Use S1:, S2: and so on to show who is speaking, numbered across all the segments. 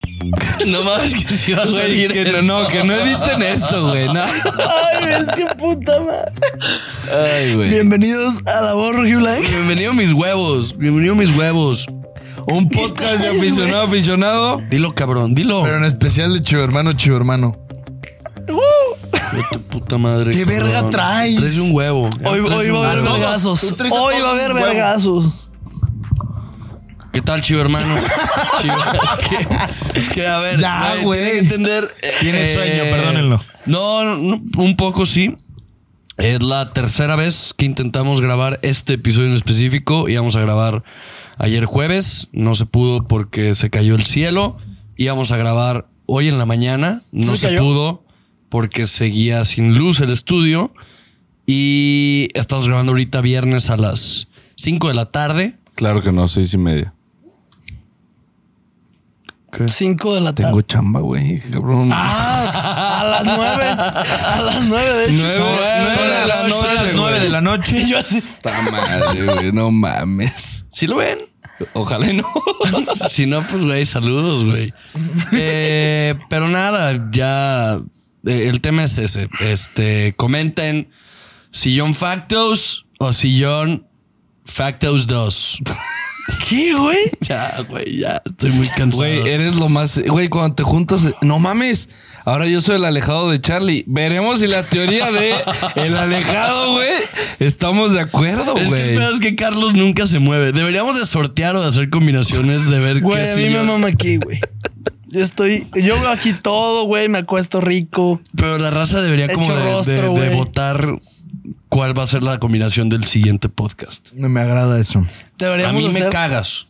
S1: No mames que sí vas a
S2: Güey,
S1: ir.
S2: que no, no, que no editen esto, güey. No.
S3: Ay, es que puta madre.
S2: Ay, güey.
S1: Bienvenidos a la voz rojiblanca. Bienvenido mis huevos. Bienvenido mis huevos. Un podcast
S2: Podcast
S1: de
S2: de
S1: aficionados.
S2: aficionado, aficionado.
S1: Dilo, cabrón, dilo.
S4: Pero en especial de Chivo Hermano, Chivo Hermano.
S1: De tu puta madre.
S3: ¿Qué
S1: cabrón.
S3: verga traes?
S1: Traes un huevo.
S3: Hoy,
S1: Traes
S3: hoy
S1: un
S3: va a haber
S1: huevo.
S2: todos,
S3: vergazos.
S2: tú traes a
S3: Hoy
S2: todos
S3: va a haber
S2: un huevo.
S3: vergazos.
S1: ¿Qué tal, chivo hermano? Chivo, es, que, es que, a ver,
S4: Ya,
S1: güey,
S4: güey.
S1: tienen que entender. eh,
S2: Tiene sueño, perdónenlo.
S1: No, no, un poco sí. Es la tercera vez que intentamos grabar este episodio en específico. Íbamos a grabar ayer jueves, no se pudo porque se cayó el cielo. Íbamos a grabar hoy en la mañana, no
S3: ¿Se
S1: se,
S3: cayó?
S1: pudo porque seguía sin luz el estudio. Y estamos grabando ahorita viernes a las 5 de la tarde.
S4: Claro que no, seis y media.
S3: Cinco de la tarde.
S2: Ah.
S4: Tengo chamba, güey. Cabrón.
S3: Ah, a las nueve. A las nueve, de hecho.
S2: Nueve, nueve de la noche,
S1: las nueve
S2: güey.
S1: de la
S3: Y yo así.
S4: Puta madre, güey. No mames.
S1: ¿Sí lo ven?
S4: Ojalá y no.
S1: si no, pues, güey, saludos, güey. Eh, pero nada, ya eh, el tema es ese. Este, comenten sillón factos o sillón factos 2.
S3: ¿Qué, güey?
S1: ya, güey, ya estoy muy cansado.
S2: Güey, eres lo más. Güey, cuando te juntas. No mames. Ahora yo soy el alejado de Charlie. Veremos si la teoría de el alejado, güey, estamos de acuerdo,
S1: es que el
S2: güey.
S1: pedo es que Carlos nunca se mueve. Deberíamos de sortear o de hacer combinaciones de ver
S3: Güey,
S1: qué
S3: a mí me
S1: sillón-
S3: mama aquí, güey. Yo estoy. Yo veo aquí todo, güey. Me acuesto rico.
S1: Pero la raza debería
S3: Hecho
S1: como de- de-
S3: rostro,
S1: de
S3: güey.
S1: votar cuál va a ser la combinación del siguiente podcast.
S4: No me agrada eso.
S1: A
S3: Deberíamos
S1: mí me
S3: hacer-
S1: cagas.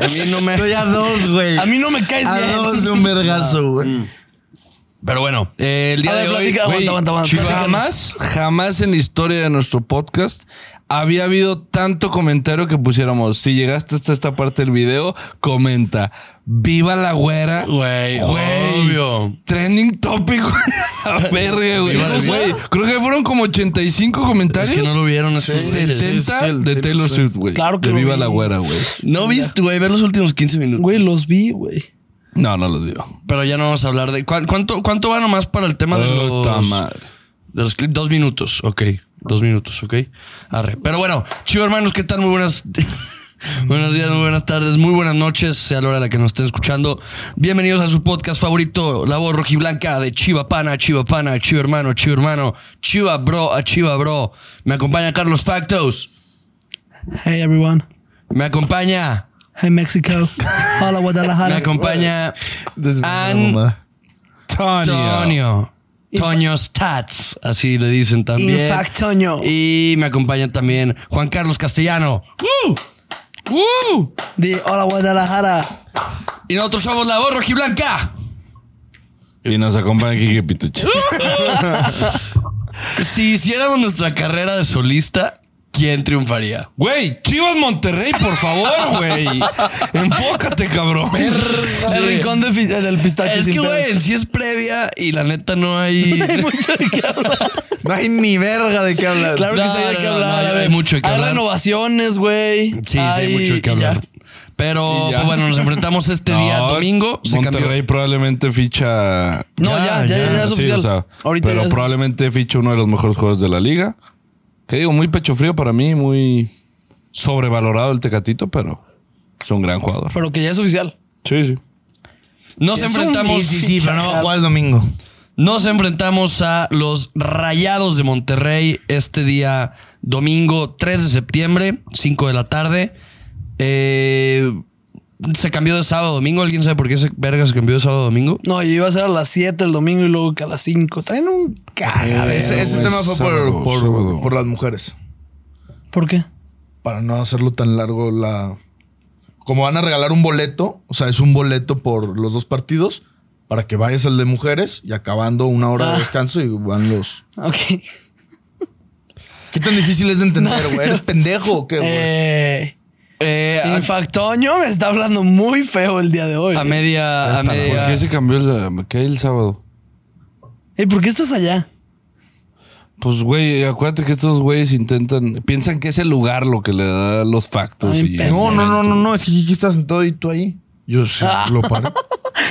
S1: A mí no me.
S4: a dos, güey.
S3: A mí no me caes
S4: A
S3: bien.
S4: dos de un vergazo,
S1: Mm.
S4: güey.
S1: Pero bueno, eh, el día
S3: A ver,
S1: de hoy.
S3: platica-
S2: Güey,
S3: aguanta, aguanta,
S2: Chivas,
S3: platícanos.
S2: jamás, jamás en la historia de nuestro podcast había habido tanto comentario que pusiéramos. Si llegaste hasta esta parte del video, comenta. Viva la güera.
S1: Güey, obvio.
S2: Trending topic, güey. A la verga, güey.
S1: Viva la
S2: Güey,
S1: güera.
S2: Creo que fueron como 85 comentarios.
S1: Es que no lo vieron esos güeyes.
S2: 70
S4: sí, sí,
S2: de
S4: sí,
S2: Taylor
S4: sí.
S2: Swift, güey.
S3: Claro que
S2: De
S3: lo
S2: Viva
S3: vi.
S2: la güera, güey.
S1: No viste, güey, ver los últimos 15 minutos.
S3: Güey, los vi, güey.
S4: No, no lo digo.
S1: Pero ya no vamos a hablar de. ¿cuán- ¿Cuánto, cuánto va nomás para el tema de
S2: Puta
S1: los.
S2: madre.
S1: De los clips? Dos minutos, ok. Dos minutos, ok. Arre. Pero bueno, chivo hermanos, ¿qué tal? Muy buenas. Buenos días, muy buenas tardes, muy buenas noches, sea la hora a la que nos estén escuchando. Bienvenidos a su podcast favorito, La Voz Rojiblanca de Chiva Pana, Chiva Pana, Chiva Hermano, Chiva Hermano, Chiva Bro, a Chiva Bro. Me acompaña Carlos Factos,
S3: Hey, everyone.
S1: me acompaña,
S3: Hey, Mexico. Hola,
S1: me
S3: Guadalajara.
S1: acompaña An-
S2: Tony.
S1: Toño. Toño Stats, así le dicen también.
S3: In fact, Toño.
S1: Y me acompaña también Juan Carlos Castellano.
S2: ¡Uh!
S1: ¡Woo! ¡Woo!
S3: Di, hola, Guadalajara.
S1: Y nosotros somos la voz rojiblanca.
S4: Y nos acompaña Kike Pituche.
S1: Si hiciéramos nuestra carrera de solista, ¿quién triunfaría?
S2: Güey, Chivas Monterrey, por favor, güey. Enfócate, cabrón.
S3: El rincón de fi- del pistache.
S1: Es
S3: sin
S1: que,
S3: pedos.
S1: güey, en sí es previa y la neta no hay.
S2: No hay ni verga de qué hablar.
S3: Claro que
S1: No,
S3: sí hay
S1: no,
S3: que
S1: no,
S3: hablar.
S1: no,
S3: a
S1: hay-
S3: ver,
S1: hay mucho que hablar.
S3: Hay renovaciones, güey.
S1: Sí, sí, hay mucho que
S3: y ya.
S1: hablar. Pero
S2: Y ya.
S1: pues, bueno, nos enfrentamos este día
S2: No,
S1: domingo. Se
S2: Monterrey
S1: cambió.
S2: probablemente ficha.
S3: No, ya, ya, ya, ya es
S2: Sí,
S3: oficial.
S2: o sea,
S3: Ahorita
S2: pero
S3: ya es-
S2: probablemente ficha uno de los mejores jugadores de la liga. Que digo, muy pecho frío para mí, muy sobrevalorado el Tecatito, pero es un gran jugador.
S3: Pero que ya es oficial.
S2: Sí, sí.
S1: Nos enfrentamos.
S3: ¿cuál?
S5: el domingo.
S1: Nos enfrentamos a los Rayados de Monterrey este día domingo 3 de septiembre, 5 de la tarde. Eh, se cambió de sábado a domingo. ¿Alguien sabe por qué se verga se cambió de sábado a domingo?
S3: No, yo iba a ser a las 7 el domingo y luego que a las 5. Traen un cagadero.
S1: Eh,
S5: Ese, ese
S2: güey,
S5: tema fue
S2: sábado,
S5: por, por,
S2: sábado.
S5: por las mujeres.
S3: ¿Por qué?
S5: Para no hacerlo tan largo, la. Como van a regalar un boleto, o sea, es un boleto por los dos partidos, para que vayas al de mujeres y acabando una hora
S3: Ah.
S5: de descanso y van los.
S3: Ok.
S5: ¿Qué tan difícil es de entender, güey? ¿Eres pendejo o qué, güey?
S3: Eh,
S1: Eh,
S3: en
S1: a,
S3: fact, Toño me está hablando muy feo el día de hoy.
S1: a media. A
S2: ¿Por
S1: media
S2: qué se cambió el, qué hay el sábado?
S3: Ey, ¿Por qué estás allá?
S2: Pues, güey, acuérdate que estos güeyes intentan, piensan que es el lugar lo que le da los factos.
S3: Ay,
S2: y-
S3: pendejo.
S5: no, no, no, no, no, es que Kiki está sentado y tú ahí. Yo sí, lo paré.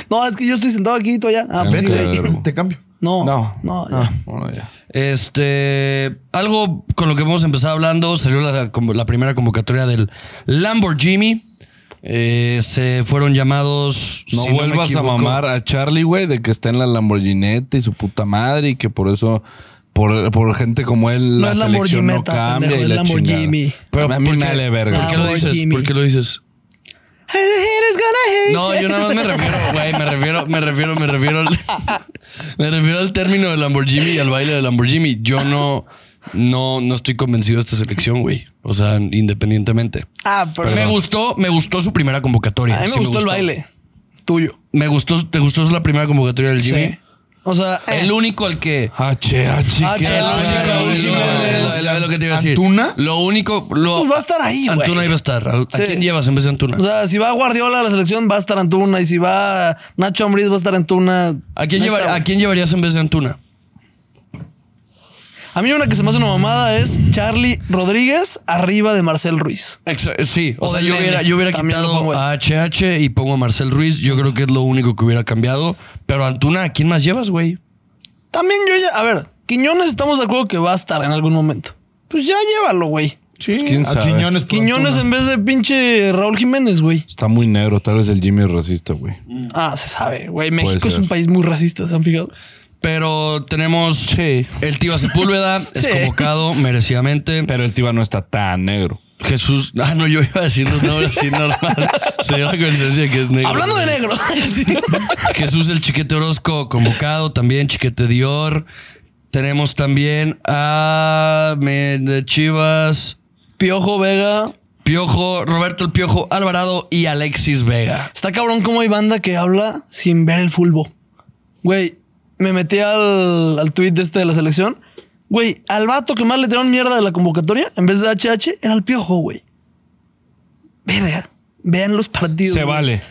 S3: No, es que yo estoy sentado aquí y tú allá. Ah, pues Ah. sí,
S4: Vente,
S3: güey.
S4: verbo.
S5: Te cambio.
S3: No, no,
S5: No.
S3: no.
S5: Ah.
S4: Bueno, ya.
S1: Este, algo con lo que hemos empezado hablando, salió la, como la primera convocatoria del Lamborghini. Eh, se fueron llamados.
S2: No
S1: si me
S2: vuelvas a
S1: equivoco,
S2: mamar a Charlie, güey, de que está en la Lamborghineta y su puta madre y que por eso, por, por gente como él,
S3: No
S2: la
S3: es
S2: selección no
S3: Lamborghineta,
S2: cambia
S3: pendejo,
S2: y
S3: es
S2: la
S3: Lamborghini.
S2: chingada. Pero a mí
S1: ¿por
S2: me
S1: qué?
S2: vale verga.
S1: ¿Por qué lo dices?
S3: Lamborghini.
S1: ¿Por qué lo dices?
S3: Hey, the haters gonna
S1: No,
S3: hate.
S1: yo nada más me refiero, güey, me refiero, me refiero, me refiero al, me refiero al término de Lamborghini y al baile de Lamborghini. Yo no, no, no estoy convencido de esta selección, güey. O sea, independientemente.
S3: Ah, pero
S1: Me gustó, me gustó su primera convocatoria.
S3: A mí me
S1: Sí
S3: gustó, el baile tuyo.
S1: Me gustó, ¿te gustó la primera convocatoria del Jimmy?
S3: Sí. O sea, eh,
S1: El único al que.
S2: H, H,
S3: Ah,
S2: ¿qué
S3: che,
S2: haces?
S3: ah, che,
S2: Ay,
S3: Raúl
S2: güey.
S3: Jiménez.
S1: Es lo que te iba a decir.
S5: ¿Antuna?
S1: Lo único. Lo,
S3: Pues va a estar ahí, güey.
S1: Antuna iba a estar. ¿A, a
S3: Sí.
S1: quién llevas en vez de Antuna?
S3: o sea, si va Guardiola a la selección, va a estar Antuna. Y si va Nacho Ambriz, va a estar Antuna.
S1: ¿A, quién
S3: Neta,
S1: llevar-
S3: güey.
S1: ¿A quién llevarías en vez de Antuna?
S3: A mí una que se me hace una mamada es Charlie Rodríguez arriba de Marcel Ruiz.
S1: Exa- eh, sí, o,
S3: O
S1: sea,
S3: del
S1: yo hubiera,
S3: Nene.
S1: yo hubiera
S3: También lo
S1: quitado
S3: pongo él.
S1: a HH y pongo a Marcel Ruiz. Yo creo que es lo único que hubiera cambiado. Pero Antuna, ¿a quién más llevas, güey?
S3: También yo ya... A ver, Quiñones estamos de acuerdo que va a estar en algún momento. Pues ya llévalo, güey.
S5: Sí,
S2: quién
S5: a
S2: sabe.
S5: Quiñones. por
S3: Quiñones
S5: Antuna.
S3: en vez de pinche Raúl Jiménez, güey.
S2: Está muy negro, tal vez el Jimmy es racista, güey.
S3: Ah, se sabe, güey. México
S2: Puede
S3: es
S2: ser.
S3: un país muy racista, ¿se han fijado?
S1: Pero tenemos
S2: Sí.
S1: el Tiva Sepúlveda, es
S3: Sí.
S1: convocado merecidamente.
S2: Pero el Tiba no está tan negro.
S1: Jesús. Ah, no, yo iba a decir los nombres así normal. Se dio la coincidencia de que es negro.
S3: Hablando de negro. Sí.
S1: Pues Jesús el Chiquete Orozco convocado también, Chiquete Dior. Tenemos también a me- de Chivas,
S3: Piojo Vega.
S1: Piojo, Roberto el Piojo Alvarado y Alexis Vega.
S3: Está cabrón cómo hay banda que habla sin ver el fulbo. Güey, me metí al, al tweet de este de la selección. Güey, al vato que más le tiraron mierda de la convocatoria, en vez de HH, era el piojo, güey. Verga. Vean los partidos.
S2: Se
S3: güey.
S2: vale.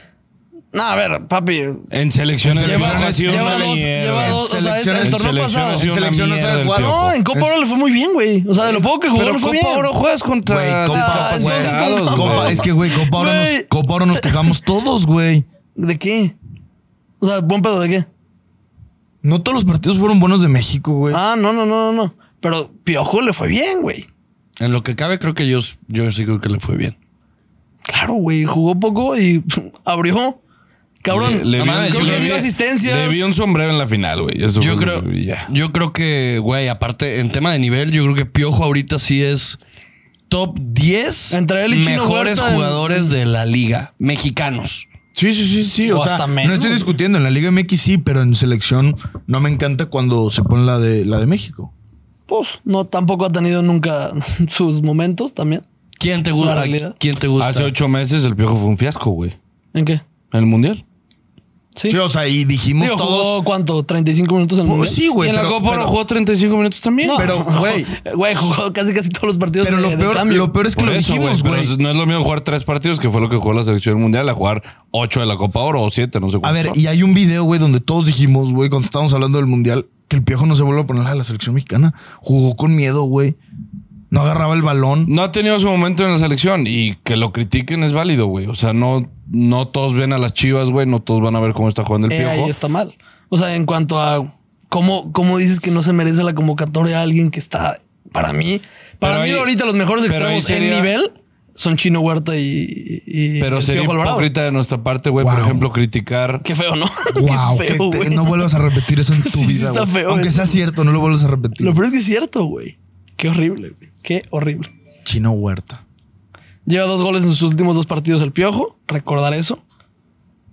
S3: No, a ver, papi.
S2: En selecciones
S5: En
S2: no
S3: Lleva,
S5: selecciones
S2: ha sido
S3: lleva
S2: una
S3: dos,
S2: mierda.
S3: lleva dos. O sea, este-
S5: En
S3: el torneo
S2: selecciones
S3: pasado. Ah,
S2: ha sido
S5: En
S2: una
S5: selecciones
S2: mierda
S5: sabe
S2: el
S5: jugar.
S2: Piojo.
S3: No, en Copa Oro le fue muy bien, güey. O sea, de lo poco que jugó,
S2: Pero
S3: le fue
S2: Copa
S3: bien.
S2: Oro juegas contra
S5: Güey, Copa,
S2: discapacitados,
S5: güey.
S3: entonces con
S2: güey.
S5: Copa, es que, güey, Copa ahora nos,
S3: Güey.
S5: Copa ahora nos cagamos todos, güey.
S3: ¿De qué? O sea, buen pedo, ¿de qué?
S5: No todos los partidos fueron buenos de México, güey.
S3: Ah, no, no, no, no, no. Pero Piojo le fue bien, güey.
S1: En lo que cabe, creo que yo, yo sí creo que le fue bien.
S3: Claro, güey. Jugó poco y abrió. Cabrón.
S2: Le- le
S3: no
S2: vi un-
S3: mames,
S2: yo
S3: creo que
S2: le vi-
S3: dio asistencias.
S2: Le vi un sombrero en la final, güey. Eso
S1: Yo
S2: fue-
S1: creo,
S2: ya.
S1: yo creo que, güey, aparte, en tema de nivel, yo creo que Piojo ahorita sí es top 10
S3: Entre él y Chino
S1: mejores
S3: Huerta en-
S1: jugadores de la liga, mexicanos.
S5: Sí, sí, sí, sí.
S3: O
S5: O, sea,
S3: hasta menos,
S5: no estoy
S3: güey.
S5: discutiendo. En la Liga MX sí, pero en selección no me encanta cuando se pone la de, la de México.
S3: Pues, no, tampoco ha tenido nunca sus momentos también.
S1: ¿Quién te
S3: Es
S1: gusta?
S3: una realidad.
S1: ¿Quién te gusta?
S2: Hace ocho meses el piojo fue un fiasco, güey.
S3: ¿En qué?
S2: En el mundial.
S3: Sí.
S5: Sí, o sea, y dijimos
S3: Digo,
S5: todos.
S3: jugó cuánto? ¿35 minutos en el
S5: Pues
S3: mundial?
S5: sí, güey.
S2: y en la
S5: pero-
S2: Copa
S5: pero-
S2: Oro jugó 35 minutos también.
S3: No,
S5: pero, güey.
S3: Güey, jugó casi casi todos los partidos.
S5: Pero
S3: de-
S5: lo
S3: de
S5: peor,
S3: cambio.
S5: lo peor es que
S2: Por
S5: lo
S2: eso,
S5: dijimos,
S2: güey, pero
S5: güey.
S2: es- no es lo mismo jugar tres partidos, que fue lo que jugó la selección mundial, a jugar ocho de la Copa Oro o siete, no sé
S5: A
S2: cuántos
S5: ver,
S2: son.
S5: y hay un video, güey, donde todos dijimos, güey, cuando estábamos hablando del mundial, que el piojo no se vuelve a poner a la selección mexicana. Jugó con miedo, güey. No agarraba el balón.
S2: No ha tenido su momento en la selección y que lo critiquen es válido, güey. O sea, no, no todos ven a las chivas, güey. No todos van a ver cómo está jugando el
S3: Eh, ahí
S2: piojo.
S3: está mal. O sea, en cuanto a cómo, cómo dices que no se merece la convocatoria a alguien que está, para mí, para
S2: Pero
S3: mí
S2: ahí-
S3: ahorita los mejores
S2: pero
S3: extremos
S2: ahí sería-
S3: en nivel son Chino Huerta y, y
S2: Pero
S3: el
S2: sería
S3: Piojo Alvarado.
S2: hipócrita de nuestra parte, güey. Por
S5: Wow.
S2: ejemplo, criticar.
S3: Qué feo, ¿no?
S5: Wow,
S3: Qué feo,
S5: que te-
S3: güey.
S5: no vuelvas a repetir eso en tu
S3: Sí, sí
S5: vida.
S3: está
S5: güey.
S3: feo
S5: Aunque
S3: eso,
S5: sea
S3: güey.
S5: cierto, no lo vuelvas a repetir.
S3: Lo peor es que es cierto, güey. Qué horrible, güey. Qué horrible.
S5: Chino Huerta.
S3: Lleva dos goles en sus últimos dos partidos el Piojo. Recordar eso.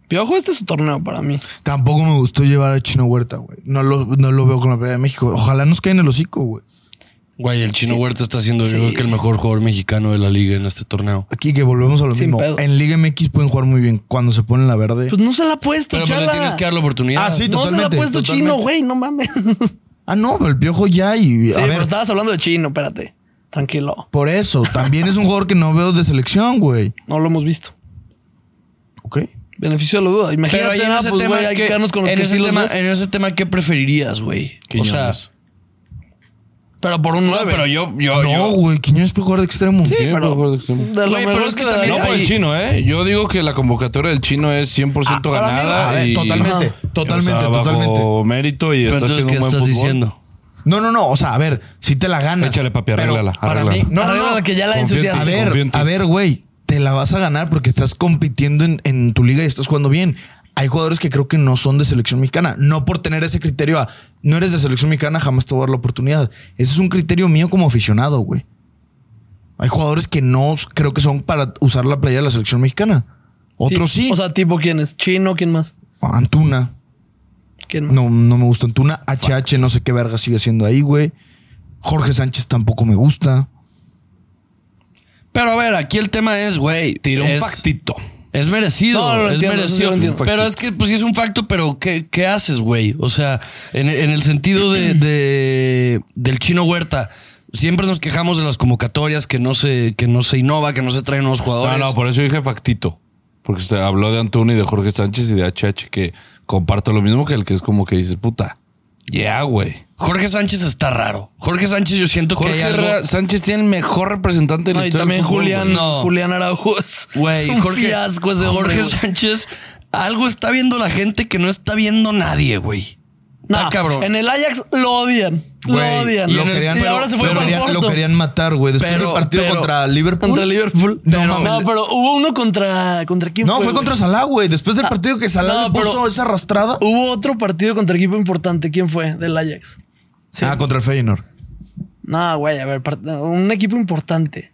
S3: Piojo, este es su torneo para mí.
S5: Tampoco me gustó llevar a Chino Huerta, güey. No lo, no lo veo con la pelea de México. Ojalá nos caigan el hocico, güey.
S1: Güey, el Chino Huerta está siendo,
S3: Sí.
S1: yo creo que el mejor jugador mexicano de la liga en este torneo.
S5: Aquí que volvemos a lo
S3: Sin
S5: mismo.
S3: pedo.
S5: En Liga MX pueden jugar muy bien cuando se ponen la verde.
S3: Pues no se la ha puesto,
S1: Pero pues le
S3: chala.
S1: tienes que dar la oportunidad.
S5: Ah,
S3: no
S5: sí.
S3: se la ha
S5: totalmente,
S3: puesto
S5: totalmente.
S3: chino, güey, no mames.
S5: Ah, no, pero el piojo ya y.
S3: Sí,
S5: a ver,
S3: pero estabas hablando de chino, espérate. Tranquilo.
S5: por eso. También es un jugador que no veo de selección, güey.
S3: No lo hemos visto.
S5: Ok.
S3: Beneficio de la duda. Imagínate,
S1: Pero ahí en
S3: ah,
S1: ese
S3: pues,
S1: tema,
S3: güey, hay que
S1: ¿qué-
S3: quedarnos con los
S1: en
S3: que
S1: ese
S3: sí los
S1: tema,
S3: ves.
S1: en ese tema, ¿qué preferirías, güey? O sea,
S2: Quiñones.
S3: Pero por un 9.
S1: pero yo, yo,
S5: No,
S1: yo-
S5: güey, Quiñones puede jugar de extremo.
S3: Sí,
S2: Sí,
S3: pero.
S2: me acuerdo que sí.
S3: de lo
S1: Güey, pero
S3: mejor
S1: es que
S3: te
S1: también
S2: No
S3: daría.
S2: por el
S1: Ahí-
S2: chino, ¿eh? Yo digo que la convocatoria del chino es 100%
S3: Ah, ahora mira,
S2: ganada.
S5: a ver,
S2: y-
S5: totalmente,
S2: Ajá.
S5: totalmente,
S2: O sea, bajo
S5: totalmente.
S2: mérito y
S1: Pero
S2: está
S1: entonces,
S2: haciendo
S1: ¿qué
S2: un buen
S1: estás
S2: fútbol.
S1: diciendo?
S5: No, no, no. O sea, a ver, si te la ganas.
S2: Échale, papi,
S5: Pero
S2: arréglala,
S5: Para mí,
S2: arréglala.
S5: no, no,
S3: Arréglala,
S5: no.
S3: que ya la
S2: Confía en ti,
S5: A
S3: ensuciaste.
S5: ver,
S2: confío en ti.
S5: a ver, güey, te la vas a ganar porque estás compitiendo en, en tu liga y estás jugando bien. Hay jugadores que creo que no son de selección mexicana. No por tener ese criterio a no eres de selección mexicana, jamás te voy a dar la oportunidad. Ese es un criterio mío como aficionado, güey. Hay jugadores que no s- creo que son para usar la playa de la selección mexicana. Otros sí.
S3: O sea, tipo, ¿quién es? ¿Chino? ¿Quién más?
S5: Antuna.
S3: ¿Quién más?
S5: No, no me gusta Antuna. HH, no sé qué verga sigue haciendo ahí, güey. Jorge Sánchez tampoco me gusta.
S1: Pero a ver, aquí el tema es, güey.
S2: Tira un
S1: es-
S2: pactito.
S1: Es merecido,
S3: No, lo
S1: es
S3: entiendo,
S1: merecido.
S3: sí, lo entiendo.
S1: pero es que, pues sí, es un facto, pero ¿qué, qué haces, güey? O sea, en, en el sentido de, de- del chino Huerta, siempre nos quejamos de las convocatorias, que no se, que no se innova, que no se traen nuevos
S2: No,
S1: jugadores.
S2: no, por eso dije factito. Porque se habló de Antuna y de Jorge Sánchez y de HH que comparto lo mismo que el que es como que dices, puta. Ya, güey.
S1: Jorge Sánchez está raro. Jorge Sánchez, yo siento que
S2: Jorge
S1: hay algo.
S2: Ra- Sánchez tiene el mejor representante de la
S3: No, y
S2: historia
S3: también
S2: del fútbol,
S3: Julián,
S2: güey.
S1: No.
S3: Julián Araujo. es-
S1: Güey,
S3: es un
S1: Jorge,
S3: fiasco ese hombre,
S1: Jorge
S3: güey.
S1: Sánchez, algo está viendo la gente que no está viendo nadie, güey.
S3: No,
S1: Nah, cabrón.
S3: En el Ajax lo odian.
S5: Güey,
S3: lo odian.
S5: Lo querían,
S3: y
S5: pero-
S3: ahora se fue
S5: lo
S3: para el
S5: querían,
S3: Porto.
S5: lo querían matar, güey. Después
S1: Pero-
S5: del partido
S1: pero-
S5: contra Liverpool.
S3: Contra Liverpool.
S5: No,
S3: No,
S5: mames.
S3: no, pero hubo uno contra. ¿Contra quién
S5: No,
S3: fue?
S5: fue
S3: güey?
S5: contra Salah, güey. Después del partido que Salah
S3: no,
S5: le puso
S3: pero- Uh.
S5: esa arrastrada.
S3: Hubo otro partido contra equipo importante. ¿Quién fue? Del Ajax. Sí.
S5: Ah, contra el Feyenoord.
S3: No, güey, a ver, part- un equipo importante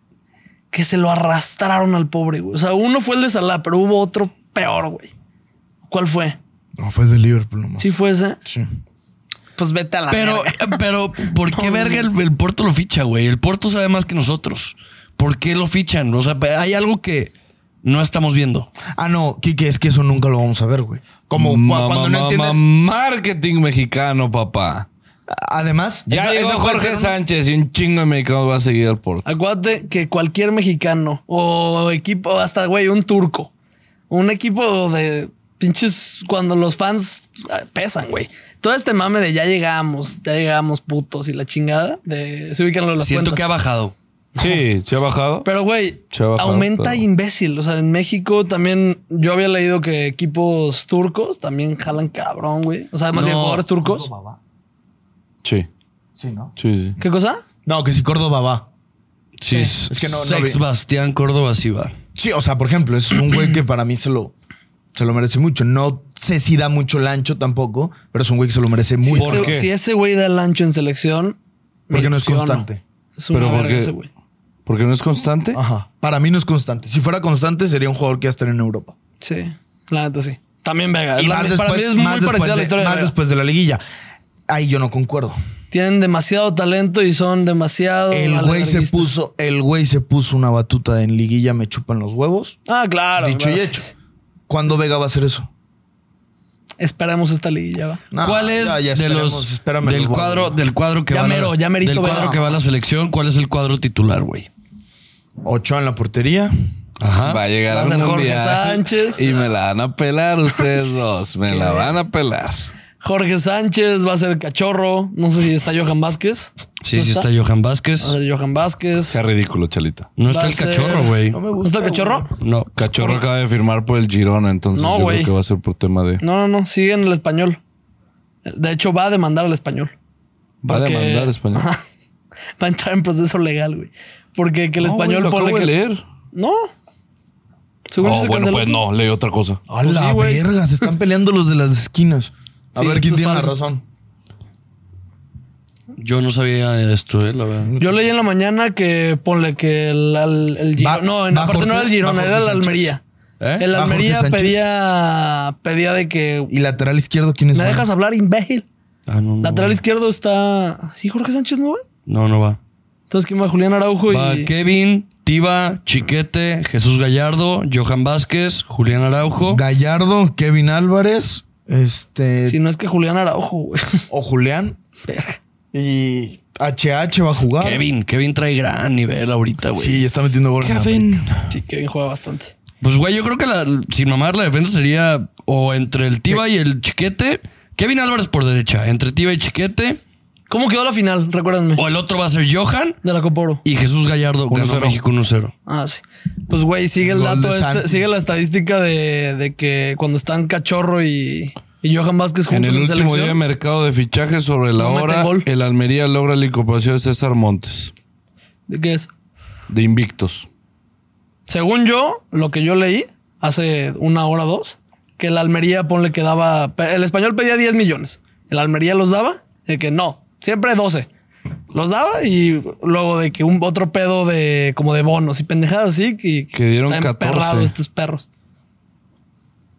S3: que se lo arrastraron al pobre, güey. O sea, uno fue el de Salah, pero hubo otro peor, güey. ¿Cuál fue?
S5: No, fue el de Liverpool nomás.
S3: ¿Sí fue ese?
S5: Sí.
S3: Pues vete a la
S1: Pero, eh,
S3: verga.
S1: pero, ¿por qué verga el, el Porto lo ficha, güey? El Porto sabe más que nosotros. ¿Por qué lo fichan? O sea, hay algo que no estamos viendo.
S5: Ah, no, Kike, es que eso nunca lo vamos a ver, güey. Como cu-
S2: Ma-
S5: cuando
S2: ma-
S5: no
S2: ma-
S5: entiendes.
S2: Marketing mexicano, papá.
S5: Además,
S2: Ya
S5: esa-
S2: llegó
S5: esa puede
S2: Jorge
S5: ser una-
S2: Sánchez y un chingo de mexicanos va a seguir al Porto.
S3: Acuérdate que cualquier mexicano o equipo, hasta güey, un turco, un equipo de pinches cuando los fans ah, pesan, güey. Todo este mame de ya llegamos, ya llegamos putos y la chingada, de se ubican lo de las
S1: Siento
S3: cuentas.
S1: que ha bajado.
S2: Sí, se ha bajado.
S3: Pero, güey,
S2: Se ha bajado,
S3: aumenta
S2: pero-
S3: imbécil. O sea, en México también yo había leído que equipos turcos también jalan cabrón, güey. O sea, más bien
S1: No.
S3: jugadores turcos.
S2: Sí,
S5: Sí, ¿no?
S2: sí, sí.
S3: ¿Qué cosa?
S5: No, que si Córdoba va.
S1: Sí,
S5: Es que no- no
S1: Sex
S5: vi.
S1: Bastián Córdoba sí va.
S5: Sí, o sea, por ejemplo, es un güey que para mí se lo, se lo merece mucho. No sé si da mucho el ancho tampoco, pero es un güey que se lo merece
S3: Si
S5: mucho.
S3: ese- Si ese güey da el ancho en selección. me
S5: Porque no es
S3: ilusiono.
S5: constante.
S3: Es una
S2: Pero
S3: verga
S2: porque-
S3: ese güey.
S2: Porque no es constante.
S5: Ajá. Para mí no es constante. Si fuera constante, sería un jugador que ya estaría en Europa.
S3: Sí, la neta sí. También Vega.
S5: Y
S3: La-
S5: más
S3: para mí
S5: después,
S3: es muy
S5: más después
S3: parecida a la
S5: de-
S3: historia
S5: más
S3: de Vega.
S5: después de la liguilla. Ahí yo no concuerdo.
S3: Tienen demasiado talento y son demasiado.
S5: El güey se
S3: malabarguistas.
S5: puso, el güey se puso una batuta de en liguilla me chupan los huevos.
S3: Ah, claro.
S5: Dicho y
S3: claro.
S5: hecho. ¿Cuándo Vega va a hacer eso?
S3: Esperemos esta liguilla, va.
S5: No,
S1: ¿Cuál es
S5: ya, ya
S1: de
S5: esperemos,
S1: los
S5: espérame
S1: del
S5: los
S1: cuadro
S5: huevos.
S1: del cuadro que
S3: Ya
S1: va
S3: mero,
S1: la,
S3: ya merito
S1: del
S3: Vega.
S1: cuadro que va a la selección? ¿Cuál es el cuadro titular, güey?
S5: Ochoa en la portería.
S1: Ajá.
S2: Va a llegar
S3: Va a
S2: al
S3: ser Jorge
S2: mundial
S3: Sánchez.
S2: Y me la van a pelar ustedes dos. Me la van a pelar.
S3: Jorge Sánchez va a ser cachorro. No sé si está Johan Vázquez.
S1: Sí,
S3: ¿No
S1: sí está Johan Vázquez.
S3: Va a ser Johan Vázquez.
S2: Qué ridículo, Chalita.
S1: No
S3: Va
S1: está
S3: a
S1: el
S3: ser-
S1: cachorro, güey.
S5: me
S3: ¿No está el cachorro?
S1: No.
S2: Cachorro acaba de firmar por el Girona, entonces
S3: No,
S2: yo
S3: güey.
S2: creo que va a ser por tema de.
S3: No, no, no. Sigue en el español. De hecho, va a demandar al español.
S2: Va a
S3: Porque-
S2: demandar español.
S3: Ajá. Va a entrar en proceso legal, güey. Porque que el
S2: No, güey,
S3: español
S2: lo
S3: ponle
S2: acabo de
S3: que-
S2: leer.
S3: No. Según yo
S2: Oh,
S3: se
S2: bueno,
S3: canceló.
S2: pues no, leí otra cosa.
S5: A la
S3: Pues sí, güey.
S5: verga, se están peleando los de las esquinas. A
S3: Sí,
S5: ver quién
S3: estos
S5: tiene la
S3: fans-
S5: razón.
S1: Yo no sabía esto, eh, la verdad.
S3: Yo leí en la mañana que ponle que el, al- el Giro-
S5: Va-
S3: no, en
S5: va
S3: aparte no era el
S5: Jorge-
S3: Girona,
S5: va
S3: era el
S5: Jorge
S3: Almería.
S1: ¿Eh?
S3: El
S5: Va Jorge
S3: Almería
S5: Sánchez.
S3: pedía pedía de que
S5: Y lateral izquierdo, ¿quién es?
S3: me dejas hablar imbécil.
S1: Ah, no, no,
S3: Lateral izquierdo está sí Jorge Sánchez no va.
S1: No, no va.
S3: Entonces quién va Julián Araujo
S1: Va
S3: y
S1: Kevin, Tiba, Chiquete, Jesús Gallardo, Johan Vázquez, Julián Araujo.
S5: Gallardo, Kevin Álvarez, este
S3: si no es que Julián Araujo, güey.
S5: o Julián
S3: Verga.
S5: y HH va a jugar.
S1: Kevin, Kevin trae gran nivel ahorita, güey.
S5: Sí, está metiendo gol.
S3: Sí, Kevin juega bastante.
S1: Pues, güey, yo creo que la, sin mamar la defensa sería o entre el Tiba y el Chiquete. Kevin Álvarez por derecha, entre Tiba y Chiquete.
S3: ¿Cómo quedó la final? Recuérdenme.
S1: O el otro va a ser Johan
S3: De la Copa Oro.
S1: y Jesús Gallardo ganó
S2: 1-0.
S1: México 1-0.
S3: Ah, sí. Pues, güey, sigue el
S5: Gol de
S3: dato, este-
S5: Santi.
S3: sigue la estadística de, de que cuando están Cachorro y, y Johan Vázquez
S2: En
S3: juntos
S2: el
S3: en,
S2: último día de
S3: selección.
S2: mercado de fichajes sobre la
S3: No meten
S2: hora,
S3: gol.
S2: el Almería logra la incorporación de César Montes,
S3: ¿De qué es?
S2: de Invictos.
S3: Según yo, lo que yo leí hace una hora o dos, que el Almería, ponle que daba. El español pedía 10 millones. El Almería los daba, de que no, siempre 12. Los daba y luego de que un otro pedo de como de bonos y pendejadas así. Y
S2: Que dieron
S3: está emperrado
S2: 14.
S3: estos perros.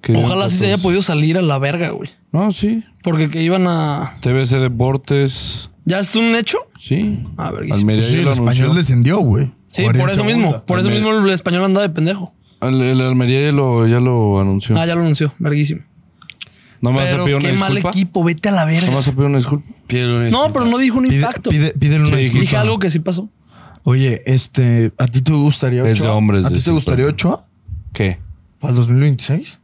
S2: Que
S3: Ojalá sí se haya
S2: entonces-
S3: podido salir a la verga, güey.
S2: No, sí.
S3: Porque que iban a.
S2: TBC Deportes,
S3: ¿Ya es un hecho?
S2: sí.
S3: Ah, verguísima.
S2: Almería
S5: Pues Sí,
S2: ya
S5: el
S2: lo anunció.
S5: español descendió, güey.
S3: Sí,
S5: Jugaría
S3: por
S5: en
S3: eso
S5: segunda.
S3: mismo. Por eso
S2: Almería.
S3: mismo el español andaba de pendejo.
S2: El, el Almería ya lo, ya lo anunció.
S3: Ah, ya lo anunció. Verguísimo.
S2: no me vas a
S3: Pero
S2: pedir una
S3: qué mal
S2: disculpa.
S3: equipo. Vete a la verga.
S2: No me vas a pedir una disculpa.
S1: Piedra,
S3: No, pero no dijo un
S5: Pide,
S3: impacto.
S5: pide, pídele una
S2: Sí,
S5: disculpa.
S3: Dije algo que sí pasó.
S5: Oye, este, ¿a ti te gustaría Ochoa?
S2: Es de hombres
S5: ¿A ti te
S2: decir,
S5: gustaría
S2: pero-
S5: Ochoa
S2: ¿Qué?
S5: para el 2026?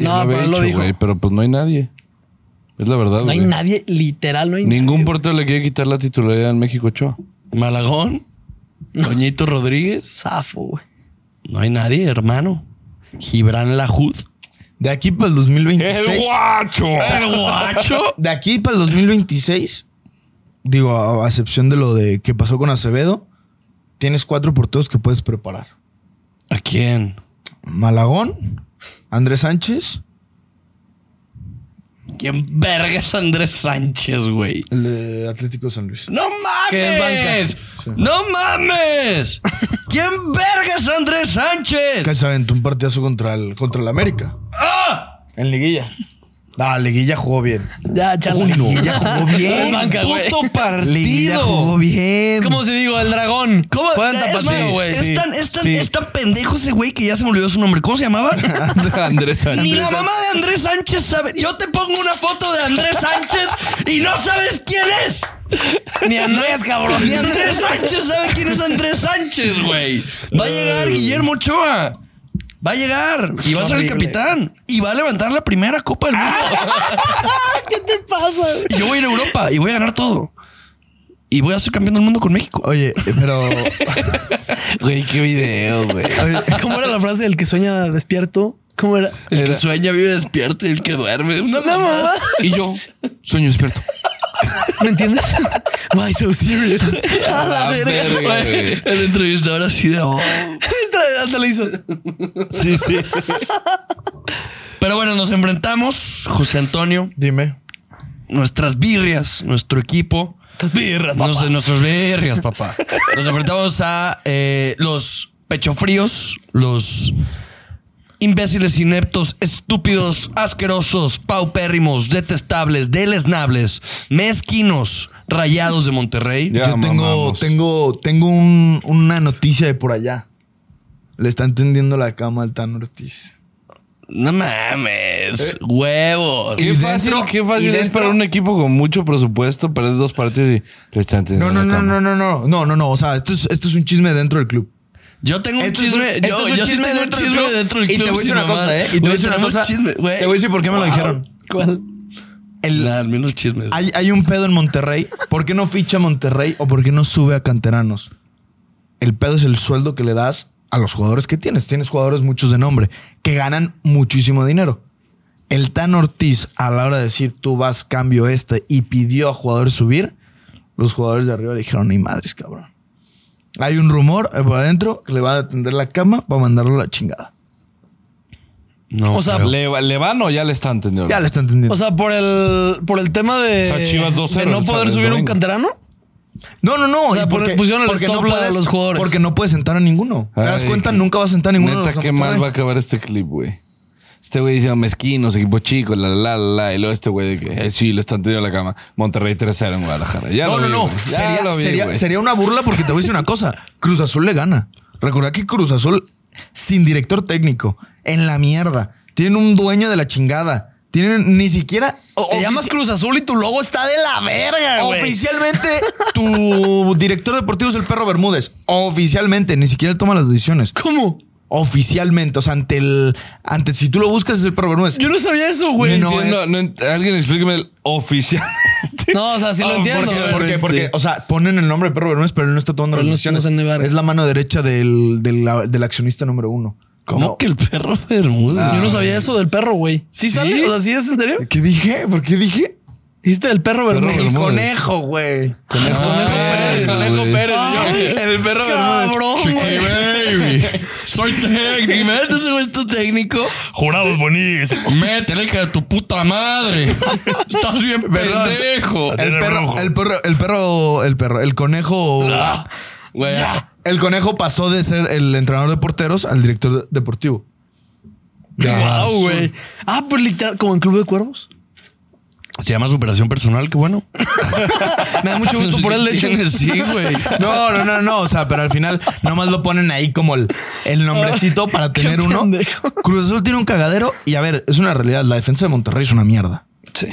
S3: No,
S2: había
S3: pero él lo
S2: dicho,
S3: dijo.
S2: güey, pero pues no hay nadie. Es la verdad,
S3: No hay
S2: güey.
S3: nadie, literal, no hay
S2: Ningún
S3: nadie.
S2: portero le quiere quitar la titularidad en México Ochoa.
S1: Malagón, Toñito Rodríguez,
S3: Zafo, güey.
S1: no hay nadie, hermano. Gibran Lajud.
S5: De aquí para el 2026.
S2: guacho!
S1: El guacho.
S5: De aquí para el 2026, digo, a, a excepción de lo de que pasó con Acevedo, tienes cuatro porteros que puedes preparar.
S1: ¿A quién?
S5: Malagón, Andrés Sánchez,
S1: ¿Quién verga es Andrés Sánchez, güey?
S5: el de Atlético San Luis.
S1: ¡No
S3: Que es
S1: mames! ¡No mames! ¿Quién verga es Andrés
S5: Que
S1: Sánchez?
S5: se aventó un partidazo contra el, contra el América.
S1: ¡Ah!
S5: En Liguilla. Ah, Liguilla jugó bien.
S3: Ya, charla.
S5: Uy, no, ya jugó bien.
S3: Es banca, güey.
S1: ¡Puto
S5: Liguilla
S1: partido!
S5: jugó bien.
S3: ¿Cómo se digo? El dragón.
S1: ¿Cómo?
S3: Cuenta
S1: Es, más,
S3: partido, güey.
S1: es
S3: Sí.
S1: tan, es tan-
S2: sí.
S1: es tan pendejo ese güey que ya se me olvidó su nombre. ¿Cómo se llamaba?
S2: Andrés
S1: Ni
S2: Sánchez.
S1: la mamá de Andrés Sánchez sabe. Yo te pongo una foto de Andrés Sánchez y no sabes quién es.
S3: Ni Andrés, cabrón.
S1: Ni Andrés Sánchez sabe quién es Andrés Sánchez, güey. Va a
S3: Uh.
S1: llegar Guillermo Ochoa. Va a llegar y va a ser el
S3: Horrible. Ah.
S1: capitán y va a levantar la primera Copa del Mundo.
S3: ¿Qué te pasa? güey?
S1: Y yo voy a ir a Europa y voy a ganar todo. Y voy a ser campeón del mundo con México.
S5: Oye, eh, pero.
S2: Güey, qué video, güey.
S3: ¿Cómo era la frase del que sueña despierto? ¿Cómo era?
S1: El que sueña vive despierto y el que duerme. Una
S3: No,
S1: mamá.
S3: mamá.
S2: Y yo, sueño despierto.
S3: ¿Me entiendes? Why so serious? A la
S2: Ah,
S3: verga.
S2: verga,
S3: güey.
S2: güey.
S1: El entrevistador así de... "Oh".
S3: Hasta le hizo.
S1: Sí, sí. Pero bueno, nos enfrentamos, José Antonio,
S5: Dime.
S1: nuestras birrias, nuestro equipo.
S3: Estas birras, papá.
S1: Nos- nuestras birrias, papá. Nos enfrentamos a eh, los pechofríos, los imbéciles, ineptos, estúpidos, asquerosos, paupérrimos, detestables, deleznables, mezquinos, rayados de Monterrey.
S2: Ya
S5: Yo tengo,
S2: mamamos.
S5: tengo, tengo un- una noticia de por allá. Le están tendiendo la cama al Tan Ortiz.
S1: No mames, huevos.
S2: Qué
S5: Eh. Y
S2: fácil,
S5: dentro-
S2: qué
S5: y
S2: fácil es
S5: dentro-
S2: para un equipo con mucho presupuesto perder dos partidos y le están
S5: No,
S2: tendiendo
S5: no,
S2: la
S5: no,
S2: cama.
S5: no, no, no. No, no, no. O sea, esto es, esto es un chisme dentro del club.
S1: Yo tengo un
S5: Esto es
S1: chisme.
S5: un-
S1: yo
S5: esto es un
S1: yo sí
S5: chisme
S1: tengo un
S5: dentro del
S1: chisme
S5: club.
S1: dentro del
S5: Y te
S1: club.
S5: voy a decir
S1: sin
S5: una cosa,
S1: mamar.
S5: ¿eh? Y te voy a
S1: Güey,
S5: decir una
S1: tenemos
S5: cosa.
S1: chisme, güey.
S5: Te voy a decir por qué me lo dijeron.
S3: ¿Cuál?
S5: El-
S1: Nah, al menos chisme.
S5: hay, hay un pedo en Monterrey. ¿Por qué no ficha Monterrey o por qué no sube a canteranos? El pedo es el sueldo que le das a los jugadores que tienes. Tienes jugadores muchos de nombre que ganan muchísimo dinero. El Tan Ortiz, a la hora de decir tú vas cambio este y pidió a jugadores subir, los jugadores de arriba le dijeron, ni madres, cabrón. Hay un rumor eh, por adentro que le van a tender la cama para mandarlo a la chingada.
S1: No,
S3: O sea,
S1: creo.
S2: ¿Le, va- le van o ya le están tendiendo?
S5: Ya le están entendiendo.
S3: O sea, por el, por el tema de,
S2: O sea, Chivas 2-0
S3: de no
S2: el
S3: poder
S2: sábado,
S3: subir un
S2: domingo.
S3: canterano.
S5: No, no, no.
S3: sea,
S5: y
S3: por- pusieron el stop a los jugadores.
S5: Porque no puedes sentar a ninguno. ¿Te das
S2: Ay,
S5: cuenta?
S2: qué-
S5: Nunca vas a sentar a ninguno. de
S2: Neta,
S5: los
S2: qué
S5: Monterrey.
S2: mal va a acabar este clip, güey. Este güey diciendo mezquinos, equipo chico, la, la, la, la. Y luego este güey de que eh, sí, le están tendiendo la cama. Monterrey 3-0 en Guadalajara. Ya
S5: No,
S2: lo
S5: no,
S2: vi,
S5: no.
S2: güey. Ya
S5: Sería,
S2: lo vi,
S5: sería-
S2: güey.
S5: sería una burla porque te voy a decir una cosa. Cruz Azul le gana. Recordad que Cruz Azul, sin director técnico, en la mierda. Tienen un dueño de la chingada. Tienen ni siquiera. o-
S3: Te llamas
S5: ofici-
S3: Cruz Azul y tu logo está de la verga, güey.
S5: Oficialmente, tu director deportivo es el perro Bermúdez. Oficialmente, ni siquiera él toma las decisiones.
S3: ¿Cómo?
S5: Oficialmente, o sea, ante el. Ante, si tú lo buscas, es el perro Bermúdez.
S3: Yo no sabía eso,
S2: No
S3: güey.
S5: no,
S2: entiendo,
S5: eh.
S2: no ent- alguien explíqueme el oficial.
S3: No, o sea, sí lo entiendo.
S5: Porque,
S3: güey.
S5: porque, porque, o sea, ponen el nombre de Pedro Bermúdez, pero él no está tomando
S3: Pero
S5: las
S3: no- no
S5: decisiones.
S3: se niega.
S5: es la mano derecha del, del, del accionista número uno.
S1: ¿Cómo
S5: No.
S1: que el perro Bermúdez?
S3: Yo no sabía eso del perro, güey. Ah. ¿Sí, sale? O sea, ¿sí es en serio?
S5: ¿Qué dije? ¿Por qué dije?
S3: ¿Dijiste del perro Bermúdez?
S2: conejo, güey.
S1: Conejo Pérez, Conejo Pérez.
S3: Ay,
S2: El perro
S3: Cabrón, güey.
S1: baby. Soy técnico. Imagínate ese güey es tu técnico. Jurados buenísimos. Métele, hija de tu puta madre. Estás bien pendejo.
S5: El perro, el perro, el perro, el perro, el conejo.
S1: Ah, Güey.
S5: El conejo pasó de ser el entrenador de porteros al director deportivo.
S1: Guau,
S3: Wow, güey. Ah, pero literal, como en Club de Cuervos.
S1: Se llama superación personal, qué bueno.
S3: Me da mucho gusto por él, de hecho.
S1: Tienes, Sí, güey.
S5: No, no, no, no. O sea, pero al final nomás lo ponen ahí como el, el nombrecito para
S3: Qué
S5: tener uno.
S3: pendejo.
S5: Cruz Azul tiene un cagadero y a ver, es una realidad. La defensa de Monterrey es una mierda.
S3: Sí.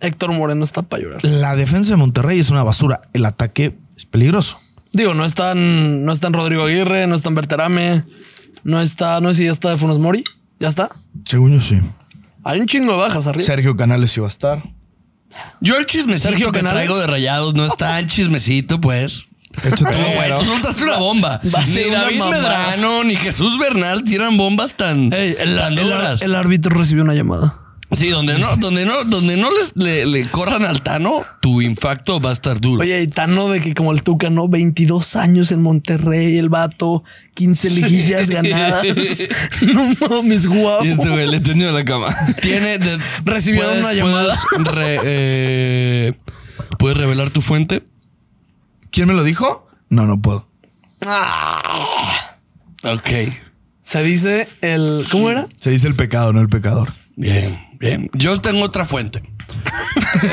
S3: Héctor Moreno está para llorar.
S5: La defensa de Monterrey es una basura. El ataque es peligroso.
S3: Digo, no están, no están Rodrigo Aguirre, no están Berterame, no está, no sé si ya está de Funes Mori. ¿Ya está?
S5: Según yo sí.
S3: Hay un chingo de bajas arriba.
S5: Sergio Canales iba a estar.
S1: Yo el chismecito
S3: Sergio
S1: que
S3: Canales.
S1: traigo de rayados no es tan chismecito, pues. Tú, güey, tú soltaste una bomba.
S3: Va a ser
S1: Ni
S3: una
S1: David
S3: mamá.
S1: Medrano ni Jesús Bernal tiran bombas tan,
S3: Ey, el,
S1: tan
S3: el-
S1: duras.
S3: el árbitro recibió una llamada.
S1: Sí, donde no, donde no, donde no les, le, le corran al Tano, tu impacto va a estar duro.
S3: Oye, y Tano de que como el Tuca, ¿no? 22 años en Monterrey, el vato, 15 liguillas ganadas. no mames, guau.
S2: Y este güey le tendió la cama.
S1: Tiene de-
S3: Recibió una llamada.
S1: puedes re- eh, ¿puedes revelar tu fuente.
S5: ¿Quién me lo dijo? No, no puedo.
S1: Ok.
S3: Se dice el... ¿Cómo era?
S5: Se dice el pecado, no el pecador.
S1: Bien, bien. Yo tengo otra fuente.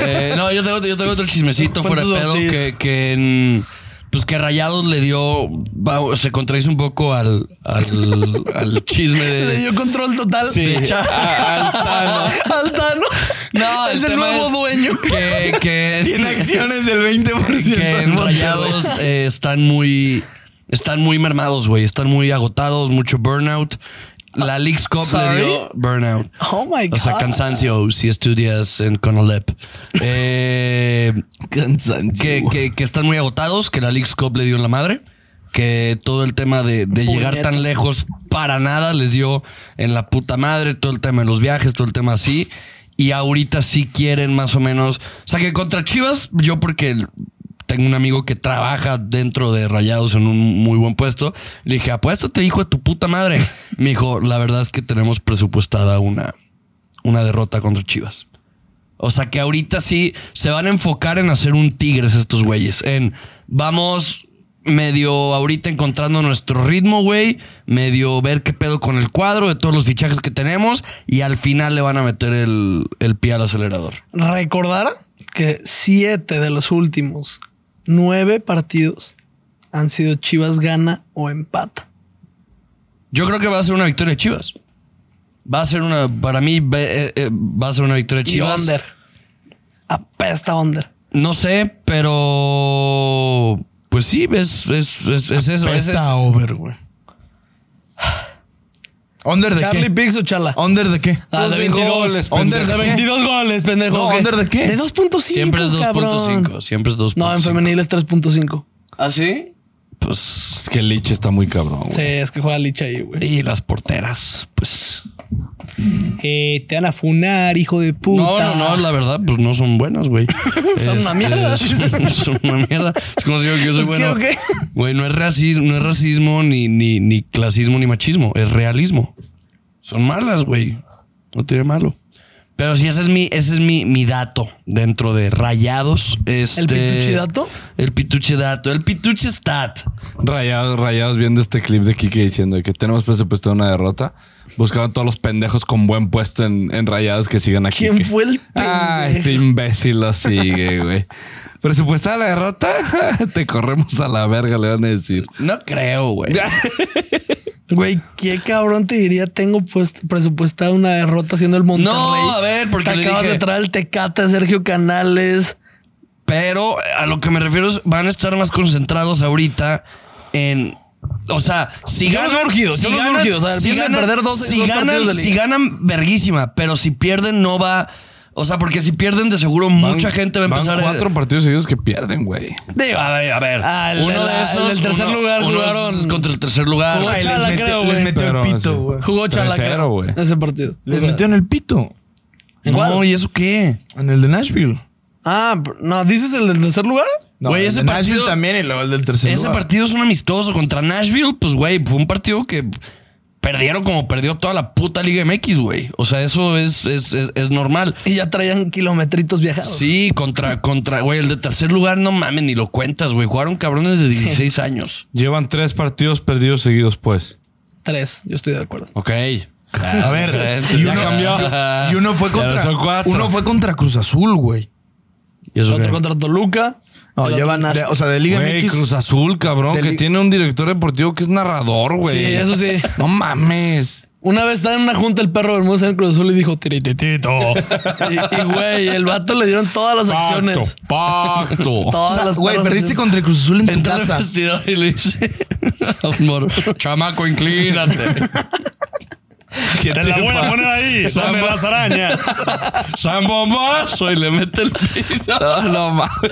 S1: Eh, no, yo tengo, yo tengo otro chismecito fuera de
S3: Fuentes
S1: pedo
S3: Ortiz.
S1: que, que en- pues que Rayados le dio, va- se contradice un poco al, al, al chisme de...
S3: Le dio control total.
S1: de Chá-
S3: Altano.
S1: No,
S3: es
S1: el
S3: el,
S1: tema
S3: nuevo
S1: es
S3: dueño.
S1: que, que
S2: Tiene acciones del 20%.
S1: que en Rayados eh, están muy están muy mermados, güey, están muy agotados, mucho burnout. La Leagues Cup
S3: Sorry.
S1: le dio burnout.
S3: Oh my
S1: O
S3: God.
S1: sea, cansancio si estudias en Conalep. Eh, que, que- que están muy agotados, que la Leagues Cup le dio en la madre, que todo el tema de, de llegar
S3: Puñetas.
S1: tan lejos para nada les dio en la puta madre, todo el tema de los viajes, todo el tema así. Y ahorita sí quieren más o menos. O sea, que contra Chivas, yo porque tengo un amigo que trabaja dentro de Rayados en un muy buen puesto, le dije, apuéstate, hijo de tu puta madre. Me dijo, la verdad es que tenemos presupuestada una, una derrota contra Chivas. O sea que ahorita sí se van a enfocar en hacer un Tigres estos güeyes. En vamos medio ahorita encontrando nuestro ritmo, güey. Medio ver qué pedo con el cuadro de todos los fichajes que tenemos. Y al final le van a meter el, el pie al acelerador.
S3: recordar que siete de los últimos nueve partidos han sido Chivas gana o empata.
S1: Yo creo que va a ser una victoria de Chivas. Va a ser una, para mí, ve- eh, eh, va a ser una victoria de
S3: Y
S1: Chivas.
S3: Under. Apesta Under.
S1: No sé, pero pues sí, es, es, es, es eso. es- es-
S5: Está over, güey. ¿Under de
S3: ¿Charlie
S5: qué?
S3: Pix o Chala?
S5: ¿Under de qué?
S3: Ah, de 22
S2: goles,
S3: Under de
S5: pendejo.
S3: 22 goles, pendejo.
S5: No,
S3: ¿qué?
S5: ¿under de qué?
S3: De 2.5.
S1: Siempre es
S3: cabrón.
S1: 2.5. Siempre es 2.5.
S3: No, en femenil es 3.5.
S1: ¿Ah, sí? Pues.
S4: Es que el Lich está muy cabrón,
S3: Sí,
S4: güey.
S3: es que juega Licha ahí, güey.
S1: Y las porteras, pues.
S3: Eh, te van a funar, hijo de
S1: No,
S3: puta.
S1: no, no, la verdad, pues no son buenas, güey.
S3: Son una mierda.
S1: Son, son una mierda. Es como si yo, que yo soy
S3: Es que,
S1: bueno.
S3: ¿o qué?
S1: Güey, no es racismo, no es racismo, ni, ni, ni clasismo, ni machismo. Es realismo. Son malas, güey. No tiene malo. Pero sí, ese es mi, ese es mi, mi dato dentro de rayados. Este,
S3: pituchidato?
S1: El pituche dato. El pituche stat.
S4: Rayados, rayados viendo este clip de Kike diciendo que tenemos presupuesto de una derrota. Buscaban todos los pendejos con buen puesto en, en rayados que sigan aquí.
S3: ¿Quién fue el
S4: Ah, este
S3: pendejo?
S4: imbécil lo sigue, güey. Presupuestada la derrota, te corremos a la verga, le van a decir.
S1: No creo, güey.
S3: Güey, qué cabrón te diría, tengo pues, presupuestada una derrota siendo el Monterrey.
S1: a ver, porque
S3: te
S1: le
S3: acabas
S1: dije-
S3: de traer el Tecate, Sergio Canales.
S1: Pero a lo que me refiero es, van a estar más concentrados ahorita en. O sea, si
S3: Yo los
S1: ganan.
S3: veo urgidos,
S1: si
S3: yo los veo
S1: ganan-
S3: urgidos. A ver,
S1: si
S3: vienen de
S1: ganan-
S3: perder dos-
S1: si
S3: dos
S1: ganan,
S3: partidos de liga.
S1: si ganan, verguísima. Pero si pierden, no va. O sea, porque si pierden, de seguro mucha gente va a empezar
S4: Van
S1: a.
S4: cuatro partidos seguidos que pierden, güey.
S1: Digo, a ver, a ver.
S3: Ah, el de
S1: uno
S3: la-
S1: de
S3: el
S1: esos.
S3: del tercer
S1: uno-
S3: lugar
S1: uno de esos
S3: jugaron.
S1: es contra el tercer lugar.
S3: Jugó
S1: Güey,
S3: Chala,
S5: les mete-
S3: creo,
S5: les
S3: güey.
S5: mete- Metió el
S4: Pero,
S5: pito,
S4: sí.
S5: güey.
S3: Jugó Chala,
S4: 3-0,
S3: creo,
S4: güey.
S3: Ese partido. O
S5: Les
S3: sea,
S5: metió en el pito.
S1: No, ¿y eso qué?
S5: En el de Nashville.
S3: Ah, no, ¿dices el del tercer lugar?
S1: Güey,
S5: el
S1: ese
S5: de Nashville
S1: partido-
S5: también y luego el del tercer
S1: Ese
S5: lugar.
S1: partido es un amistoso contra Nashville. Pues, güey, fue un partido que perdieron como perdió toda la puta Liga MX, güey. O sea, eso es, es, es, es normal.
S3: Y ya traían kilometritos viajados.
S1: Sí, contra, contra, güey, el de tercer lugar, no mames, ni lo cuentas, güey. Jugaron cabrones de 16 años.
S4: Llevan tres partidos perdidos seguidos, pues.
S3: Tres, yo estoy de acuerdo.
S1: Ok.
S5: A
S1: Ah,
S5: ver, y uno, y uno fue
S4: Ya
S5: contra.
S4: son cuatro.
S5: Uno fue contra Cruz Azul, güey.
S1: ¿Y eso
S3: Otro
S1: qué?
S3: contra Toluca.
S5: No,
S3: el
S5: ya
S3: otro
S5: van a.
S3: Nashville.
S5: O sea, de Liga
S4: Güey,
S5: MX.
S4: Cruz Azul, cabrón,
S5: de
S4: que
S5: li-
S4: tiene un director deportivo que es narrador, güey.
S3: Sí, eso sí.
S4: No mames.
S3: Una vez estaba en una junta el perro Hermoso en el Cruz Azul y dijo tirititito. y, y, güey, el vato le dieron todas las acciones.
S4: pacto.
S5: O
S3: Todas
S5: sea,
S3: las
S5: güey,
S3: perras
S5: perdiste
S3: acciones.
S5: contra el Cruz Azul en tu
S1: Entra al
S5: casa.
S1: vestidor y le dice a un moro, chamaco, inclínate.
S4: Te la voy a poner ahí,
S1: sobre las
S4: arañas.
S1: San Bombazo y le mete el pito.
S4: No, no mames.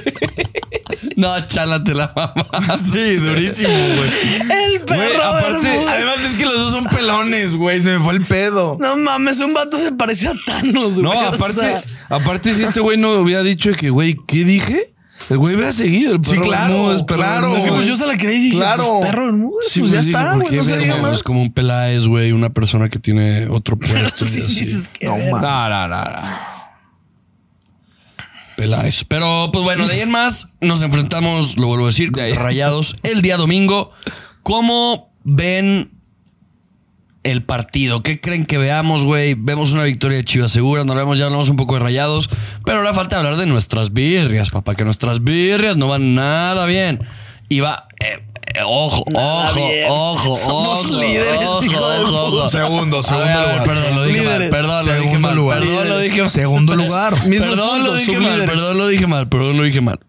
S1: No, chálate la mamá.
S5: Sí, durísimo, güey.
S3: El
S5: Güey,
S3: perro
S5: aparte,
S3: Bermúdez.
S5: además es que los dos son pelones, güey. Se me fue el pedo.
S3: No mames, un vato se parecía a Thanos,
S4: No,
S3: güey. o
S4: aparte,
S3: sea,
S4: aparte, si este güey no hubiera dicho que, güey, ¿qué dije? El güey hubiera seguido. El
S5: Sí,
S4: perro
S5: claro,
S4: Bermúdez, perro
S5: claro.
S4: Bermúdez.
S3: es que pues yo se la creí y dije,
S5: Claro.
S3: pues, perro Bermúdez,
S4: Sí,
S3: pues ya
S4: pues, digo,
S3: está,
S4: ¿por
S3: güey,
S4: qué
S3: no se diga
S4: verga?
S3: más.
S1: Es como un Peláez, güey, una persona que tiene otro puesto. y
S3: Sí,
S1: así.
S3: dices, qué
S5: No,
S3: verga.
S5: ma-
S4: No, no, no, no.
S1: Peláez. Pero, pues bueno, de ahí en más nos enfrentamos, lo vuelvo a decir, contra Rayados el día domingo. ¿Cómo ven el partido? ¿Qué creen que veamos, güey? Vemos una victoria de Chivas segura, nos vemos, ya hablamos un poco de Rayados, pero ahora falta hablar de nuestras birrias, papá, que nuestras birrias no van nada bien. Y va... eh, eh, Ojo,
S3: Nada
S1: ojo,
S3: bien.
S1: ojo,
S3: Somos
S1: ojo,
S3: líderes,
S1: ojo,
S3: hijo del
S1: ojo,
S3: puta.
S1: ojo.
S5: Segundo,
S1: A
S5: segundo
S1: ver, a ver,
S5: lugar.
S1: Perdón, lo dije mal,
S3: Líderes.
S1: perdón, lo dije
S5: Segundo
S1: mal,
S5: lugar.
S1: perdón, lo dije mal.
S5: Segundo lugar.
S3: Mismos
S1: Perdón, lo
S3: puntos,
S1: dije mal,
S3: sublíderes.
S1: perdón, lo dije mal, perdón, lo dije mal.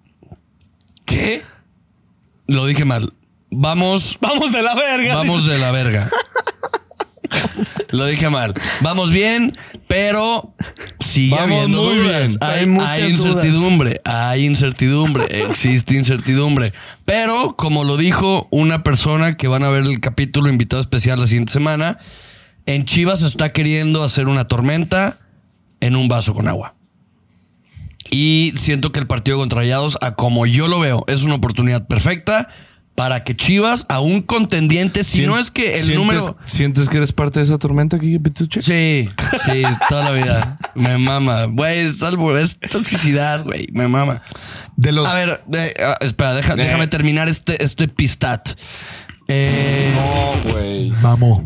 S1: ¿Qué? Lo dije mal. Vamos,
S3: Vamos de la verga.
S1: vamos de la verga. Lo dije mal. Vamos bien, pero sigue
S4: Vamos
S1: habiendo
S4: muy bien.
S1: dudas. Hay,
S3: Hay muchas
S1: hay incertidumbre, hay incertidumbre, existe incertidumbre. Pero como lo dijo una persona que van a ver el capítulo invitado especial la siguiente semana, en Chivas se está queriendo hacer una tormenta en un vaso con agua. Y siento que el partido contra Rayados, a como yo lo veo, es una oportunidad perfecta para que Chivas, a un contendiente, si no es que el
S4: ¿Sientes-
S1: número...
S4: ¿Sientes que eres parte de esa tormenta, Kike Pituche?
S1: Sí, sí, toda la vida. Me mama. Güey, salvo, es toxicidad, güey. Me mama.
S5: De los.
S1: A ver, eh, ah, espera, deja- déjame terminar este, este pistat. Eh,
S4: No, güey.
S5: Vamos.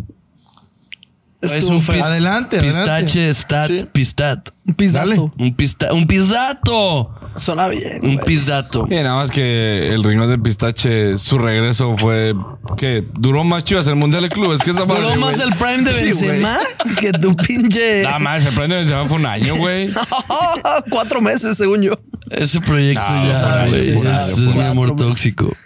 S1: es un pis-
S5: Adelante, adelante.
S1: pistache, stat, pistat.
S3: Un pizdato.
S1: Un, pista, un pisdato.
S3: Suena bien,
S1: Un
S3: güey.
S1: pisdato.
S4: Y nada más que el riñón de pistache, su regreso fue que duró más chivas en el Mundial de Clubes que esa madre.
S3: Duró más
S4: güey.
S3: el prime de
S4: Sí, güey.
S3: Benzema que tu pinche...
S4: Nada más, el prende de Benzema fue un año, güey.
S3: Cuatro meses, según yo.
S1: Ese proyecto
S4: No,
S1: ya,
S4: fuera,
S1: güey,
S4: sí,
S1: es,
S4: fuera,
S1: es
S4: fuera.
S1: mi amor
S3: Cuatro meses.
S1: tóxico.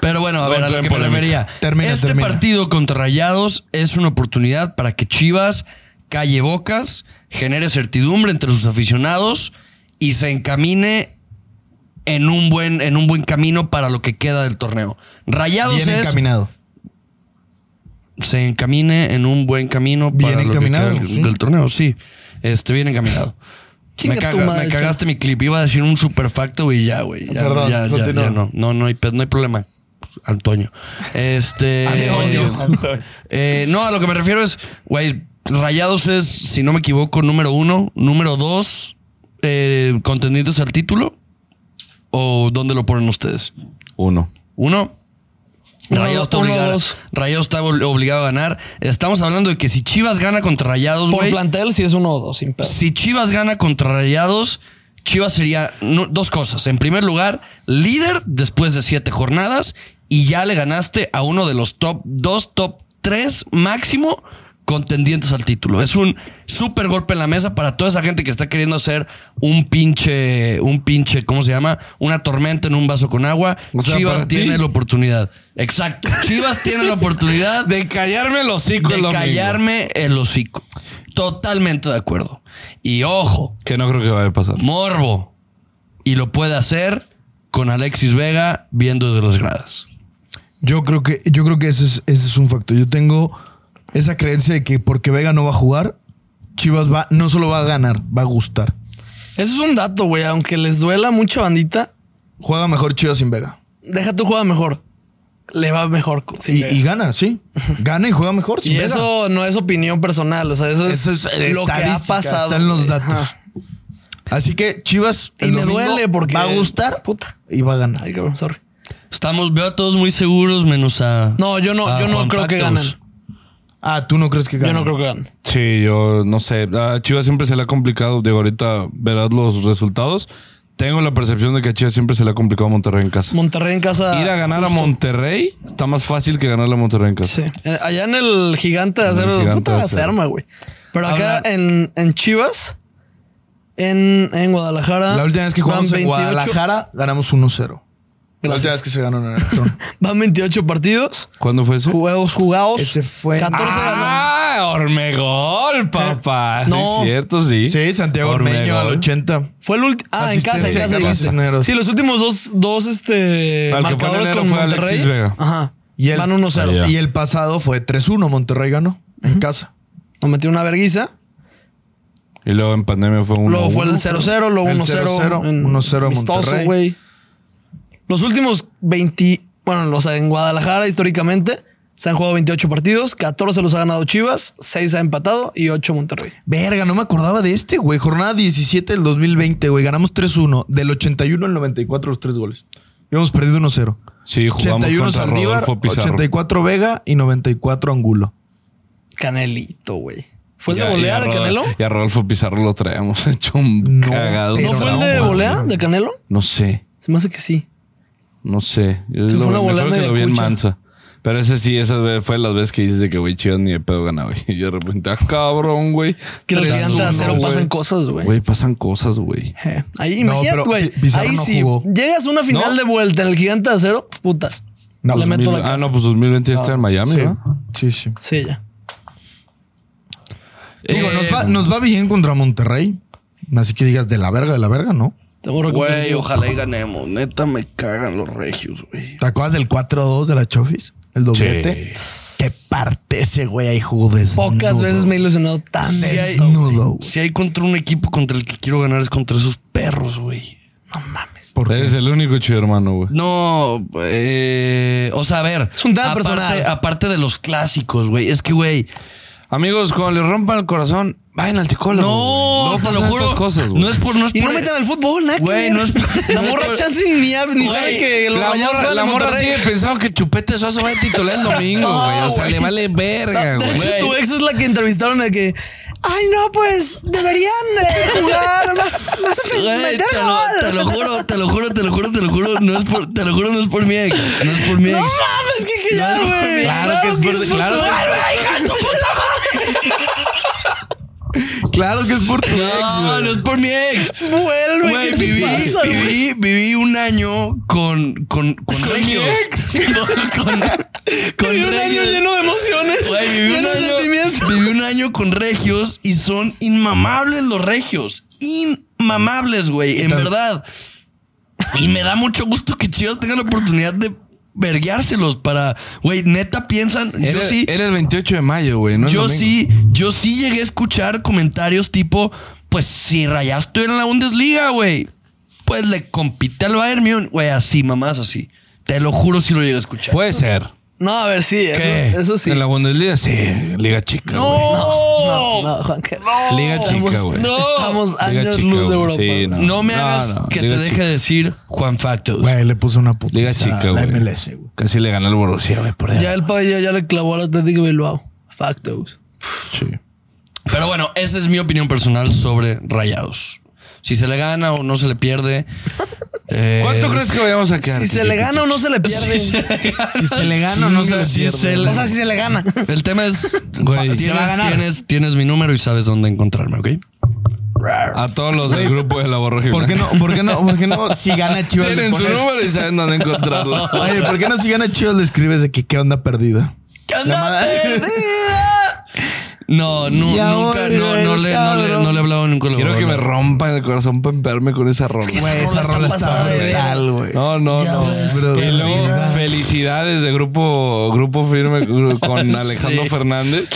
S1: Pero bueno, a
S4: No
S1: ver, a
S4: entré
S1: lo
S4: en
S1: que me
S4: polémica.
S1: refería.
S5: Termina,
S1: este
S5: termina.
S1: partido contra Rayados es una oportunidad para que Chivas calle bocas, genere certidumbre entre sus aficionados y se encamine en un buen, en un buen camino para lo que queda del torneo. Rayados
S5: Bien
S1: es-
S5: encaminado.
S1: se encamine en un buen camino
S5: Bien
S1: para lo que
S5: encaminado,
S1: queda del-
S5: sí.
S1: del torneo, sí. Este, bien encaminado.
S3: Chinga
S1: Me, caga-
S3: tu madre,
S1: me cagaste mi clip. Iba a decir un superfacto y ya, güey. Ya,
S5: Perdón,
S1: ya, ya,
S5: continúa.
S1: ya no. No, no hay, pe- no hay problema. Antonio. Este. Eh, no, a lo que me refiero es, güey, Rayados es, si no me equivoco, número uno. Número dos, eh, contendientes al título. ¿O dónde lo ponen ustedes?
S4: Uno.
S1: Uno.
S3: Uno,
S1: Rayados está,
S3: uno,
S1: obligado,
S3: dos.
S1: Rayados está obli- obligado a ganar. Estamos hablando de que si Chivas gana contra Rayados,
S3: Por
S1: güey,
S3: plantel, si es uno o dos, sin pedo.
S1: Si Chivas gana contra Rayados, Chivas sería no, dos cosas. En primer lugar, líder después de siete jornadas y ya le ganaste a uno de los top dos, top tres máximo contendientes al título. Es un súper golpe en la mesa para toda esa gente que está queriendo hacer un pinche, un pinche, ¿cómo se llama? Una tormenta en un vaso con agua.
S4: O sea,
S1: Chivas
S4: para ti.
S1: tiene la oportunidad. Exacto. Chivas tiene la oportunidad
S4: De callarme los hocico
S1: de callarme el hocico. Totalmente de acuerdo. Y ojo,
S2: Que no creo que vaya a pasar.
S1: morbo. Y lo puede hacer con Alexis Vega viendo desde las gradas.
S5: Yo creo que, yo creo que ese, es, ese es un facto. Yo tengo esa creencia de que porque Vega no va a jugar, Chivas va, no solo va a ganar, va a gustar.
S3: Eso es un dato, güey. Aunque les duela mucha bandita,
S5: Juega mejor Chivas sin Vega.
S3: deja tu juega mejor. Le va mejor. co- sin
S5: y,
S3: Vega.
S5: y gana, sí. Gana y juega mejor sin
S3: Y
S5: Vega.
S3: eso no es opinión personal. O sea, eso es,
S5: Eso es
S3: lo que ha
S5: estadística,
S3: pasado.
S5: Están los
S3: güey.
S5: datos.
S3: Ajá.
S5: Así que Chivas.
S3: Y
S5: el
S3: me
S5: domingo
S3: duele porque.
S5: Va a gustar
S3: Puta.
S5: y va a ganar.
S3: Ay, cabrón, sorry.
S1: Estamos, veo a todos muy seguros, menos a.
S3: No, yo no,
S1: a
S3: yo no
S1: Juan
S3: creo que ganan.
S1: Pactos.
S5: Ah, tú no crees que
S3: Yo
S5: gana.
S3: no creo que ganen.
S2: Sí, yo no sé. A Chivas siempre se le ha complicado. Digo, ahorita verás los resultados. Tengo la percepción de que a Chivas siempre se le ha complicado a Monterrey en casa.
S3: Monterrey en casa.
S2: Ir a ganar a Monterrey está más fácil que ganarle a Monterrey en
S3: Sí.
S2: casa.
S3: Eh, Allá en el gigante de
S2: el
S3: acero.
S2: Gigante de
S3: puta, se
S2: Acero.
S3: arma, güey. Pero acá
S1: Ahora-
S3: en, en Chivas, en, en Guadalajara.
S5: La última vez que jugamos
S3: van
S5: en
S3: 28
S5: Guadalajara, ganamos 1-0. La última
S3: Gracias.
S5: vez que se ganó en el Akron.
S3: Van 28 partidos,
S2: ¿Cuándo fue eso?
S3: juegos jugados.
S5: Ese fue-
S3: 14 ganados.
S2: Ah, Ormegol, papá.
S3: Eh, No.
S2: No. es cierto, sí.
S5: Sí, Santiago Ormeño
S2: ¿eh?
S5: al 80.
S3: Fue el último. Ah, en casa, en
S5: Asistencia de
S3: casa.
S5: Carlos
S3: dijiste.
S5: Cisneros.
S3: Sí, los últimos dos, dos este,
S2: Al que fue en
S3: marcadores
S2: enero
S3: con
S2: fue Alexis
S3: Monterrey.
S2: Vega.
S3: Ajá.
S5: Y el-
S3: Van 1-0.
S2: Ah, ya.
S5: Y el pasado fue 3-1. Monterrey ganó en casa.
S3: Nos metió una verguiza.
S2: Y luego en pandemia fue uno.
S3: Luego fue el
S2: uno.
S3: 0-0, luego
S5: El
S3: 1-0.
S5: 0-0,
S3: en
S5: 1-0
S3: Amistoso,
S5: Monterrey.
S3: güey. Los últimos 20, bueno, o sea, en Guadalajara históricamente se han jugado 28 partidos, 14 los ha ganado Chivas, 6 ha empatado y 8 Monterrey.
S5: Verga, no me acordaba de este, güey. Jornada 17 del 2020, güey. Ganamos 3-1. Del 81 al 94 los tres goles. Íbamos perdido 1-0.
S2: Sí, jugamos
S5: 81
S2: contra
S5: Saldívar,
S2: Rodolfo Pizarro.
S5: 84 Vega y 94 Angulo.
S3: Canelito, güey. ¿Fue el
S2: Y
S3: de
S2: a-
S3: volea
S2: y a
S3: de
S2: Rod-
S3: Canelo?
S2: Y a Rodolfo Pizarro lo traemos hecho un
S5: No,
S2: cagado.
S5: pero
S3: ¿No fue el de
S5: no,
S3: volea de Canelo?
S2: No sé,
S3: Se me hace que sí.
S2: no sé. Yo
S3: Que
S2: lo,
S3: fue una
S2: me
S3: volea
S2: acuerdo que
S3: media
S2: lo vi en
S3: cucha.
S2: Mansa. Pero ese sí, esa fue las veces que dices de que, güey, Chivas ni de pedo gana, güey. Y de repente, ah, cabrón, güey.
S3: Que el
S2: 3-1,
S3: gigante de acero
S2: güey.
S3: pasan cosas, güey.
S2: Güey, pasan cosas, güey.
S3: Eh, Ahí,
S5: No,
S3: imagínate,
S5: pero
S3: güey.
S5: Pi- Pizarro
S3: Ahí
S5: no
S3: sí.
S5: jugó.
S3: Llegas a una final
S2: ¿No?
S3: de vuelta en el gigante de acero, puta.
S5: No,
S3: le meto la
S2: 2000
S3: casa.
S2: Ah, no, pues 2020 ya está en Miami,
S3: Ah,
S2: ¿no?
S5: Sí, sí.
S3: Sí, ya.
S5: Digo,
S1: Eh,
S5: nos va, nos va bien contra Monterrey. Así que digas de la verga, de la verga, ¿no?
S3: Seguro que
S1: Güey, ojalá y ganemos. Neta, me cagan los regios, güey.
S5: ¿Te acuerdas del 4-2 de la Chofis? El doblete. Qué parte ese güey ahí jugó desnudo.
S3: Pocas veces me he ilusionado tan
S5: Sí hay-
S3: esto, güey.
S5: Desnudo, güey.
S1: Si hay contra un equipo contra el que quiero ganar es contra esos perros, güey.
S5: ¿Por qué?
S2: Eres el único chido hermano, güey.
S1: No, eh, o sea, a ver.
S3: Es un tema
S1: aparte,
S3: personal.
S1: Aparte de los clásicos, güey. Es que, güey.
S2: Amigos, cuando les rompan el corazón, vayan al psicólogo.
S1: No,
S2: güey.
S1: te lo
S2: pasan
S1: juro.
S2: estas cosas, güey.
S1: no es por. No es
S3: Y no
S1: por-
S3: metan al fútbol, nada que
S1: Güey,
S3: ver.
S1: no es-
S3: La morra chance ni, hab- ni
S1: Güey,
S3: sabe que los
S2: La
S3: Rayados
S2: morra,
S3: juegan
S2: la
S3: en
S2: morra
S3: Monterrey.
S2: sigue pensando que Chupete Sosa va a titular el domingo,
S3: No,
S2: güey. o sea,
S3: güey.
S2: le vale verga,
S3: De
S2: güey.
S3: hecho, tu ex es la que entrevistaron a que... Ay, no, pues, deberían eh, jugar más, más ofen-
S1: Güey,
S3: meter
S1: te, lo,
S3: gol.
S1: te lo juro, te lo juro, te lo juro, te lo juro. No es por, te lo juro, no es por mi ex. No es por mi
S3: No
S1: ex.
S3: mames, que que ya,
S1: No,
S3: güey.
S1: claro que es por- claro.
S3: tu- Ay, güey, hija de tu puta madre.
S5: Claro que es por tu
S1: No, no es por mi ex.
S3: Vuelve,
S1: Güey,
S3: ¿qué te
S1: viví,
S3: pasa, güey?
S1: viví, viví un año con, con, con, regios. Con, con, con
S3: Viví un año
S1: regios.
S3: lleno de emociones,
S1: Güey, viví, un
S3: lleno de
S1: año,
S3: sentimientos.
S1: viví un año con regios y son inmamables los regios. Inmamables, güey, en verdad. Y me da mucho gusto que Chivas tenga la oportunidad de vergueárselos para, güey, neta piensan, yo
S2: Era-
S1: sí,
S2: era el 28 de mayo, güey. No el
S1: yo
S2: domingo.
S1: sí, yo sí llegué a escuchar comentarios tipo, pues si Rayados estuviera en la Bundesliga, güey, pues le compite al Bayern Múnich, güey, así, mamás, así. Te lo juro si lo llegué a escuchar.
S2: Puede ser.
S3: No, a ver, sí, eso, eso sí.
S2: En la Bundesliga, sí. Liga chica, Pues, güey.
S3: No, no, Juanca.
S2: Liga chica, güey.
S1: no.
S3: Estamos
S2: Liga
S3: años
S2: chica,
S3: luz de
S2: güey,
S3: Europa.
S2: sí,
S1: No,
S2: No,
S1: me
S2: no,
S1: hagas
S2: no,
S1: que te
S2: Liga
S1: deje
S2: chica.
S1: decir Juan Factos.
S5: Güey, le puse una puta.
S2: Liga chica,
S5: La
S2: güey.
S5: MLS, güey.
S2: Casi le ganó el Borussia, güey, por allá.
S3: Ya el Padilla ya le clavó al Atlético de Bilbao. Factos.
S2: Sí.
S1: Pero bueno, esa es mi opinión personal sobre Rayados. Si se le gana o no se le pierde. eh,
S2: ¿Cuánto crees que vayamos a quedar?
S3: Si se le gana o no se le pierde.
S5: Si se le gana o no se le
S1: Si
S5: pierde.
S1: se le-
S3: o sea, si se le gana.
S1: El tema es,
S2: Güey,
S1: tienes,
S2: se va a ganar.
S1: Tienes, tienes mi número y sabes dónde encontrarme, ¿ok?
S2: A todos los del grupo de la Borja.
S5: ¿Por qué no? ¿Por qué no? ¿Por qué no? Si gana Chivas. le
S2: Tienen su
S5: pones-
S2: número y saben dónde encontrarlo.
S5: Oye, ¿por qué no si gana Chivas le escribes de que qué onda perdida?
S3: ¡Anda
S5: madre-
S3: perdida!
S1: No, no,
S3: Y ahora
S1: nunca, no, no, le, no, le,
S3: cabrón.
S1: no le hablaba nunca.
S2: Quiero que me rompan el corazón para empearme con esa rola.
S5: Güey, esa rola está brutal, güey.
S2: No, no,
S3: Ya
S2: no.
S3: ves,
S5: bro.
S2: Y luego,
S3: vida.
S2: felicidades de grupo, grupo firme gru- con Alejandro Fernández.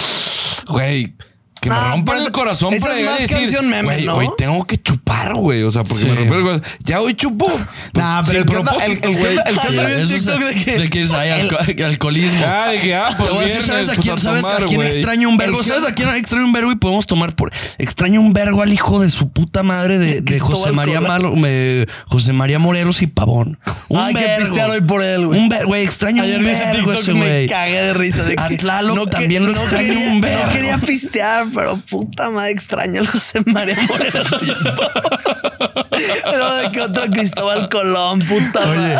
S2: Güey, que me
S3: Ah,
S2: rompan
S3: pero
S2: el
S3: esa-
S2: corazón
S3: esa
S2: para
S3: es más
S2: llegar y decir,
S3: canción meme,
S2: güey,
S3: ¿no?
S2: hoy tengo que chupar, güey. O sea, porque
S1: Sí.
S2: me rompió el corazón. Ya hoy chupo.
S5: Nah,
S2: Sin
S5: pero el que anda- el-
S2: propósito,
S5: el que
S2: güey.
S5: anda- el que
S1: Ya,
S5: anda-
S3: vi un
S1: eso es-
S3: TikTok de que-
S1: de que es- hay alco- alcoholismo.
S2: Ah, de que, ah, pues
S1: Te voy a decir,
S2: viernes,
S1: ¿sabes a
S2: pues,
S1: quién, sabes a
S2: tomar,
S1: quién
S2: güey.
S1: extraño un vergo?
S2: El que-
S1: ¿Sabes a quién extraño un vergo? Y podemos tomar por. Extraño un vergo al hijo de su puta madre de, de José
S3: Cristóbal
S1: María
S3: Colón.
S1: Malo- me- José María Morelos y Pavón. Un
S3: Ay, que
S1: vergo.
S3: pistear hoy por él, güey.
S1: Un ver- güey, extraño
S3: Ayer
S1: un
S3: vi ese
S1: vergo ese
S3: TikTok,
S1: güey.
S3: me cagué de risa. De
S1: A
S3: que
S1: Tlaloc
S3: que-
S1: también lo extraño
S3: quería,
S1: un vergo.
S3: No quería pistear, pero puta madre, extraño al José María Morelos. y Pau. pero de que otro Cristóbal Colón, puta
S5: Oye,
S3: madre.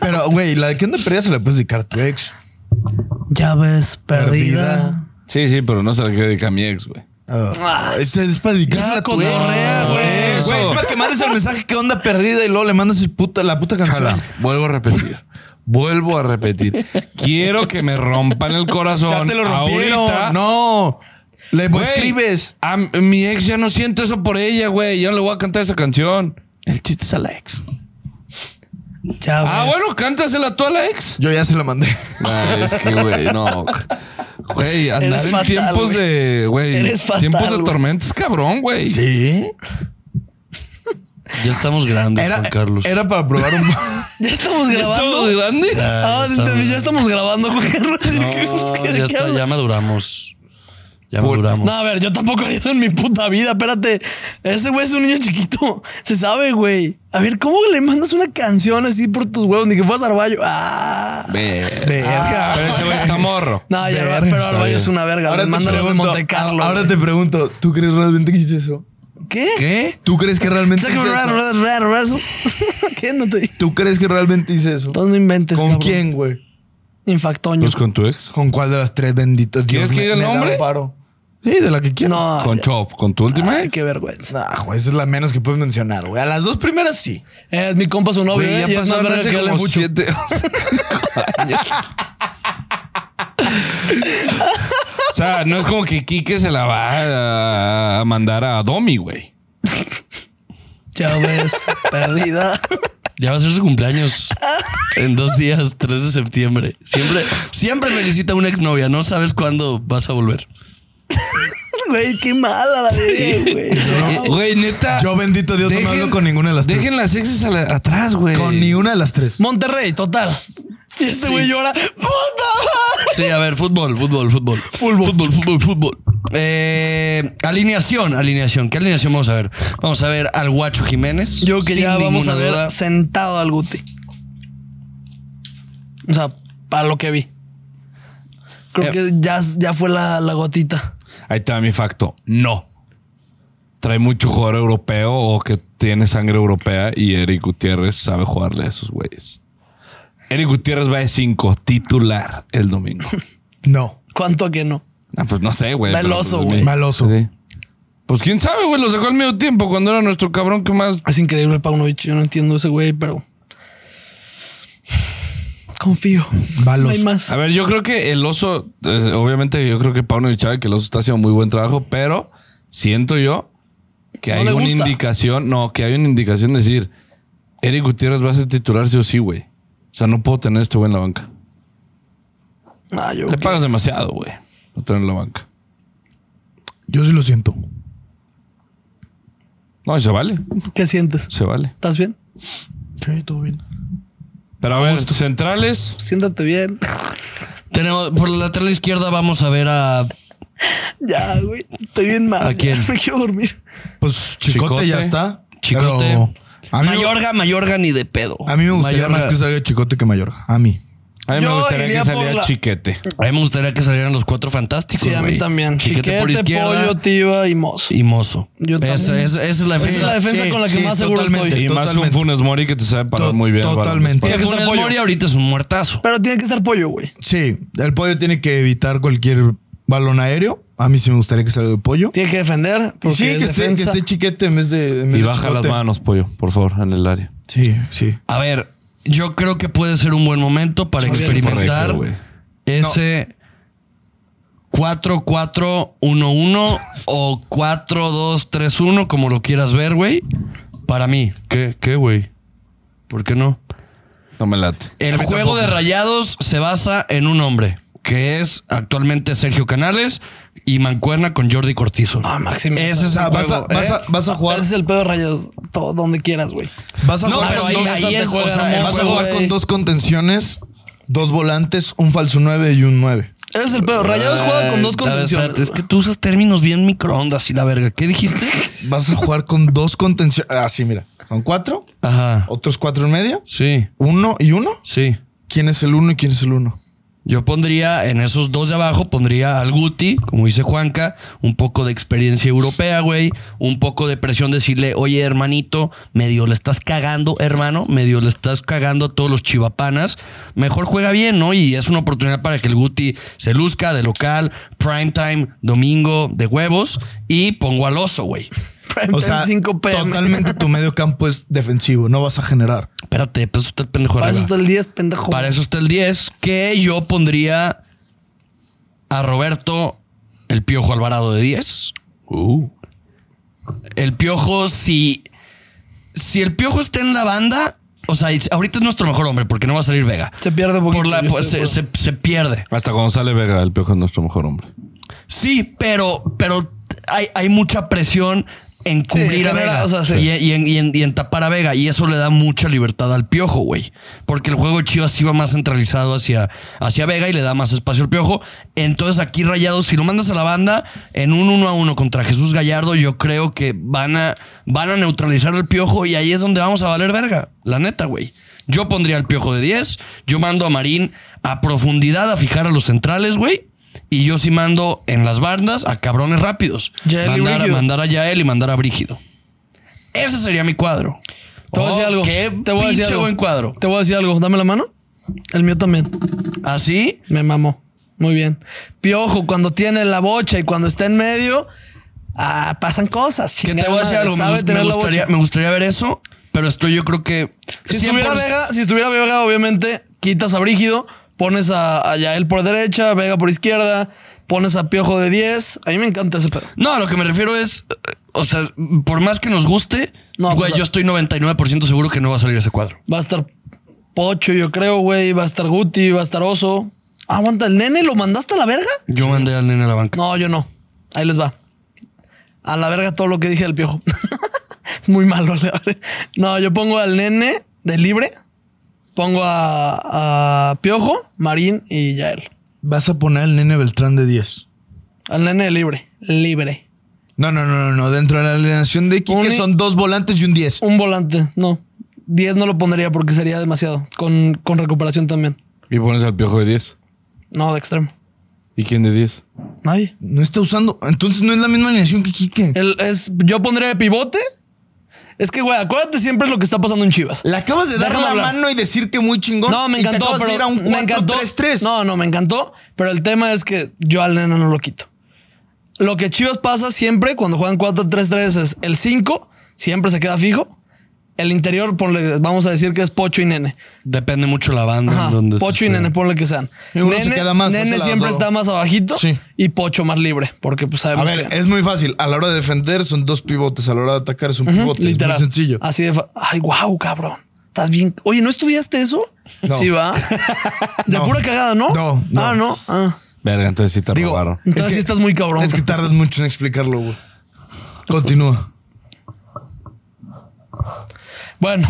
S5: pero, güey, la de que onda perdida se la puedes dedicar a tu ex.
S3: Ya ves, perdida.
S2: Sí, sí, pero no se la quiero dedicar a mi ex, güey.
S5: Ah, esa es Ah, para
S3: Ya,
S5: dedicársela a tu ex.
S3: cotorrea, güey.
S5: Güey, es para que mandes el mensaje que onda perdida y luego le mandas el puta, la puta canción.
S2: Chala, Ah, vuelvo a repetir. Vuelvo a repetir. Quiero que me rompan el corazón.
S5: Ya te lo rompieron.
S2: Ahorita. pues,
S5: No. Le
S2: Güey,
S5: escribes.
S2: a m- mi ex ya no siento eso por ella, güey. Yo no le voy a cantar esa canción.
S5: El chiste es a la ex.
S3: Ya ves.
S2: Ah, bueno, cántasela tú a la ex.
S5: Yo ya se la mandé.
S2: Ay, es que, güey, no. Güey, andar
S3: Eres
S2: en
S3: fatal,
S2: tiempos
S3: güey.
S2: de. Güey,
S3: Eres fatal,
S2: tiempos de
S3: güey.
S2: tormentas, cabrón, güey.
S5: Sí.
S1: Ya estamos grandes,
S5: Era,
S1: Juan Carlos.
S5: Pues era para probar un.
S3: Ya estamos
S2: ¿Todo
S3: grabando.
S2: grande?
S3: Ah,
S1: Ya estamos-
S3: entendí, ya estamos grabando, Juan Carlos.
S1: No,
S3: ¿De
S1: ya,
S3: qué
S1: está,
S3: hablas?
S1: ya maduramos. Ya
S2: Por-
S1: maduramos.
S3: No, a ver, yo tampoco haría eso en mi puta vida. Espérate. Ese güey es un niño chiquito. Se sabe, güey. A ver, ¿cómo le mandas una canción así por tus huevos? Ni que fueras Arballo. Ah.
S5: Verga.
S2: Pero ese güey está morro.
S3: No, ya,
S5: Verga.
S3: pero Arballo es una verga.
S5: Ahora
S3: Les
S5: te
S3: mandan de
S5: pregunto,
S3: Monte Carlo.
S5: Ahora
S3: güey.
S5: te pregunto, ¿tú crees realmente que hiciste eso?
S3: ¿Qué?
S1: ¿Qué?
S5: ¿Tú crees que realmente
S3: ¿Sabes qué?
S5: hice
S3: Raro,
S5: eso?
S3: raro, raro, raro. ¿Qué? No te...
S5: ¿Tú crees que realmente hice eso?
S3: Todo no inventes,
S5: ¿Con
S3: cabrón.
S5: quién, güey?
S3: Infactoño.
S2: Pues con tu ex.
S5: ¿Con cuál de las tres benditos?
S2: ¿Quieres que diga el
S5: me- me da un
S2: nombre?
S5: paro. Sí, de la que quieras.
S3: No.
S2: Con Chov, con tu última
S3: Ah, Ay,
S2: ex.
S3: qué vergüenza.
S5: Nah, güey, esa es la menos que puedes mencionar, güey. A las dos primeras sí.
S3: Es mi compa su novio,
S2: Güey,
S3: ¿eh?
S2: ya
S3: Y es más
S2: pasaron
S3: verga
S2: hace
S3: que él en
S2: como
S3: mucho.
S2: siete o cinco años. O sea, no es como que Quique se la va a- a mandar a Domi, güey.
S3: Ya ves, perdida.
S1: Ya va a ser su cumpleaños. En dos días, 3 de septiembre. Siempre, siempre me visita una exnovia. No sabes cuándo vas a volver.
S3: Güey, qué mala la vida, güey.
S1: Eh,
S3: No.
S2: Güey, neta.
S5: Yo, bendito Dios, no me hablo con ninguna de las tres.
S2: Dejen las exes a la- atrás, güey.
S5: Con ni una de las tres.
S3: Monterrey, total. Y este güey llora. ¡Puta!
S1: Sí, a ver, fútbol, fútbol, fútbol. Fútbol, fútbol, fútbol. Eh, alineación, alineación. ¿Qué alineación vamos a ver? Vamos a ver al Guacho Jiménez.
S3: Yo que
S1: Sin
S3: ya vamos
S1: ninguna
S3: a ver
S1: duda.
S3: sentado al Guti. O sea, para lo que vi. Creo que ya, ya fue la, la gotita.
S2: Ahí está mi facto. No. Trae mucho jugador europeo o que tiene sangre europea y Eric Gutiérrez sabe jugarle a esos güeyes. Eric Gutiérrez va de 5, titular el domingo.
S5: No.
S3: ¿Cuánto que no?
S2: Ah, pues no sé, güey.
S3: Veloso,
S2: pero, pues,
S3: güey.
S2: mi-
S5: Maloso.
S2: Sí. Pues quién sabe, güey. Lo sacó al medio tiempo cuando era nuestro cabrón que más.
S3: Es increíble Paunovic. Yo no entiendo ese güey, pero. Confío.
S5: Balos.
S3: No hay más.
S2: A ver, yo creo que el oso, eh, obviamente, yo creo que Pauno y Chávez, que el oso está haciendo muy buen trabajo, pero siento yo que
S3: No
S2: hay
S3: le
S2: una
S3: gusta.
S2: indicación, no, que hay una indicación de decir, Eric Gutiérrez va a ser titular sí o sí, güey. O sea, no puedo tener este güey en la banca.
S3: Ah, yo
S2: Le pagas demasiado, güey. No tener en la banca.
S5: Yo sí lo siento.
S2: No, y se vale,
S3: ¿Qué sientes?
S2: se vale.
S3: ¿Estás bien?
S5: Sí, todo bien.
S2: Pero a ver, centrales,
S3: Siéntate bien.
S1: Tenemos, por la lateral izquierda vamos a ver a.
S3: ya, güey. Estoy bien mal.
S1: ¿A
S3: ya,
S1: quién?
S3: Me quiero dormir.
S5: Pues Chicote,
S2: Chicote.
S5: ya está.
S1: Chicote.
S5: Pero A mí,
S1: Mayorga, Mayorga ni de pedo.
S5: a mí me gustaría
S1: Mayorga.
S5: más que salga Chicote que Mayorga. A mí.
S2: a mí
S3: Yo
S2: me gustaría
S3: iría
S2: que
S3: por
S2: saliera
S3: la-
S2: chiquete.
S1: A mí me gustaría que salieran los cuatro fantásticos.
S3: Sí, a mí
S1: güey.
S3: también.
S1: Chiquete, por izquierda.
S3: pollo, tiba y mozo.
S1: y mozo.
S3: Yo
S1: esa,
S3: también.
S1: esa- esa es la
S3: Esa es la
S1: defensa.
S3: defensa
S5: sí,
S3: con la que
S5: sí,
S3: más seguro
S5: totalmente.
S3: estoy.
S2: Y más un
S5: Totalmente.
S2: Funes Mori que te sabe parar
S5: To-
S2: muy bien. el balón.
S5: totalmente.
S1: Porque
S3: Tiene que
S1: Funes
S3: estar pollo.
S1: Mori ahorita es un muertazo.
S3: Pero tiene que estar pollo, güey.
S5: Sí, el pollo tiene que evitar cualquier balón aéreo. A mí sí me gustaría que salga el pollo.
S3: Tiene que defender. Porque
S5: sí, que
S3: es
S5: esté, que
S3: defensa.
S5: esté chiquete en vez de. en vez
S2: Y
S5: de
S2: baja las
S5: Chicote.
S2: manos, pollo, por favor, en el área.
S5: Sí, sí.
S1: A ver, yo creo que puede ser un buen momento para
S3: Muy bien.
S1: experimentar
S2: Correcto, güey.
S1: ese 4-4-1-1 o 4-2-3-1, como lo quieras ver, güey. Para mí. ¿Qué, qué, güey? ¿Por qué no?
S4: No me late.
S1: El juego de rayados se basa en un hombre, que es actualmente Sergio Canales y mancuerna con Jordi Cortizo.
S3: Ah, Máximo.
S1: Ese es
S5: O sea,
S1: el
S5: vas a,
S1: juego,
S5: vas
S1: ¿eh?
S5: a- vas a jugar.
S3: ah, Ese es el pedo de rayos. Todo, donde quieras, güey.
S5: Vas a
S1: No,
S5: jugar,
S1: pero ahí-
S5: con,
S1: ahí
S5: dos-
S1: es, o sea,
S5: vas
S1: el
S5: a
S1: juego,
S5: jugar
S1: güey.
S5: con dos contenciones, dos volantes, un falso 9 y un 9.
S3: Ese es el pedo. Rayados juega con dos
S1: Ay, a ver,
S3: contenciones.
S1: Eh, espérate, Es que tú usas términos bien microondas y la verga. ¿Qué dijiste?
S5: Vas a jugar con dos contenciones. Así, mira. Son cuatro,
S1: Ajá.
S5: otros cuatro en medio,
S1: Sí,
S5: uno y uno.
S1: sí.
S5: ¿Quién es el uno y quién es el uno?
S1: Yo pondría en esos dos de abajo, pondría al Guti, como dice Juanca, un poco de experiencia europea, güey, un poco de presión, decirle, oye, hermanito, medio le estás cagando, hermano, medio le estás cagando a todos los chivapanas. Mejor juega bien, ¿no? Y es una oportunidad para que el Guti se luzca de local, prime time, domingo, de huevos, y pongo al oso, güey.
S3: Prime
S5: O
S3: time,
S5: sea,
S3: 5 PM.
S5: totalmente tu medio campo es defensivo. No vas a generar.
S1: Espérate, pues usted pendejo. de
S3: Para eso
S1: arriba.
S3: está el 10, pendejo.
S1: Para eso está el 10, que yo pondría a Roberto el Piojo Alvarado de 10.
S3: Uh.
S1: El Piojo, si, si el Piojo está en la banda, o sea, es- ahorita es nuestro mejor hombre porque no va a salir Vega.
S3: Se pierde un poquito,
S1: Por la-
S3: yo estoy de
S1: se, se- se pierde.
S4: Hasta cuando sale Vega, el piojo es nuestro mejor hombre.
S1: Sí, pero, pero hay, hay mucha presión en cubrir a
S3: genera-
S1: Vega
S3: o sea, sí.
S1: y, y en, y en- y en tapar a Vega. Y eso le da mucha libertad al piojo, güey. Porque el juego de Chivas iba más centralizado hacia, hacia Vega y le da más espacio al piojo. Entonces aquí Rayados, si lo mandas a la banda en un uno a uno contra Jesús Gallardo, yo creo que van a, van a neutralizar al piojo y ahí es donde vamos a valer verga. La neta, güey. Yo pondría al piojo de 10. Yo mando a Marín a profundidad a fijar a los centrales, güey. Y yo sí mando en las bandas a cabrones rápidos.
S3: Yael y
S1: mandar, a,
S3: Brígido.
S1: mandar a Yael y mandar a Brígido. Ese sería mi cuadro.
S3: Te voy a decir
S1: Oh,
S3: algo.
S1: Qué
S3: Te voy a decir
S1: pinche
S3: algo.
S1: buen cuadro.
S3: Te voy a decir algo. Dame la mano. El mío también.
S1: Así,
S3: Me mamó. Muy bien. Piojo, cuando tiene la bocha y cuando está en medio, ah, pasan cosas.
S1: que te
S3: chingada
S1: voy a decir
S3: madre,
S1: algo. Me,
S3: sabe
S1: gust-
S3: tener
S1: me
S3: la
S1: gustaría,
S3: bocha.
S1: me gustaría ver eso, pero estoy yo creo que. 100%.
S3: Si estuviera Vega, si estuviera Vega, obviamente quitas a Brígido, pones a, a Yael por derecha, Vega por izquierda, pones a Piojo de 10. A mí me encanta ese pedo.
S1: No, a lo que me refiero es. eh, O sea, por más que nos guste,
S3: No,
S1: güey,
S3: pues,
S1: yo estoy 99% seguro que no va a salir ese cuadro.
S3: Va a estar Pocho, yo creo, güey. Va a estar Guti, va a estar Oso. Aguanta, ¿el nene lo mandaste a la verga?
S1: Yo mandé al nene a la banca.
S3: No, yo no. Ahí les va. A la verga todo lo que dije del piojo. es muy malo. la verdad. No, yo pongo al nene de libre. Pongo a, a Piojo, Marín y Yael.
S5: Vas a poner al nene Beltrán de 10.
S3: Al nene de libre. Libre.
S5: No, no, no, no, no. Dentro de la alineación de Quique
S3: Un-
S5: son dos volantes y un 10.
S3: Un volante, no. 10 no lo pondría porque sería demasiado. Con, con recuperación también.
S4: Y pones al piojo de 10.
S3: No, de extremo.
S4: ¿Y quién de 10?
S3: Nadie.
S5: No está usando. Entonces no es la misma alineación que Quique.
S3: El- es, yo pondría de pivote. Es que, güey, acuérdate siempre lo que está pasando en Chivas.
S5: Le acabas de dar
S3: Déjame
S5: la
S3: hablar.
S5: mano y decir que muy chingón.
S3: No, me
S5: y te
S3: encantó,
S5: acabas de
S3: pero
S5: ir a un
S3: me encantó.
S5: 4-3-3.
S3: No, no, me encantó, pero el tema es que yo al nene no lo quito. Lo que Chivas pasa siempre cuando juegan 4-3-3 es el 5, siempre se queda fijo. El interior, ponle, vamos a decir que es Pocho y Nene.
S1: Depende mucho la banda.
S3: Ajá,
S1: en donde se
S3: Pocho y
S1: esté.
S3: Nene, ponle que sean.
S5: Y uno se
S3: Nene,
S5: queda más,
S3: Nene
S5: hace la
S3: siempre
S5: doble.
S3: está más abajito
S5: Sí.
S3: y Pocho más libre, porque pues
S5: A
S3: sabemos
S5: ver,
S3: que...
S5: es muy fácil. A la hora de defender son dos pivotes. A la hora de atacar es un pivote.
S3: Literal. Ah,
S5: Es muy sencillo.
S3: Así de. fa- Ay, wow, cabrón. Estás bien. Oye, ¿no estudiaste eso?
S5: No.
S3: Sí, va. De
S5: No.
S3: pura cagada, ¿no?
S5: No, no.
S3: Ah, no. Ah.
S4: Verga, entonces sí te
S5: Digo,
S4: robaron.
S3: Entonces
S5: Es que-
S3: sí estás muy cabrón.
S5: Es que tardas mucho en explicarlo, güey. Continúa.
S3: Bueno,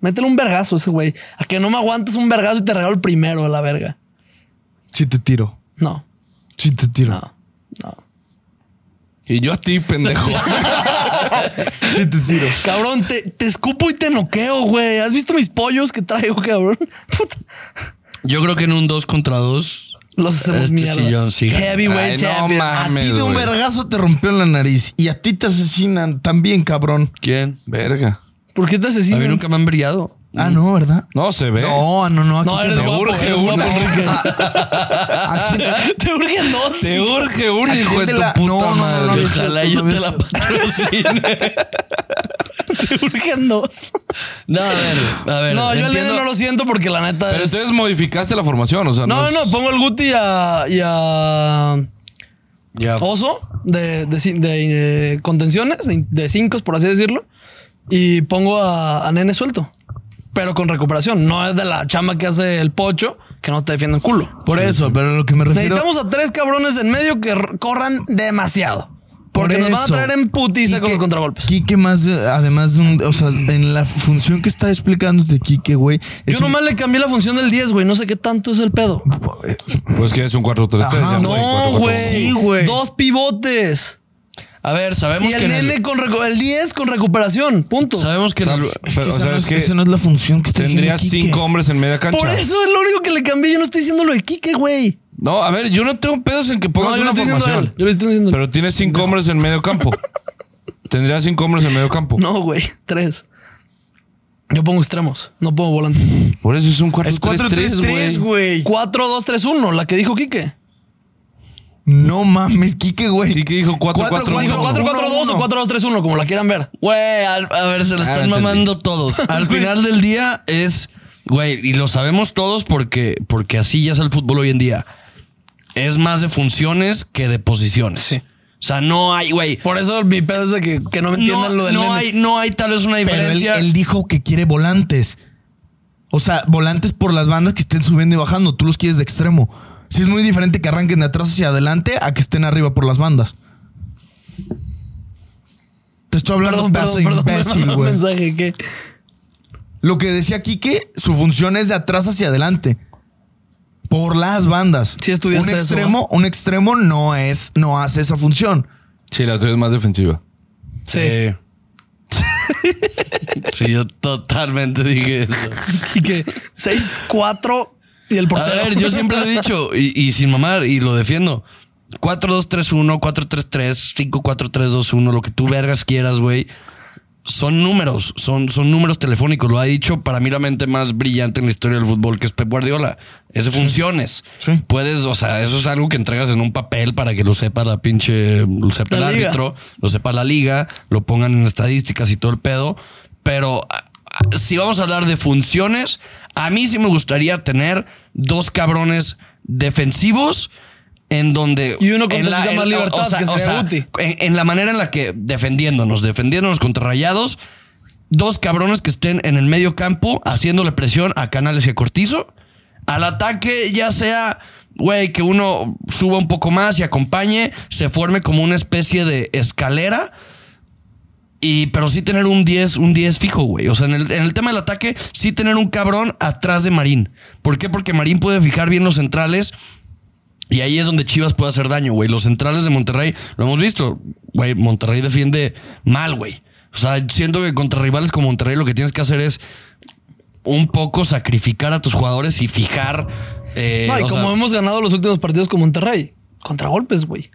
S3: métele un vergazo a ese güey. A que no me aguantes un vergazo y te regalo el primero a la verga.
S5: Sí te tiro.
S3: No,
S5: Sí te tiro.
S3: no, no.
S4: Y yo a ti, pendejo.
S5: Sí te tiro.
S3: Cabrón, te, te escupo y te noqueo, güey. ¿Has visto mis pollos que traigo, cabrón? Puta.
S1: Yo creo que en un 2 contra 2
S3: Los hacemos
S1: Este
S3: mierda.
S1: sillón sí gana.
S3: Heavyweight
S4: Ay, no
S3: champion.
S4: mames.
S5: A ti de un
S4: güey.
S5: vergazo te rompió la nariz. Y a ti te asesinan también, cabrón.
S1: ¿Quién?
S4: Verga.
S3: ¿Por qué te
S1: A mí
S3: asesinan?
S1: nunca me han brillado.
S5: Ah,
S3: Mm.
S5: no, ¿verdad?
S4: No se ve.
S5: No, no, no. Aquí
S3: No, eres
S5: te-
S3: guapo.
S4: urge
S3: eres
S4: una.
S3: guapo, Enrique.
S5: aquí-
S3: Te urgen dos.
S1: Te urge un hijo de tu
S5: la-
S1: puta
S5: No, no, no,
S1: madre.
S5: no, no,
S1: Ojalá
S5: no,
S1: yo
S5: no,
S1: te
S5: no,
S1: la
S5: no.
S1: patrocine.
S3: Te urgen dos.
S1: No, a ver, a ver.
S3: No, yo al
S1: entiendo-
S3: Nene no lo siento porque la neta
S4: Pero
S3: es...
S4: entonces modificaste la formación, o sea,
S3: No,
S4: es-
S3: no, pongo el Guti y a, y a
S1: Ya.
S3: Oso de, de, cin- de, eh, contenciones, de, de cinco, por así decirlo. Y pongo a, a Nene suelto. Pero con recuperación. No es de la chamba que hace el pocho que no te defiende el culo.
S5: Por eso, pero lo que me refiero.
S3: Necesitamos a tres cabrones en medio que r- corran demasiado. Porque
S5: Por
S3: nos van a
S5: eso.
S3: traer en putiza con
S5: Quique-
S3: los contragolpes.
S5: Quique más, eh, además de un, o sea, en la función que está explicándote Quique, güey. es
S3: Yo
S5: un-
S3: nomás le cambié la función del 10, güey. No sé qué tanto es el pedo.
S4: Pues que es un 4-3-3.
S5: Ajá,
S4: ya
S5: no,
S4: hay
S3: No,
S4: 4-4-2.
S3: güey.
S5: Sí, güey.
S3: Dos pivotes.
S1: A ver, sabemos
S3: Y
S1: que. en
S3: el
S1: el-
S3: nene con recu- el 10 con recuperación. Punto.
S1: Sabemos que. en el-
S5: Es que
S4: Pero, o
S5: esa
S4: sea,
S5: no
S4: es
S5: es-
S4: que
S5: esa no es la función que está
S4: Tendrías
S5: diciendo Quique.
S4: cinco hombres en media cancha.
S3: Por eso es lo único que le cambié. Yo no estoy diciendo lo de Quique, güey.
S4: No, a ver, yo no tengo pedos en que
S3: No,
S1: Pues
S4: pongas
S3: yo
S4: una
S3: le estoy diciendo a él.
S4: formación.
S3: Yo le estoy diciendo.
S4: Pero tienes cinco hombres en medio campo. Tendrías cinco hombres en medio campo.
S3: No, güey. Tres. Yo pongo extremos. No pongo volantes.
S4: Por eso es un
S1: Es 4-3-3,
S4: 4-3-3, güey.
S5: güey.
S3: 4-2-3-1, la que dijo Quique.
S5: No mames, Quique, güey.
S4: Sí que dijo
S5: Cuatro,
S3: Dijo
S4: 4-4-1.
S5: cuatro,
S3: 4-4-2 o 4-2-3-1, como la quieran ver.
S1: Güey, al- a ver, se la
S4: Ah,
S1: están
S4: entendí.
S1: mamando todos. Al final del día es. Güey, y lo sabemos todos porque, porque así ya es el fútbol hoy en día. Es más de funciones que de posiciones.
S3: Sí.
S1: O sea, no hay, güey.
S3: Por eso mi pedo es de que, que no me entiendan
S1: No,
S3: lo del
S1: no
S3: nene.
S1: hay, no hay tal vez una
S5: Pero él,
S1: diferencia.
S5: él dijo que quiere volantes. O sea, volantes por las bandas que estén subiendo y bajando. Tú los quieres de extremo. Sí es muy diferente que arranquen de atrás hacia adelante a que estén arriba por las bandas. Te estoy hablando
S3: Perdón,
S5: pedazo
S3: perdón, perdón.
S5: de
S3: me
S5: imbécil,
S3: mandaron un
S5: güey.
S3: mensaje que...
S5: Lo que decía Quique, su función es de atrás hacia adelante. Por las bandas.
S3: Sí estudiaste
S5: un
S3: eso, ¿eh?
S5: extremo, un extremo no es, no hace esa función.
S4: Sí, la tuya es más defensiva.
S3: Sí.
S1: Sí, yo totalmente dije eso.
S3: Quique, 6-4 y el
S1: A
S3: portero.
S1: ver, yo siempre lo he dicho, y, y sin mamar, y lo defiendo. 4-2-3-1, 4-3-3, 5-4-3-2-1, lo que tú vergas quieras, güey. Son números, son, son números telefónicos. Lo ha dicho para mí la mente más brillante en la historia del fútbol, que es Pep Guardiola. Es de funciones. Puedes, o sea, eso es algo que entregas en un papel para que lo sepa la pinche, lo sepa
S3: La
S1: el
S3: liga.
S1: árbitro, lo sepa la liga, lo pongan en estadísticas y todo el pedo. Pero a- a- si vamos a hablar de funciones, a mí sí me gustaría tener dos cabrones defensivos en donde...
S3: Y uno con
S1: en
S3: tantita más libertad, que sería Guti.
S1: en, en la manera en la que defendiéndonos, defendiéndonos contra rayados, dos cabrones que estén en el medio campo haciéndole presión a Canales y a Cortizo. Al ataque, ya sea, güey, que uno suba un poco más y acompañe, se forme como una especie de escalera. Y, pero sí tener un 10, un 10 fijo, güey. O sea, en el, en el tema del ataque, sí tener un cabrón atrás de Marín. ¿Por qué? Porque Marín puede fijar bien los centrales. Y ahí es donde Chivas puede hacer daño, güey. Los centrales de Monterrey, lo hemos visto, güey, Monterrey defiende mal, güey. O sea, siento que contra rivales como Monterrey lo que tienes que hacer es un poco sacrificar a tus jugadores y fijar... eh,
S3: No, y
S1: o sea,
S3: como hemos ganado los últimos partidos con Monterrey. Contragolpes, güey.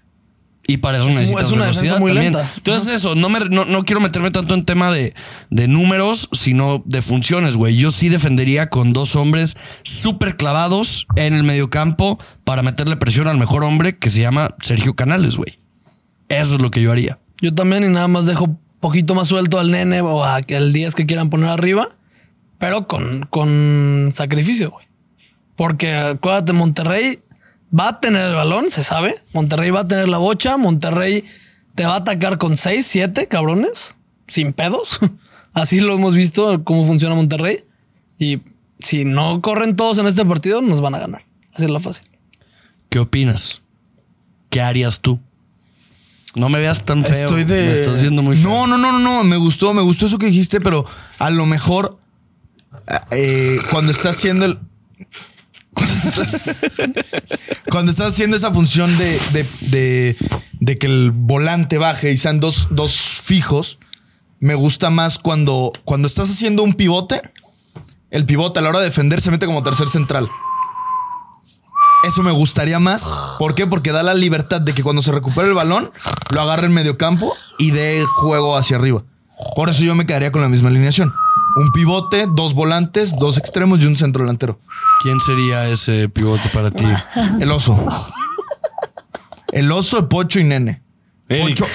S1: Y para eso
S3: Es un-
S1: necesitas
S3: es una defensa
S1: velocidad
S3: muy
S1: también.
S3: lenta.
S1: Entonces, eso, no, me, no, no quiero meterme tanto en tema de, de números, sino de funciones, güey. Yo sí defendería con dos hombres súper clavados en el mediocampo para meterle presión al mejor hombre que se llama Sergio Canales, güey. Eso es lo que yo haría.
S3: Yo también y nada más dejo poquito más suelto al nene o a que- al 10 que quieran poner arriba, pero con, con sacrificio, güey. Porque acuérdate, Monterrey va a tener el balón, se sabe. Monterrey va a tener la bocha. Monterrey te va a atacar con 6, 7 cabrones, sin pedos. Así lo hemos visto, cómo funciona Monterrey. Y si no corren todos en este partido, nos van a ganar. Así es la fácil.
S1: ¿Qué opinas? ¿Qué harías tú? No me veas tan feo.
S5: Estoy de.
S1: Me estás viendo muy feo.
S5: No, no, no, no, no. Me gustó, me gustó eso que dijiste, pero a lo mejor eh, cuando está haciendo el. Cuando estás haciendo esa función de, de, de- de que el volante baje y sean dos, dos fijos, me gusta más cuando, cuando estás haciendo un pivote, el pivote a la hora de defender se mete como tercer central. Eso me gustaría más. ¿Por qué? Porque da la libertad de que cuando se recupere el balón, lo agarre en medio campo y dé juego hacia arriba. Por eso yo me quedaría con la misma alineación. Un pivote, dos volantes, dos extremos y un centro delantero.
S1: ¿Quién sería ese pivote para ti?
S5: El oso. El oso, Pocho y Nene.
S4: Eric.
S5: Pocho,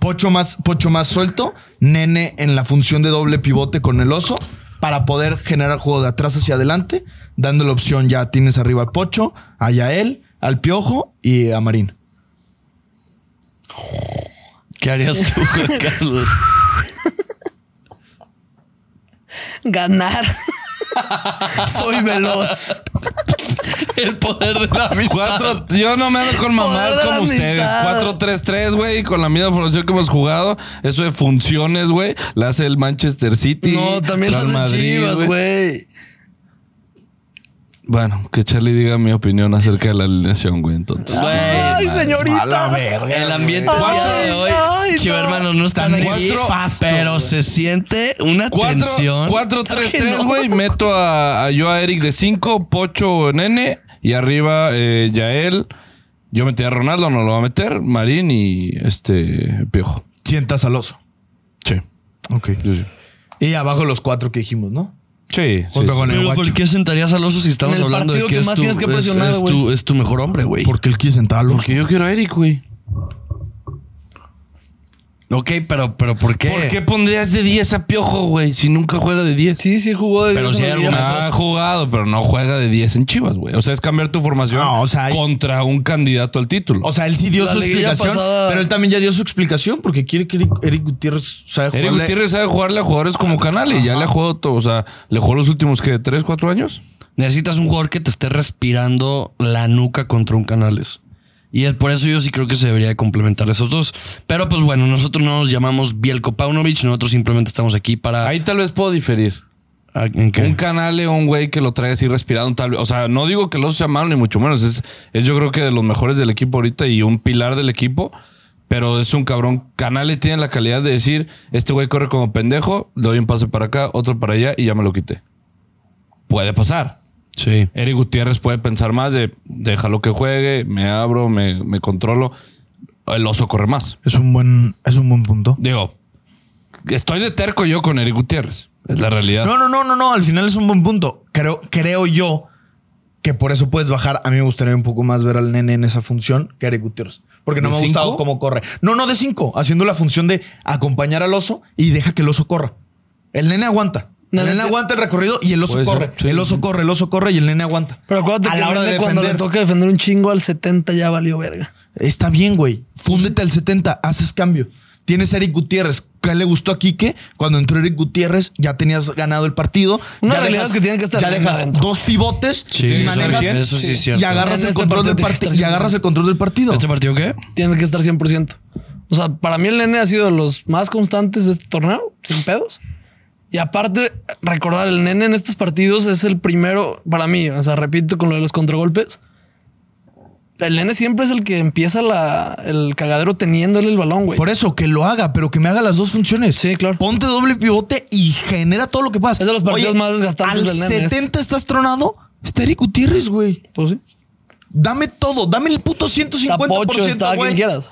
S5: Pocho más, Pocho más suelto, Nene en la función de doble pivote con el oso para poder generar juego de atrás hacia adelante, dando la opción ya tienes arriba a Pocho, a Yael, al Piojo y a Marín.
S1: ¿Qué harías tú, Juan Carlos?
S3: Ganar. Soy veloz.
S1: El poder de la amistad.
S2: Cuatro, yo no me ando con
S3: Poder
S2: mamadas
S3: de la
S2: como ustedes.
S3: amistad.
S2: 4-3-3, güey, con la misma formación que hemos jugado. Eso de funciones, güey, la hace el Manchester City.
S3: No, también
S2: Real
S3: las de
S2: Madrid,
S3: Chivas, güey.
S2: Bueno, que Charlie diga mi opinión acerca de la alineación, güey, entonces.
S3: Ay, señorita.
S1: El ambiente
S3: Ay,
S1: el día de hoy,
S3: ay, no.
S1: Chiva hermanos no están
S5: Tan
S1: aquí,
S5: cuatro- fasto,
S1: pero se siente una tensión.
S2: 4-3-3,
S3: no?
S2: güey. Meto a, a yo a Eric de 5, Pocho Nene y arriba eh, Yael. Yo metí a Ronaldo, no lo va a meter. Marín y este Piojo.
S5: Sientas al oso.
S2: Sí.
S5: Ok.
S2: Sí, sí.
S5: Y abajo los cuatro que dijimos, ¿no?
S2: Sí, sí,
S5: Junto
S2: sí.
S5: con el
S1: Pero
S5: guacho.
S1: ¿por qué sentarías al oso si estamos
S3: En el
S1: hablando de
S3: partido
S1: que,
S3: que
S1: es,
S3: más
S1: tu,
S3: tienes que
S1: es-
S3: presionar,
S1: es
S3: güey?
S1: tu, es tu mejor hombre, güey?
S5: Porque él quiere sentarlo.
S2: Porque yo quiero a Eric, güey.
S1: Ok, pero, pero ¿por qué?
S2: ¿Por qué pondrías de 10 a Piojo, güey? Si nunca juega de 10.
S3: Sí, sí jugó de
S1: Pero
S3: Dios
S1: si
S3: en
S1: hay
S3: la
S1: algo
S3: vida.
S1: más.
S2: Ha jugado, pero no juega de 10 en Chivas, güey. O sea, es cambiar tu formación
S5: No, o sea, hay-
S2: contra un candidato al título.
S5: O sea, él sí dio
S3: La
S5: su
S3: liguilla
S5: explicación,
S3: pasada-
S5: pero él también ya dio su explicación porque quiere que Eric, Eric Gutiérrez sabe
S2: Eric
S5: jugarle-
S2: Gutiérrez sabe jugarle a jugadores como Canal y ya le ha jugado todo. O sea, le jugó los últimos, ¿qué? ¿Tres, cuatro años?
S1: Necesitas un jugador que te esté respirando la nuca contra un canales. Y es por eso yo sí creo que se debería de complementar esos dos. Pero pues bueno, nosotros no nos llamamos Bielko Paunovic, nosotros simplemente estamos aquí para...
S2: Ahí tal vez puedo diferir.
S1: ¿A- ¿En qué?
S2: Un Canale o un güey que lo trae así respirado, tal vez. O sea, no digo que los sea malo, ni mucho menos. Es, es yo creo que de los mejores del equipo ahorita y un pilar del equipo. Pero es un cabrón. Canale tiene la calidad de decir: Este güey corre como pendejo, le doy un pase para acá, otro para allá y ya me lo quité. Puede pasar.
S1: Sí.
S2: Eric Gutiérrez puede pensar más de déjalo que juegue, me abro, me, me controlo. El oso corre más.
S5: Es un buen, es un buen punto.
S2: Digo, estoy de terco yo con Eric Gutiérrez. Es la realidad.
S5: No, no, no, no, no. Al final es un buen punto. Creo, creo yo que por eso puedes bajar. A mí me gustaría un poco más ver al nene en esa función que a Eric Gutiérrez. Porque no
S2: ¿De
S5: me ha gustado
S2: cinco?
S5: cómo corre. No, no, de cinco. Haciendo la función de acompañar al oso y deja que el oso corra. El nene aguanta. El
S3: Nene
S5: nene
S3: te-
S5: aguanta el recorrido y el oso
S2: Puede ser,
S5: corre.
S2: sí.
S5: El oso corre, el oso corre y el nene aguanta.
S3: Pero acuérdate
S5: a
S3: que
S5: la hora
S3: Nene
S5: de
S3: cuando le
S5: defender.
S3: toca defender un chingo al 70 ya valió verga.
S5: Está bien, güey. Fúndete al 70, haces cambio. Tienes a Eric Gutiérrez. ¿Qué le gustó a Quique? Cuando entró Eric Gutiérrez, ya tenías ganado el partido.
S3: Una
S5: ya
S3: realidad es que tienen que estar
S5: Ya
S3: bien
S5: dejas
S3: adentro.
S5: dos pivotes
S1: Sí,
S5: y
S1: eso
S5: manejas.
S1: sí, eso sí es cierto.
S5: Y agarras
S3: En
S5: el
S3: este
S5: control
S3: partido
S5: del
S3: tiene que
S5: partido.
S3: estar
S5: Y agarras el control del partido.
S1: ¿Este partido qué?
S3: Tiene que estar 100%. O sea, para mí el nene ha sido de los más constantes de este torneo, sin pedos. Y aparte, recordar, el nene en estos partidos es el primero para mí. O sea, repito con lo de los contragolpes. El nene siempre es el que empieza la, el cagadero teniéndole el balón, güey.
S5: Por e- eso, que lo haga, pero que me haga las dos funciones.
S3: Sí, claro.
S5: Ponte doble pivote y genera todo lo que pasa.
S3: Es de los partidos más desgastantes
S5: al
S3: del nene este.
S5: 70 estás tronado. Está Eric Gutiérrez, güey.
S3: Pues sí.
S5: Dame todo. Dame el puto 150%.
S3: Está Pocho, está
S5: güey.
S3: quien quieras.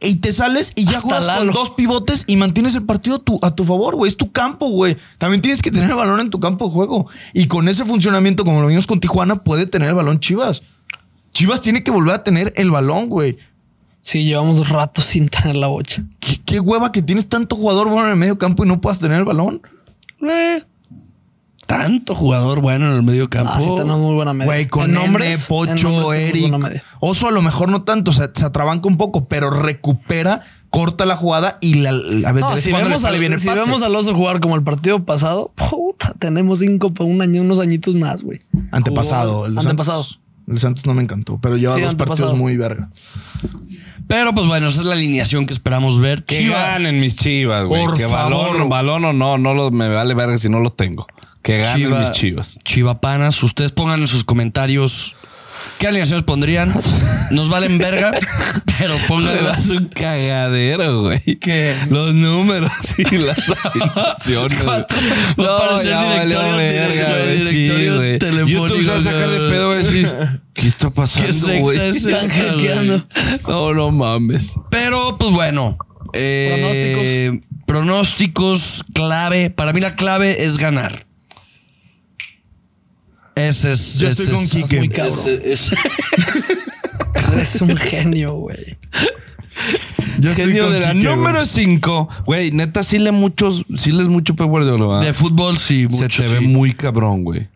S5: y te sales y ya
S3: Hasta
S5: juegas
S3: Lalo.
S5: con dos pivotes y mantienes el partido tu- a tu favor, güey. Es tu campo, güey. También tienes que tener el balón en tu campo de juego. Y con ese funcionamiento, como lo vimos con Tijuana, puede tener el balón Chivas. Chivas tiene que volver a tener el balón, güey.
S3: Sí, llevamos rato sin tener la bocha.
S5: ¿Qué, qué hueva que tienes tanto jugador bueno en el medio campo y no puedas tener el balón.
S1: Eh, Tanto jugador bueno en el medio campo.
S3: Ah, sí, tenemos muy buena media.
S5: Güey, con
S3: En
S5: nombre,
S3: nombres, en
S5: Pocho,
S3: nombres tenemos
S5: Eric.
S3: buena media.
S5: Oso a lo mejor no tanto, se, se atrabanca un poco, pero recupera, corta la jugada y la, a ver, de
S3: No,
S5: vez
S3: si,
S5: cuando le
S3: vemos
S5: sale
S3: al,
S5: bien el
S3: si
S5: pase.
S3: vemos al oso jugar como el partido pasado, puta, tenemos cinco para un año, unos añitos más, güey.
S5: Antepasado.
S3: Jugó-
S5: el de
S3: Antepasado.
S5: Santos. El Santos no me encantó, pero lleva
S3: Sí,
S5: dos partidos
S3: antepasado.
S5: muy verga.
S1: Pero pues bueno, esa es la alineación que esperamos ver.
S2: Que
S1: Chiva.
S2: ganen mis chivas, güey.
S5: Por
S2: que
S5: favor.
S2: balón, balón o no, no lo, me vale verga si no lo tengo. Que ganen
S1: Chiva-
S2: mis chivas.
S1: Chivapanas, ustedes pongan en sus comentarios qué alineaciones pondrían. Nos valen verga, pero pónganlas.
S2: un cagadero, güey. Los números y las alineaciones.
S1: Va a aparecer directorio tele- güey, directorio telefónico,
S2: YouTube se va a sacar de
S1: güey.
S2: pedo va a decir, ¿qué está
S1: ¿Qué
S2: pasando,
S1: secta
S2: güey?
S1: es esta,
S3: Están hackeando.
S1: güey?
S2: No, no mames.
S1: Pero pues bueno. eh, pronósticos. clave. Para mí la clave es ganar. Ese es.
S5: Yo
S1: ese
S5: estoy con
S1: es-
S5: Quique.
S1: muy cabrón.
S3: Eres un genio, güey.
S5: Yo estoy
S2: Genio
S5: con
S2: de la
S5: Quique, güey.
S2: número 5. Güey, neta, sí le muchos, sí les mucho Pep Guardiola, ¿verdad?
S1: De fútbol, sí,
S2: Se
S1: mucho,
S2: te ve
S1: sí.
S2: muy cabrón, güey.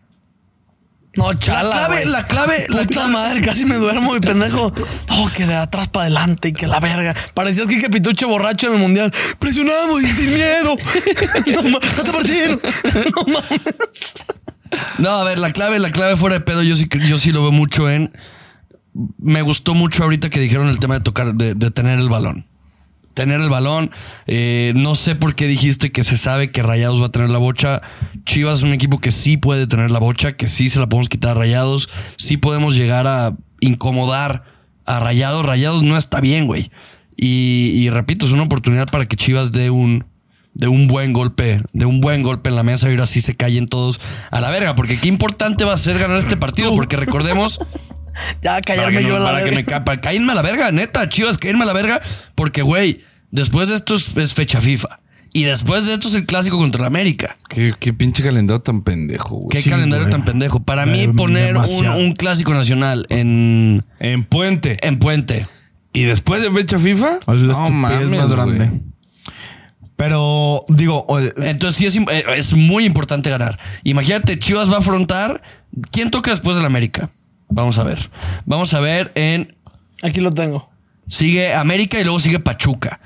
S1: No, chala,
S3: la clave,
S1: güey.
S3: la clave, la clave. madre, casi me duermo, mi pendejo. No, que de atrás para adelante, que la verga. Parecías que Pituche borracho en el mundial. Presionamos y sin miedo. No mames, date partido. No mames.
S1: No, a ver, la clave, la clave fuera de pedo, yo sí, yo sí lo veo mucho en. Me gustó mucho ahorita que dijeron el tema de tocar, de, de tener el balón. Tener el balón. eh, no sé por qué dijiste que se sabe que Rayados va a tener la bocha. Chivas es un equipo que sí puede tener la bocha, que sí se la podemos quitar a Rayados. Sí podemos llegar a incomodar a Rayados. Rayados no está bien, güey. Y, y repito, es una oportunidad para que Chivas dé un de un buen golpe, de un buen golpe en la mesa y ahora sí se callen todos a la verga, porque qué importante va a ser ganar este partido, porque recordemos
S3: Ya,
S1: para
S3: callarme
S1: que, no-
S3: yo a la
S1: para que
S3: verga.
S1: me capa, cállenme a la verga, neta, Chivas, cállenme a la verga, porque güey, después de esto es, es fecha FIFA y después de esto es el clásico contra el América.
S2: Qué, qué pinche calendario tan pendejo, Pues güey.
S1: Qué calendario tan pendejo. Para mí
S5: Eh,
S1: poner un,
S5: demasiado.
S1: un clásico nacional en
S2: En Puente.
S1: en Puente.
S2: Y después de fecha FIFA.
S5: Es la
S2: No
S5: estupidez
S2: mames,
S5: más grande.
S2: güey.
S5: Pero, digo, o-
S1: Entonces sí es, im- eh, es muy importante ganar. Imagínate, Chivas va a afrontar. ¿Quién toca después del América? Vamos a ver. Vamos a ver en.
S3: Aquí lo tengo.
S1: Sigue América y luego sigue Pachuca.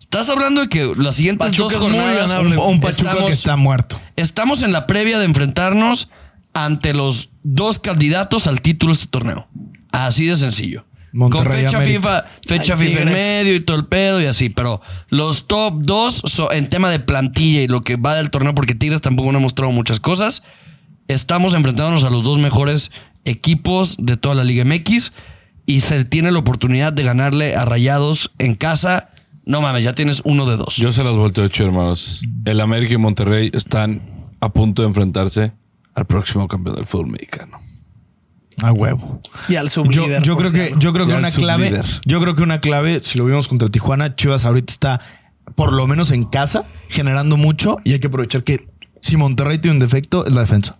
S1: Estás hablando de que las siguientes
S3: Pachuca
S1: dos
S3: es muy
S1: jornadas.
S3: ganable.
S5: un, un Pachuca
S1: estamos,
S5: que está muerto.
S1: Estamos en la previa de enfrentarnos ante los dos candidatos al título de este torneo. Así de sencillo.
S5: Monterrey,
S1: Con fecha
S5: América.
S1: FIFA, fecha
S3: Ay,
S1: FIFA en
S3: Tigres.
S1: medio y todo el pedo y así. Pero los top dos so- en tema de plantilla y lo que va del torneo, porque Tigres tampoco no ha mostrado muchas cosas. Estamos enfrentándonos a los dos mejores equipos de toda la Liga MX y se tiene la oportunidad de ganarle a Rayados en casa. No mames, ya tienes uno de dos.
S2: Yo se las volteo, chido, hermanos. El América y Monterrey están a punto de enfrentarse al próximo campeón del fútbol mexicano.
S5: A huevo.
S3: Y al
S5: Yo,
S3: sublíder.
S5: yo
S3: por
S5: creo que,
S3: cierto.
S5: yo creo que
S2: Ya el
S5: una clave,
S2: sublíder.
S5: yo creo que una clave, si lo vimos contra Tijuana, Chivas ahorita está por lo menos en casa generando mucho y hay que aprovechar que si Monterrey tiene un defecto es la defensa.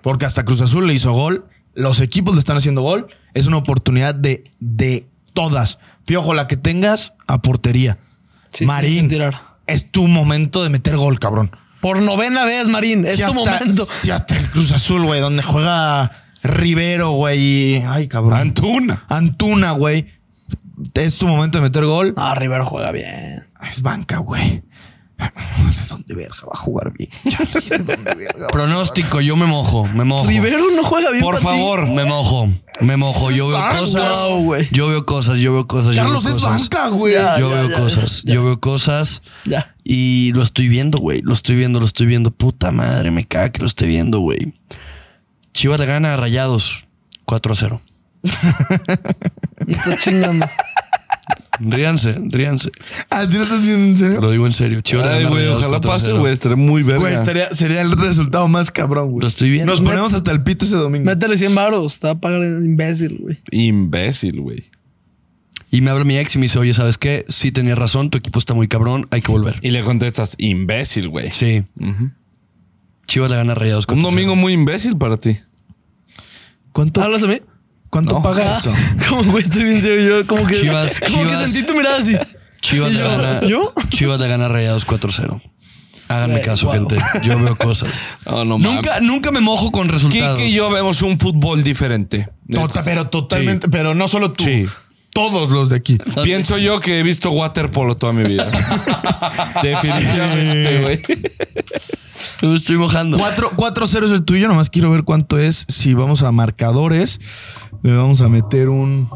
S5: Porque hasta Cruz Azul le hizo gol, los equipos le están haciendo gol, es una oportunidad de, de todas. Piojo, la que tengas a portería.
S3: Sí,
S5: Marín,
S3: tienes que tirar.
S5: es tu momento de meter gol, cabrón.
S3: Por novena vez, Marín. Es
S5: Si
S3: tu
S5: hasta-
S3: momento.
S5: si hasta el Cruz Azul, güey, donde juega Rivero, güey. y- Ay, cabrón.
S2: Antuna.
S5: Antuna, güey. Es tu momento de meter gol.
S3: Ah, Rivero juega bien.
S5: Ah, Es banca, güey. ¿De dónde verga va a jugar bien? Charlie? ¿De dónde verga?
S1: Pronóstico, yo me mojo, me mojo.
S3: Rivero no juega bien.
S1: Por
S3: pa' ti.
S1: favor, me mojo. Me mojo. Yo veo
S5: Banca,
S1: cosas.
S3: güey.
S1: Yo veo cosas, yo veo cosas. yo veo
S5: Carlos es
S1: cosas.
S5: banca, güey.
S3: Ya.
S1: Yo veo
S3: ya,
S1: cosas. Yo veo cosas.
S3: Ya.
S1: Y lo estoy viendo, güey. Lo estoy viendo, lo estoy viendo. Puta madre, me caga que lo esté viendo, güey. Chivas le gana a Rayados 4 a 0.
S3: Me estás chingando.
S1: Ríanse, ríanse.
S5: Así Ah, lo estás diciendo en serio.
S1: Lo digo en serio. Chivas le
S2: Ay,
S1: gana a
S2: güey,
S1: Rayados
S2: ojalá
S1: 4 a
S2: pase,
S1: 0.
S2: güey. Estaré muy verga.
S5: Güey, estaría- sería el resultado más cabrón, güey.
S1: Lo estoy viendo.
S5: Nos ponemos hasta el pito ese domingo.
S3: Métele 100 varos. Está a pagar el imbécil, güey.
S2: Imbécil, güey.
S1: Y me habla mi ex y me dice, oye, ¿sabes qué? Sí tenías razón, tu equipo está muy cabrón, hay que volver.
S2: Y le contestas, imbécil, güey.
S1: Sí. Chivas le gana a Rayados 4
S2: Un domingo muy imbécil para ti.
S5: ¿Cuánto,
S3: ¿Hablas a mí?
S5: cuánto
S2: No.
S5: paga eso?
S3: Como güey, estoy bien serio. Yo como que.
S1: Chivas,
S3: como
S1: Chivas.
S3: que sentí tu mirada así.
S1: Chivas
S3: ¿Y
S1: le
S3: yo?
S1: gana.
S3: ¿Yo?
S1: Chivas le gana a Rayados 4-0. Háganme
S3: Güey,
S1: caso,
S3: wow.
S1: gente. Yo veo cosas.
S2: Oh, no
S1: nunca, nunca me mojo con resultados.
S2: Kike y yo vemos un fútbol diferente.
S5: Tota-
S2: Es-
S5: pero totalmente, pero no solo tú.
S2: Sí.
S5: Todos los de aquí.
S2: Pienso yo que he visto waterpolo toda mi vida. Definitivamente, güey.
S1: Me estoy mojando.
S5: 4-0 es el tuyo, nomás quiero ver cuánto es. Si vamos a marcadores, le vamos a meter un.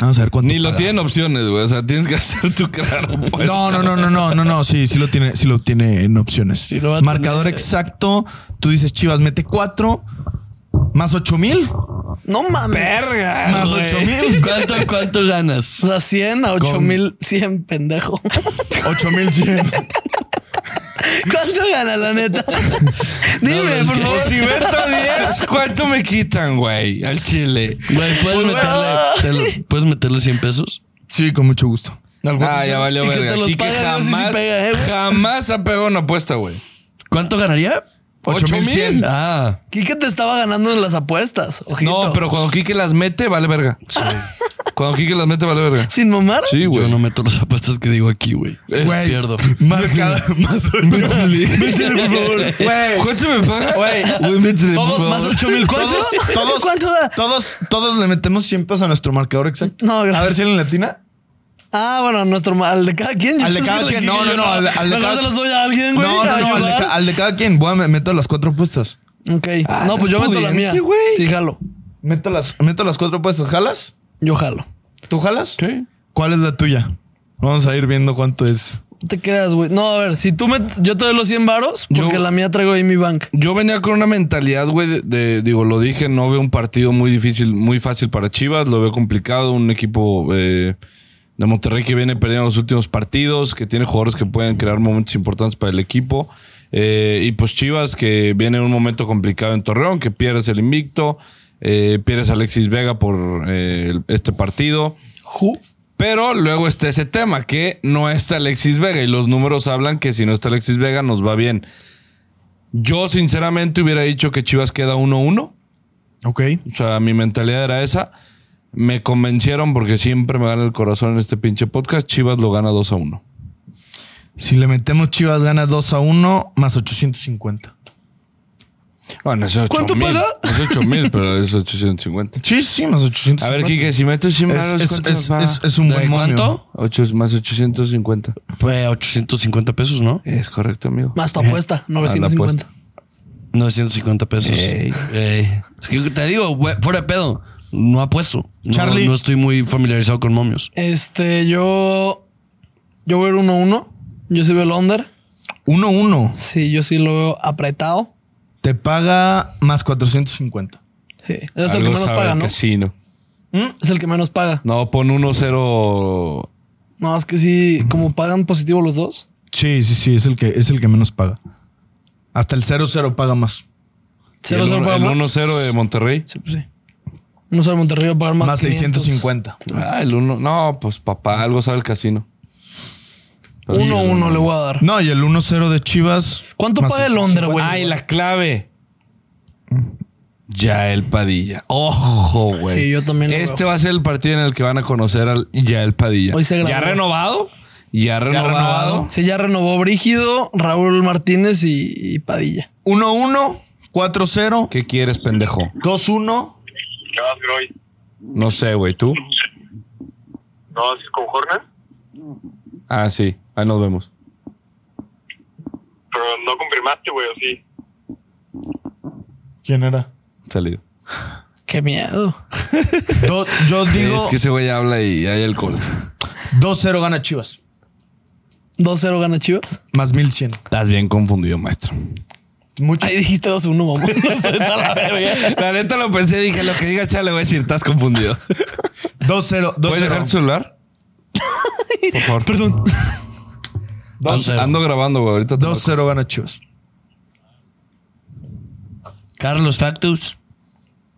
S5: Vamos a ver cuánto.
S2: Ni lo
S5: paga.
S2: tienen opciones, güey. O sea, tienes que hacer tu cara. pues.
S5: No, no, no, no, no, no, no. Sí, sí lo tiene, sí lo tiene en opciones.
S1: lo va a
S5: Marcador exacto. Tú dices Chivas mete 4 más 8 mil.
S3: No mames. Verga.
S5: Más
S3: güey.
S5: ocho mil.
S1: ¿Cuánto, cuánto ganas?
S3: O sea, 100 a 8100, pendejo.
S5: 8 mil 100.
S3: ¿Cuánto gana, la neta? Dime,
S1: es
S3: por
S1: que-
S3: favor.
S2: Si meto 10, ¿cuánto me quitan, güey? Al chile.
S1: Güey, ¿puedes meterle, te lo- ¿puedes meterle 100 pesos?
S5: Sí, con mucho gusto.
S2: Ah, ya valió
S3: Y que
S2: verga.
S3: te los
S2: Kike
S3: pague, no sé si
S2: jamás,
S3: pega, eh, güey.
S2: jamás ha pegado una apuesta, güey.
S1: ¿Cuánto ganaría?
S2: Ocho mil cien.
S1: Ah,
S3: Kike te estaba ganando en las apuestas. Ojito.
S2: No, pero cuando Kike las mete, vale verga. Cuando Quique las mete, vale verga.
S3: ¿Sin mamar?
S2: Sí,
S1: Yo
S2: güey.
S1: no meto las apuestas que digo aquí, güey. Les
S5: Güey,
S1: Pierdo.
S5: Más cada, más
S1: Métele, por favor.
S2: ¿Cuánto me paga?
S3: Güey.
S5: Güey, métele, por
S3: Todos
S5: favor.
S3: más 8 mil. ¿Cuánto?
S5: Todos,
S3: ¿Cuánto da?
S5: Todos, todos le metemos 100 pesos a nuestro marcador exacto.
S3: No, gracias.
S5: A ver si en latina.
S3: Ah, bueno, nuestro, ma- al de cada quien.
S5: Al de cada quien. No, no, no, al- al de
S3: Mejor
S5: cada-
S3: se los doy a alguien, güey.
S5: no, no,
S3: a
S5: no, al de,
S3: ayudar.
S5: ca- al de cada quien. Voy a me- meto las cuatro apuestas.
S3: Ok. no, pues
S5: eres
S3: yo meto la
S5: pudiente,
S3: mía.
S5: güey.
S3: Sí, jalo.
S5: Meto las, meto las cuatro apuestas. ¿Jalas?
S3: Yo jalo.
S5: ¿Tú jalas?
S2: Sí.
S5: ¿Cuál es la tuya? Vamos a ir viendo cuánto es.
S3: No te creas, güey. No, a ver, si tú me... Yo te doy los 100 varos porque
S2: Yo-
S3: la mía traigo ahí mi bank.
S2: Yo venía con una mentalidad, güey, de, de- digo, lo dije, no veo un partido muy difícil, muy fácil para Chivas, lo veo complicado, un equipo eh, de Monterrey que viene perdiendo los últimos partidos, que tiene jugadores que pueden crear momentos importantes para el equipo, eh, y pues Chivas que viene en un momento complicado en Torreón, que pierdes el invicto, eh, pierdes a Alexis Vega por eh, el- este partido. Pero luego está ese tema, que no está Alexis Vega y los números hablan que si no está Alexis Vega nos va bien. Yo sinceramente hubiera dicho que Chivas queda 1-1.
S5: Ok.
S2: O sea, mi mentalidad era esa. Me convencieron porque siempre me gana el corazón en este pinche podcast. Chivas lo gana 2-1.
S5: Si le metemos Chivas gana 2 a 1 más 850.
S2: Bueno, es 8,
S3: ¿Cuánto paga?
S2: Es 8 mil, pero es 850.
S5: Sí, sí, más 850.
S2: A ver, Kike, si metes 100
S5: Es,
S2: varos,
S5: es-
S2: ¿cuánto
S5: es-
S2: nos va?
S5: es- es un buen
S1: ¿De
S5: momio.
S1: cuánto?
S2: Ocho más 850.
S1: Pues 850 pesos, ¿no?
S2: Es correcto, amigo.
S3: Más tu apuesta,
S2: A la
S3: 950.
S2: apuesta.
S1: 950 pesos.
S2: Ey.
S1: Ey. Es que te digo, güey, fuera de pedo. No apuesto. No,
S5: Charlie.
S1: No estoy muy familiarizado con momios.
S3: Este, yo... Yo voy a ir 1-1. Yo sí veo el under.
S5: 1-1.
S3: Sí, yo sí lo veo apretado.
S5: Te paga más 450.
S3: Sí. Es el
S2: Algo
S3: que menos
S2: sabe
S3: paga,
S2: el
S3: ¿no?
S2: casino.
S5: ¿Mm?
S3: Es el que menos paga.
S2: No, pon 1-0.
S3: No, es que sí, como pagan positivo los dos.
S5: Sí, sí, sí, es el que, es el que menos paga. Hasta el 0-0 paga más.
S2: El
S3: 0-0 paga más.
S2: 1-0 de Monterrey.
S3: Sí, pues sí. No solo Monterrey va a pagar más.
S5: Más,
S3: 500.
S5: 650.
S2: Ah, el uno. No, pues papá, algo sabe el casino.
S3: 1-1 le voy a dar.
S5: No, y el 1-0 de Chivas.
S3: ¿Cuánto
S5: más
S3: paga el
S5: 650.
S3: under, güey?
S2: Ay, la clave. Yael Mm. Padilla. Ojo, güey.
S3: Sí, yo también lo
S2: Este
S3: veo.
S2: va a ser el partido en el que van a conocer al Yael Padilla.
S3: Hoy se grabó.
S2: ya renovado. Ya renovado.
S5: renovado.
S3: Sí, ya renovó Brígido, Raúl Martínez y, y Padilla.
S5: 1-1, 4-0,
S2: ¿Qué quieres, pendejo?
S5: 2-1.
S6: ¿Qué vas, Groy?
S2: No sé, güey. ¿Tú?
S6: ¿No vas con Horner?
S2: Ah, sí. Ahí nos vemos.
S6: Pero no confirmaste, güey, o sí.
S5: ¿Quién era?
S2: Salido.
S3: Qué miedo.
S5: Do- yo digo
S2: Es que ese güey habla y hay alcohol.
S5: 2-0 gana Chivas.
S3: 2-0 gana Chivas.
S5: Más 1100.
S2: Estás bien confundido, maestro.
S5: Mucho.
S3: Ahí dijiste 2-1, mamón. No sé, está la verga.
S2: La neta lo pensé, dije, lo que diga Chale, voy a decir, estás confundido.
S5: 2-0.
S2: ¿Puedes dejar tu
S5: 2-0.
S2: celular? Por favor. Perdón.
S1: Dos-cero.
S2: Ando grabando, güey. Ahorita te
S5: 2-0 gana Chivas.
S1: Carlos Factus.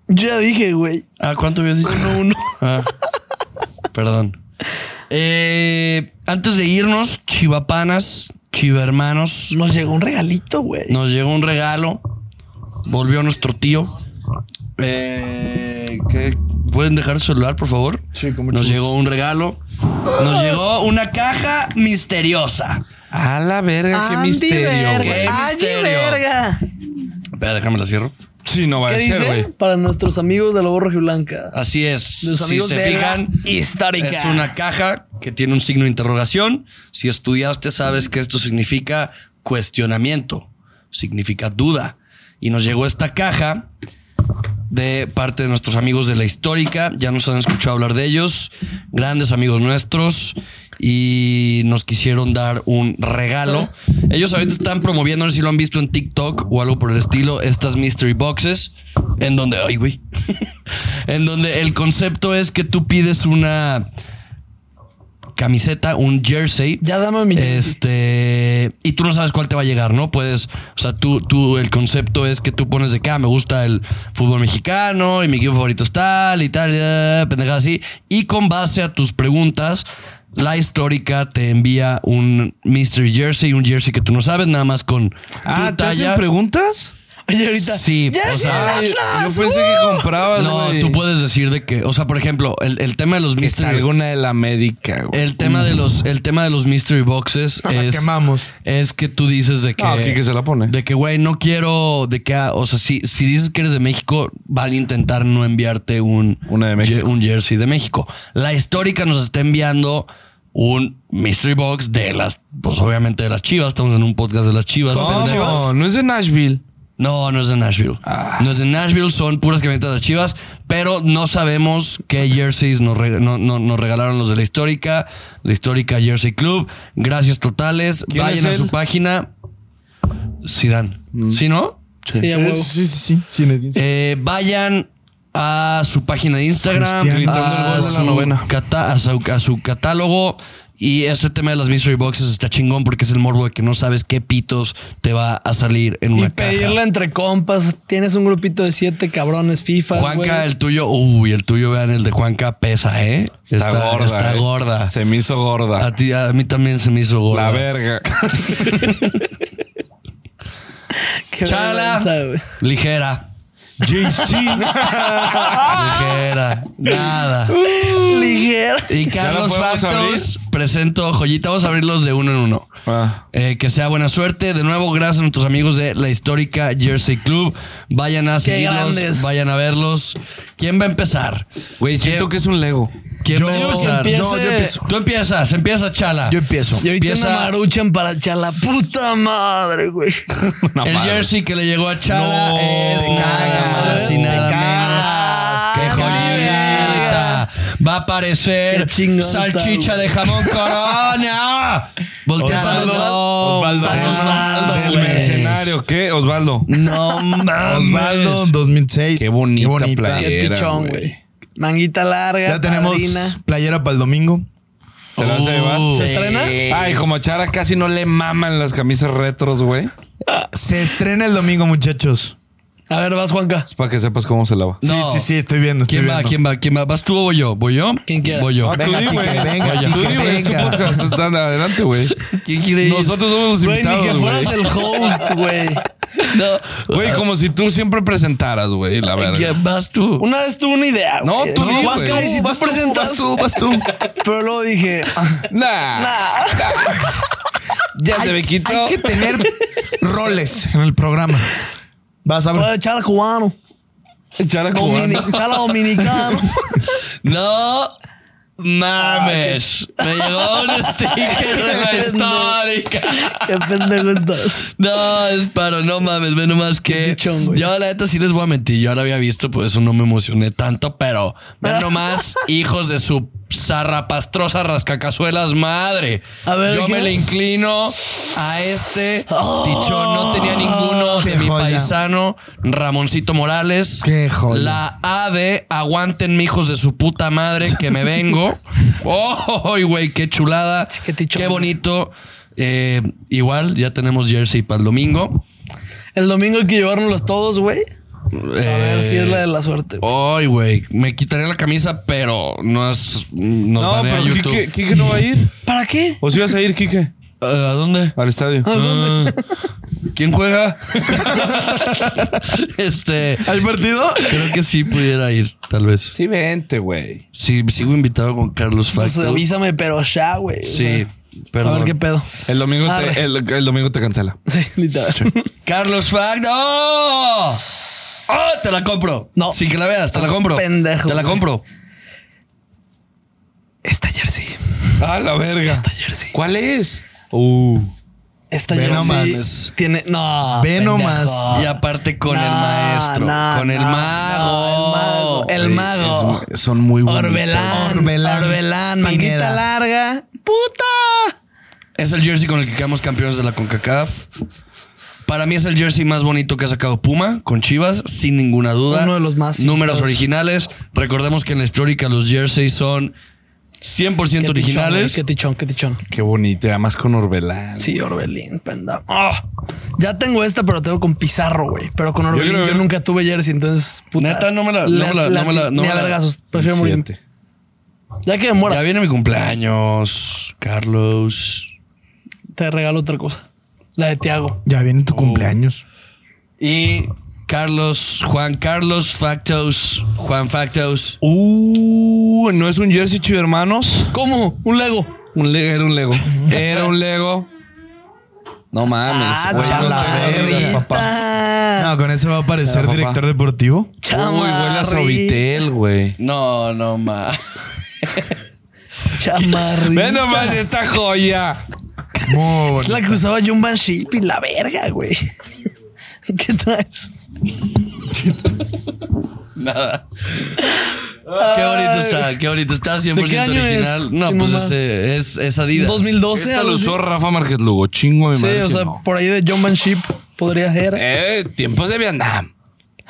S3: Yo ya dije, güey.
S1: ¿A Ah, cuánto habías dicho?
S3: 1-1.
S1: Ah, perdón. Eh, antes de irnos, chivapanas, chivermanos,
S3: Nos llegó un regalito, güey.
S1: nos llegó un regalo. Volvió nuestro tío. Eh, ¿qué? ¿Pueden dejar su celular, por favor?
S5: Sí, con mucho
S1: Nos
S5: gusto.
S1: llegó un regalo. Nos llegó una caja misteriosa.
S2: A la verga, qué
S3: Andy
S2: misterio,
S3: verga.
S2: güey.
S3: Andy
S1: misterio.
S3: verga.
S1: Espera, déjame la cierro.
S2: Sí, no va
S3: ¿Qué
S2: a ser,
S3: dice?
S2: güey.
S3: Para nuestros amigos de la Borja Blanca.
S1: Así es.
S3: De los
S1: Ah, si
S3: amigos
S1: se
S3: de la
S1: fijan,
S3: histórica.
S1: Es una caja que tiene un signo de interrogación. Si estudiaste, sabes que esto significa cuestionamiento, significa duda. Y nos llegó esta caja de parte de nuestros amigos de la histórica. Ya nos han escuchado hablar de ellos, grandes amigos nuestros, y nos quisieron dar un regalo. Ellos ahorita están promoviendo, no sé si lo han visto en TikTok o algo por el estilo, estas mystery boxes, en donde, ay, güey, en donde el concepto es que tú pides una camiseta, un jersey.
S3: Ya dame mi
S1: Este. Y tú no sabes cuál te va a llegar, ¿no? Puedes. O sea, tú, tú, el concepto es que tú pones de que ah, me gusta el fútbol mexicano y mi equipo favorito es tal y tal, y, ah, pendejadas así. Y con base a tus preguntas. La histórica te envía un mystery jersey, un jersey que tú no sabes, nada más con tu
S2: Ah, ¿te hacen
S1: talla.
S2: preguntas?
S3: Y ahorita.
S1: Sí,
S3: "Jersey
S1: o sea,
S3: del
S2: Yo
S3: Atlas,
S2: pensé que
S3: ¡uh!".
S2: comprabas,
S1: No,
S2: güey.
S1: tú puedes decir de que, o sea, por ejemplo, el, el tema de los
S2: Que
S1: mystery,
S2: salga una del América, güey.
S1: el tema de los, el tema de los mystery boxes es,
S5: Quemamos.
S1: es que tú dices de que,
S2: Ah, Quique se la pone.
S1: de que, güey, no quiero, de que, ah, o sea, si, si dices que eres de México, van a intentar no enviarte un,
S2: Una de México.
S1: un jersey de México. La histórica nos está enviando un mystery box de las, pues obviamente de las Chivas. Estamos en un podcast de las Chivas.
S2: No,
S1: pendejos.
S2: no, no es de Nashville.
S1: No, no es de Nashville. No es de Nashville, son puras camisetas de Chivas, pero no sabemos qué jerseys nos, reg- no- no- nos regalaron los de la histórica, la histórica Jersey Club. Gracias totales.
S2: ¿Quién
S1: Vayan a
S2: es
S1: su
S2: él?
S1: página. Zidane. ¿Sí, no?
S3: Sí, a huevo.
S5: Sí, sí, sí. Zinedine.
S1: Eh, vayan a su página de Instagram,
S5: Cristiano.
S1: a,
S5: Gritando el gol de la
S1: su
S5: novena.
S1: cata- a su- a su catálogo. Y este tema de las mystery boxes está chingón porque es el morbo de que no sabes qué pitos te va a salir en una
S3: Y
S1: caja.
S3: pedirla entre compas. Tienes un grupito de siete cabrones FIFA.
S1: Juanca,
S3: güey.
S1: el tuyo, uy, el tuyo, vean, el de Juanca pesa, ¿eh? Está, gorda. Está
S2: eh.
S1: gorda.
S2: Se me hizo gorda.
S1: A ti, a mí también se me hizo gorda.
S2: La verga.
S3: Qué
S1: Chala.
S3: vergüenza, güey.
S1: Ligera. Ligera. Nada.
S3: Ligera.
S1: Y
S2: la
S1: Carlos
S2: podemos
S1: Factors, presento joyita. Vamos a abrirlos de uno en uno.
S2: Ah.
S1: Eh, que sea buena suerte. De nuevo, gracias a nuestros amigos de la histórica Jersey Club. Vayan a seguirlos,
S3: grandes.
S1: vayan a verlos. ¿Quién va a empezar?
S2: Güey,
S1: ¿Quién-
S2: siento que es un Lego.
S1: ¿Quién va a
S3: Yo, que
S1: empezar?
S3: empiece- Yo, yo empiezo.
S1: Tú empiezas, empieza Chala.
S5: Yo empiezo.
S3: Y ahorita
S1: Empieza-
S3: una maruchan para chala. Puta madre, güey.
S2: Una
S1: el
S2: madre.
S1: jersey que le llegó a Chala
S5: No,
S1: es
S5: te
S1: nada
S5: cagas,
S1: más y
S5: te
S1: nada menos
S5: cagas,
S1: que
S3: te cagas.
S1: Jolivierta. Va a aparecer
S3: Qué chingón está,
S1: salchicha
S3: güey.
S1: de jamón corona. Voltea a los
S5: Osvaldo.
S1: dos.
S5: Osvaldo.
S1: Osvaldo,
S2: El
S1: güey.
S2: mercenario, ¿qué? Osvaldo.
S1: No mames.
S5: Eh, Osvaldo, 2006.
S2: Qué bonita
S3: Qué
S2: playera,
S3: pichón,
S2: güey.
S3: güey. Manguita larga.
S5: Ya tenemos
S3: padrina.
S5: playera para el domingo.
S2: ¿Te la vas a llevar?
S1: Uh.
S3: ¿Se estrena?
S2: Ay, como a Chara casi no le maman las camisas retros, güey.
S5: Se estrena el domingo, muchachos.
S3: A ver, vas, Juanca.
S2: Es para que sepas cómo se lava.
S1: No.
S5: Sí, sí, sí, estoy viendo. estoy
S1: ¿Quién va?
S5: viendo.
S1: ¿Quién va? ¿Quién va? ¿Vas tú o voy yo? ¿Voy yo?
S3: Quien quiera.
S1: Voy yo.
S2: Ah, tú
S5: Venga,
S2: di,
S5: Kike,
S2: güey. Tú
S5: venga, Kike,
S2: di, güey. Es tu
S5: venga.
S2: podcast. Está adelante, güey.
S1: ¿Quién quiere ir?
S2: Nosotros somos los
S3: Güey, ni que
S2: invitados,
S3: fueras
S2: güey.
S3: el host, güey. No.
S2: Güey, como si tú siempre presentaras, güey, la verga.
S1: ¿Quién vas tú?
S3: Una vez tuve una idea.
S2: No,
S3: güey.
S2: tú di,
S3: Juanca,
S2: güey.
S3: y si
S5: Vas
S3: tú
S5: tú,
S3: presentas.
S5: vas tú, vas tú.
S3: Pero luego dije.
S2: Nah.
S3: Ah,
S2: Ya se me quitó.
S5: Hay que tener roles en el programa. Vas a
S3: puedo
S5: ver.
S3: echar a cubano.
S2: Chara
S3: Domini-
S2: cubana.
S3: Echar a dominicano.
S1: No mames. Me llegó un sticker de la histórica.
S3: Qué pendejo estás.
S1: No, es paro, no mames, ve nomás que.
S3: pichón, güey.
S1: Yo, la neta, sí les voy a mentir. Yo la había visto, por eso no me emocioné tanto, pero ve nomás, hijos de su zarrapastrosa rascacazuelas madre.
S3: A ver,
S1: yo
S3: ¿qué?
S1: me le inclino a este tichón. No tenía ninguno de
S5: qué
S1: mi
S5: joya.
S1: paisano, Ramoncito Morales.
S5: Qué joya.
S1: La A de aguanten, hijos de su puta madre, que me vengo. ¡Oh, güey! ¡Qué chulada!
S3: Sí, qué tichón.
S1: ¡Qué bonito! Eh, igual, ya tenemos jersey para el domingo.
S3: El domingo hay que llevárnoslos todos, güey. A ver
S1: Eh,
S3: si es la de la
S5: Oh.
S3: suerte.
S1: Ay, güey, me quitaré la camisa, pero no es. Nos
S2: No,
S1: banea
S2: pero
S1: YouTube.
S2: Kike, Kike no va a ir.
S3: ¿Para qué?
S2: ¿O si vas a ir, Kike?
S1: Eh, ¿A dónde?
S2: Al estadio.
S1: Ah, ¿Quién juega? este.
S5: ¿Al partido?
S1: Creo que sí pudiera ir, tal vez.
S2: Sí, vente, güey.
S1: Sí, sigo invitado con Carlos
S3: Pues
S1: Factos.
S3: avísame, pero ya, güey.
S1: Sí,
S3: A ver
S1: perdón.
S3: qué pedo.
S2: El domingo, te,
S3: Arre.
S2: el, el domingo te cancela.
S3: Sí, literal.
S1: Carlos Facto. ¡Oh! ¡Oh! Te la compro.
S3: No.
S1: Sin que la veas, te la
S3: Ah,
S1: compro.
S3: pendejo,
S1: Te la
S3: güey.
S1: compro.
S3: Esta jersey.
S2: Ah, la verga.
S3: Esta jersey.
S2: ¿Cuál es? Uh.
S3: Esta
S5: Ve
S3: jersey
S5: nomás.
S3: tiene. No.
S5: Ve
S3: pendejo.
S5: nomás.
S3: Ah.
S1: Y aparte con el
S3: No,
S1: maestro.
S3: no,
S1: con el
S3: no,
S1: mago.
S3: no, el mago. El mago.
S2: Es- son muy buenos.
S3: Orbelán. Orbelán.
S5: Orbelán.
S3: Manguita
S5: Pineda.
S3: larga. ¡Puta!
S1: Es el jersey con el que quedamos campeones de la CONCACAF. Para mí es el jersey más bonito que ha sacado Puma con Chivas, sin ninguna duda.
S3: Uno de los más
S1: Números
S3: simples.
S1: originales. Recordemos que en la histórica los jerseys son 100%
S3: Qué tichón, güey,
S1: originales.
S3: Qué tichón, qué tichón.
S2: Qué bonito. Además con Orbelán.
S3: Sí, Orbelín, penda.
S1: Ah,
S3: Ya tengo esta, pero tengo con Pizarro, güey. Pero con Orbelín
S2: quiero
S3: yo,
S2: ver-
S3: nunca tuve jersey, entonces.
S1: Neta, no me la- no me la- no me la- no
S3: ni
S1: me
S3: a
S1: la-
S3: vergazos, prefiero
S2: El
S3: morir.
S2: siete.
S3: Ya que me
S1: ya
S3: muera,
S1: viene mi cumpleaños, Carlos.
S3: te regalo otra cosa. La de Tiago.
S2: Oh.
S5: Ya viene tu cumpleaños.
S1: Y Carlos, Juan Carlos Factos, Juan Factos.
S2: Uh, no es un jersey, chido hermanos.
S3: ¿Cómo? Un Lego.
S2: Un Lego, era un Lego. Era un Lego. No mames.
S3: Ah,
S2: güey,
S5: chala,
S2: no te
S5: verga.
S2: rías, papá.
S3: Ah,
S5: No, con eso va a aparecer
S2: papá.
S5: director deportivo.
S2: Uy, huele a Sovitel, güey.
S1: No, no, ma.
S3: Chamarrita.
S2: Ve nomás esta joya.
S5: Muy
S3: Es la que usaba John Van Ship y la verga, güey. ¿Qué traes?
S1: Nada. Qué bonito está, qué bonito está, 100%
S3: ¿De qué año es?
S1: original. No,
S3: Sí,
S1: pues
S3: mamá.
S1: ese, es, es Adidas.
S3: 2012.
S2: Esta lo
S3: algo así.
S2: usó Rafa Márquez Lugo. Chingo mi
S3: Sí,
S2: madre.
S3: o
S2: si
S3: sea,
S2: no.
S3: por ahí de John Van Ship podría ser.
S2: Eh, tiempos de Vietnam.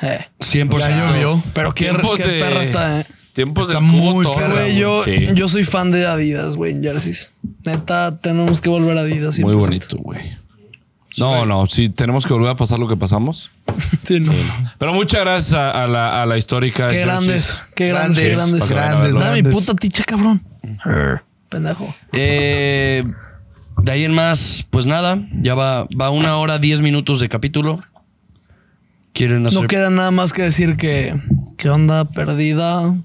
S3: Eh.
S1: 100%.
S5: Ya llovió.
S3: Pero qué,
S2: Tiempos
S3: qué
S2: de-
S3: perra está, eh.
S2: Tiempos
S5: Está
S2: de cubo
S5: muy
S2: torra,
S5: perra,
S3: Güey,
S5: Bravo,
S3: yo,
S2: Sí.
S3: yo soy fan de Adidas, güey, en jerseys. Neta, tenemos que volver a Adidas. 100%.
S2: Muy bonito, güey. No, no, sí, tenemos que volver a pasar lo que pasamos.
S3: Sí, no.
S2: Pero muchas gracias a, a la, a la histórica.
S3: Qué
S2: Jerseys.
S3: grandes, qué grandes, qué grandes.
S5: Grandes, grandes,
S3: Dame mi
S5: grandes.
S3: puta ticha, cabrón. Arr, Pendejo.
S1: Eh, de ahí en más, pues nada, ya va, va una hora, diez minutos de capítulo. Quieren hacer.
S3: No queda nada más que decir que. ¿Qué onda? Perdida.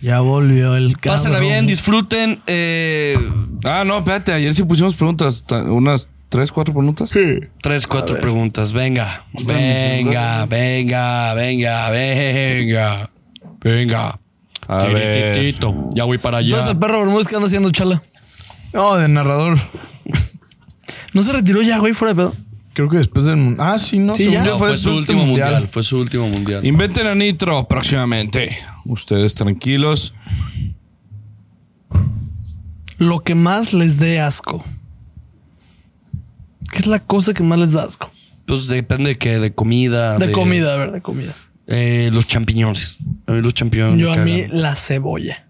S5: Ya volvió el cabrón.
S1: Pásenla bien, disfruten. eh,
S2: Ah, no, espérate, ayer sí pusimos preguntas, ta- unas tres, cuatro preguntas.
S1: tres, cuatro preguntas. Venga, venga, venga, venga, venga, venga.
S2: A ver.
S1: Tirititito, Ya voy para allá.
S3: Entonces, el perro Bermúdez, ¿qué anda haciendo, chala?
S5: No, de narrador.
S3: No se retiró ya, güey, fuera de pedo.
S5: Creo que después del mundo. Ah, sí, no.
S3: Sí,
S5: según
S3: ya.
S5: yo
S1: No, fue su
S5: después del
S1: último mundial. Fue su último mundial.
S2: Inventen a Nitro próximamente. Ustedes tranquilos.
S3: Lo que más les dé asco. ¿Qué es la cosa que más les da asco?
S1: Pues depende de qué, Ah, de comida.
S3: De comida, a ver, de comida.
S1: eh, los champiñones. A mí los champiñones. me
S3: Yo a mí
S1: cagan.
S3: la cebolla.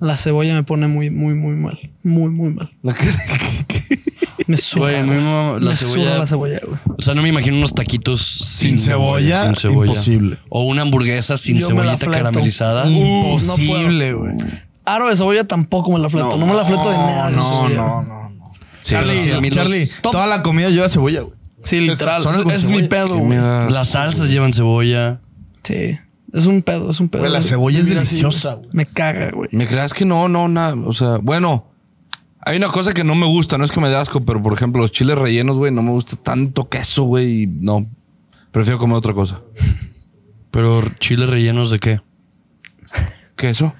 S3: La cebolla me pone muy, muy, muy mal. Muy, muy mal. Me suda.
S1: Güey, a mí me mama la
S3: me
S1: cebolla.
S3: suda la cebolla, güey.
S1: O sea, no me imagino unos taquitos sin,
S5: Sin cebolla,
S1: sin cebolla.
S5: imposible.
S1: O una hamburguesa sin
S3: Yo me la
S1: cebollita
S3: fleto.
S1: caramelizada.
S5: Mm.
S3: Uf, no puedo.
S5: Imposible, güey.
S3: Aro de cebolla tampoco me la fleto. No, me la fleto de nada.
S5: No,
S3: cebolla.
S5: no, no. no.
S1: Sí,
S5: Charlie,
S1: sí, a mí los-
S5: Charlie,
S3: Top.
S5: toda la comida lleva cebolla, güey.
S3: Sí, literal.
S5: Son con
S3: Es, es mi
S5: cebolla.
S3: pedo,
S5: Qué
S3: güey.
S1: las salsas llevan cebolla.
S3: Sí. Es un pedo, es un pedo.
S5: Güey, la cebolla es
S3: Mira, sí,
S5: deliciosa,
S3: güey. Me caga, güey.
S2: ¿Me creas que no? No, nada. O sea, bueno, hay una cosa que no me gusta. No es que me dé asco, pero por ejemplo, los chiles rellenos, güey, no me gusta tanto queso, güey. y No. Prefiero comer otra cosa.
S1: Pero chiles rellenos de qué?
S2: ¿Queso?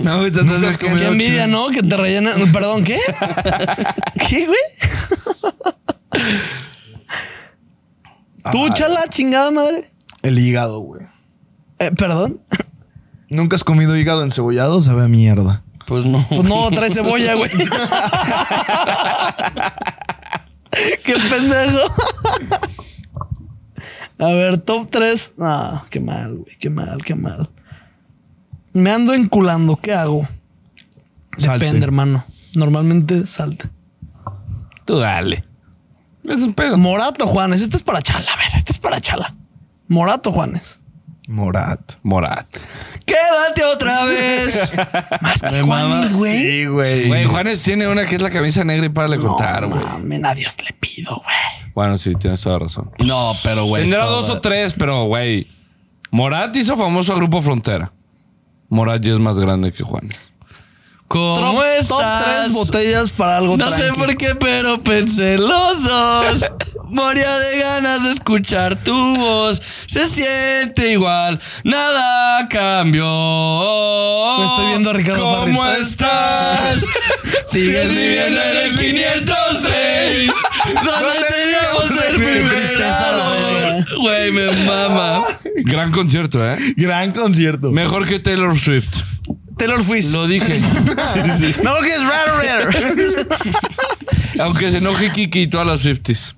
S5: No, güey, tantas veces
S3: Qué
S5: comido
S3: envidia,
S5: chile.
S3: ¿no? Que te rellena. Perdón, ¿qué? ¿Qué, güey? Tú,
S5: Ah.
S3: chala, chingada madre.
S5: El hígado, güey.
S3: Eh, Perdón.
S5: ¿Nunca has comido hígado encebollado? Sabe a mierda.
S1: Pues no.
S3: Pues no, trae cebolla, güey. Qué pendejo. A ver, top 3. Ah, qué mal, güey. Qué mal, qué mal. Me ando enculando. ¿Qué hago?
S5: Salte.
S3: Depende, hermano. Normalmente salte.
S2: Tú dale. Es un pedo.
S3: Morato Juanes. Este es para Chala. A ver, este es para Chala. Morato Juanes.
S5: Morat.
S2: Morat.
S1: Quédate otra vez.
S3: Más que Juanes, güey.
S5: Sí, güey.
S2: Güey, Juanes tiene una que es la camisa negra y para le cortar, güey.
S3: Amén, a Dios le pido, güey.
S2: Bueno, sí, tienes toda la razón.
S1: No, pero güey.
S2: Tendrá
S1: todo-
S2: dos o tres, pero güey. Morat hizo famoso a Grupo Frontera. Morat ya es más grande que Juanes.
S1: ¿Cómo
S3: top,
S1: estás?
S3: top 3 botellas para algo
S1: No sé
S3: tranqui.
S1: por qué, pero pensé en los dos. Moría de ganas de escuchar tu voz. Se siente igual. Nada cambió.
S3: Me estoy viendo a Ricardo
S1: ¿Cómo
S3: Farril.
S1: estás? Sigues viviendo en el 506. Donde teníamos el primer
S3: Tristeza, la
S1: amor.
S3: verga.
S1: Güey, me mama.
S2: Gran concierto, ¿eh?
S5: Gran concierto.
S2: Mejor que Taylor Swift.
S3: Taylor Swift.
S2: Lo dije.
S3: No, que es raro, raro.
S2: Aunque se enoje Kiki y todas las Swifties.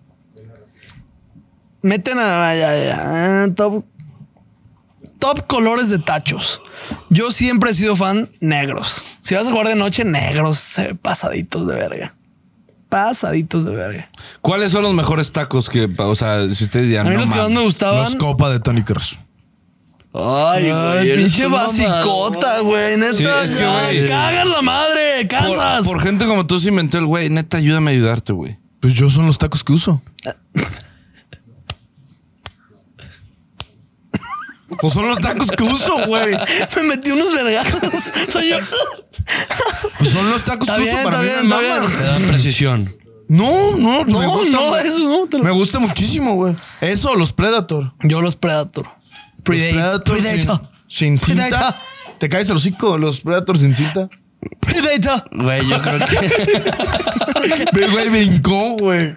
S3: Meten a. ah, ya, ya, ah, Top. Top colores de tachos. Yo siempre he sido fan negros. Si vas a jugar de noche, negros eh, pasaditos de verga. Pasaditos de verga.
S2: ¿Cuáles son los mejores tacos que, o sea, si ustedes ya
S3: A mí los que más me gustaban.
S5: Los copa de Tony Cross.
S1: Ay,
S3: Ay,
S1: eres
S3: pinche
S1: un
S3: basicota,
S1: mamador.
S3: güey. Neta,
S2: Sí, es que,
S3: ya,
S2: güey.
S3: cagas la madre, cansas.
S2: Por, por gente como tú se inventó el güey, neta, ayúdame a ayudarte, güey.
S5: Pues yo son los tacos que uso. Pues son los tacos que uso, güey.
S3: Me metí unos vergazos. Soy yo.
S5: Pues son los tacos
S3: Está
S5: que
S3: bien,
S5: uso para
S3: está
S5: mí
S3: bien,
S5: me
S3: está
S5: maman.
S3: bien.
S1: Te da precisión.
S5: No, no,
S3: No,
S5: me gusta,
S3: no,
S5: güey.
S3: eso no. te lo-
S5: Me gusta muchísimo, güey. Eso, los Predator.
S3: Yo los Predator.
S5: Los
S3: Predate-
S5: Predator sin-
S3: Predator.
S5: Sin, cinta.
S3: Predator.
S5: Te caes el hocico, los Predator sin cinta.
S3: Predator.
S1: Güey, yo creo que.
S5: Ve, güey, brincó, güey.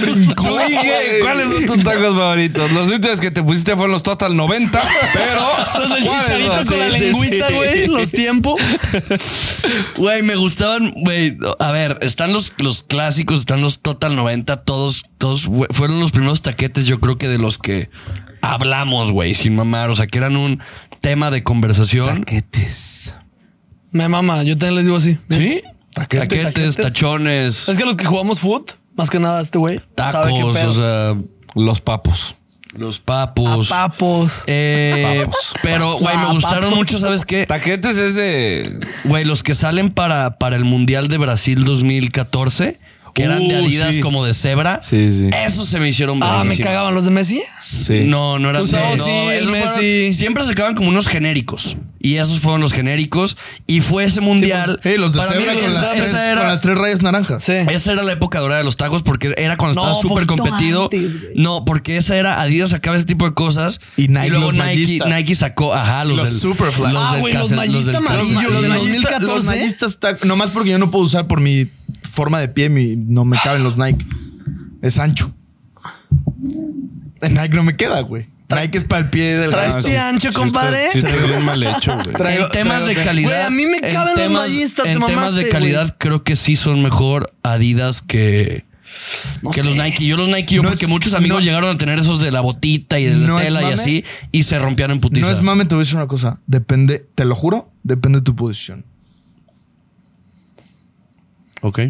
S5: Brincó.
S2: Yo dije,
S5: güey.
S2: ¿cuáles son tus tacos favoritos? Los últimos que te pusiste fueron los Total 90, pero.
S3: Los del
S2: ¿cuáles
S3: chicharito
S2: son?
S3: con la
S2: Sí, sí,
S3: lengüita,
S2: sí.
S3: güey. Los tiempo.
S1: Güey, me gustaban. Güey, a ver, están los, los clásicos, están los Total 90, todos, todos güey, fueron los primeros taquetes, yo creo que de los que hablamos, güey, sin mamar. O sea, que eran un tema de conversación.
S3: Me mama, yo también les digo así.
S2: ¿Sí?
S1: Taquetes,
S3: taquetes.
S1: tachones,
S3: Es que los que jugamos foot, más que nada este güey. sabe qué
S1: tacos,
S3: pedo.
S1: o sea,
S2: Los papos.
S1: los papos.
S3: A papos.
S1: Eh, pero, güey, me
S3: Ah,
S1: gustaron
S3: papos.
S1: mucho, ¿sabes qué?
S2: Taquetes es de.
S1: Güey, los que salen para, para el Mundial de Brasil 2014, que eran de
S2: Uh,
S1: Adidas
S2: sí.
S1: como de cebra.
S2: Sí, sí.
S1: Esos se me hicieron
S3: Ah, me
S1: buenísimos.
S3: cagaban los de Messi.
S2: Sí.
S1: No, no eran
S3: Los
S1: de
S3: Ozil,
S1: no, esos
S3: Messi.
S1: fueron- siempre se acaban como unos genéricos. Y esos fueron los genéricos. Y fue ese mundial.
S5: Eh, los de
S1: Para mí
S5: cebra con,
S1: esa-
S5: las
S1: esa
S5: tres,
S1: era-
S5: con las tres rayas naranjas.
S3: Sí.
S1: esa era la época dorada de los tacos porque era cuando
S3: No,
S1: estaba súper
S3: poquito
S1: competido.
S3: antes, güey.
S1: no, porque esa era Adidas sacaba ese tipo de cosas.
S5: Y Nike
S1: luego
S5: los
S1: Nike,
S5: mallistas.
S1: Nike sacó, ajá, los,
S5: Los
S1: del-
S5: Superfly.
S1: Los
S3: Ah,
S1: del
S3: güey, los
S1: Cancel-
S3: mallista
S1: del-
S3: amarillo, los
S5: Los, de
S3: del
S5: nayista-
S3: 2014,
S5: los
S3: ¿eh?
S5: nayistas tac- nomás porque yo no puedo usar por mi forma de pie, mi, no me caben los Nike. Es ancho. En Nike no me queda, güey. Nike es para el pie del
S1: ah,
S3: Traes pie ancho, compadre.
S2: Sí, está bien mal hecho, güey.
S5: Traigo-
S1: en temas de
S5: traigo-
S1: calidad.
S3: Güey, a mí me
S1: en
S3: caben los
S1: temas-
S3: mallistas, te
S1: En temas de
S3: mamaste,
S1: calidad, creo que sí son mejor Adidas que.
S3: No
S1: que
S3: sé.
S1: los Nike. Yo los Nike, yo
S5: No
S1: porque
S5: es-
S1: muchos amigos
S5: no-
S1: llegaron a tener esos de la botita y de la
S5: No es
S1: tela y
S5: mame.
S1: así, y se rompían en putiza.
S5: No es mame, te voy a decir una cosa. Depende, te lo juro, depende de tu posición.
S1: Ok.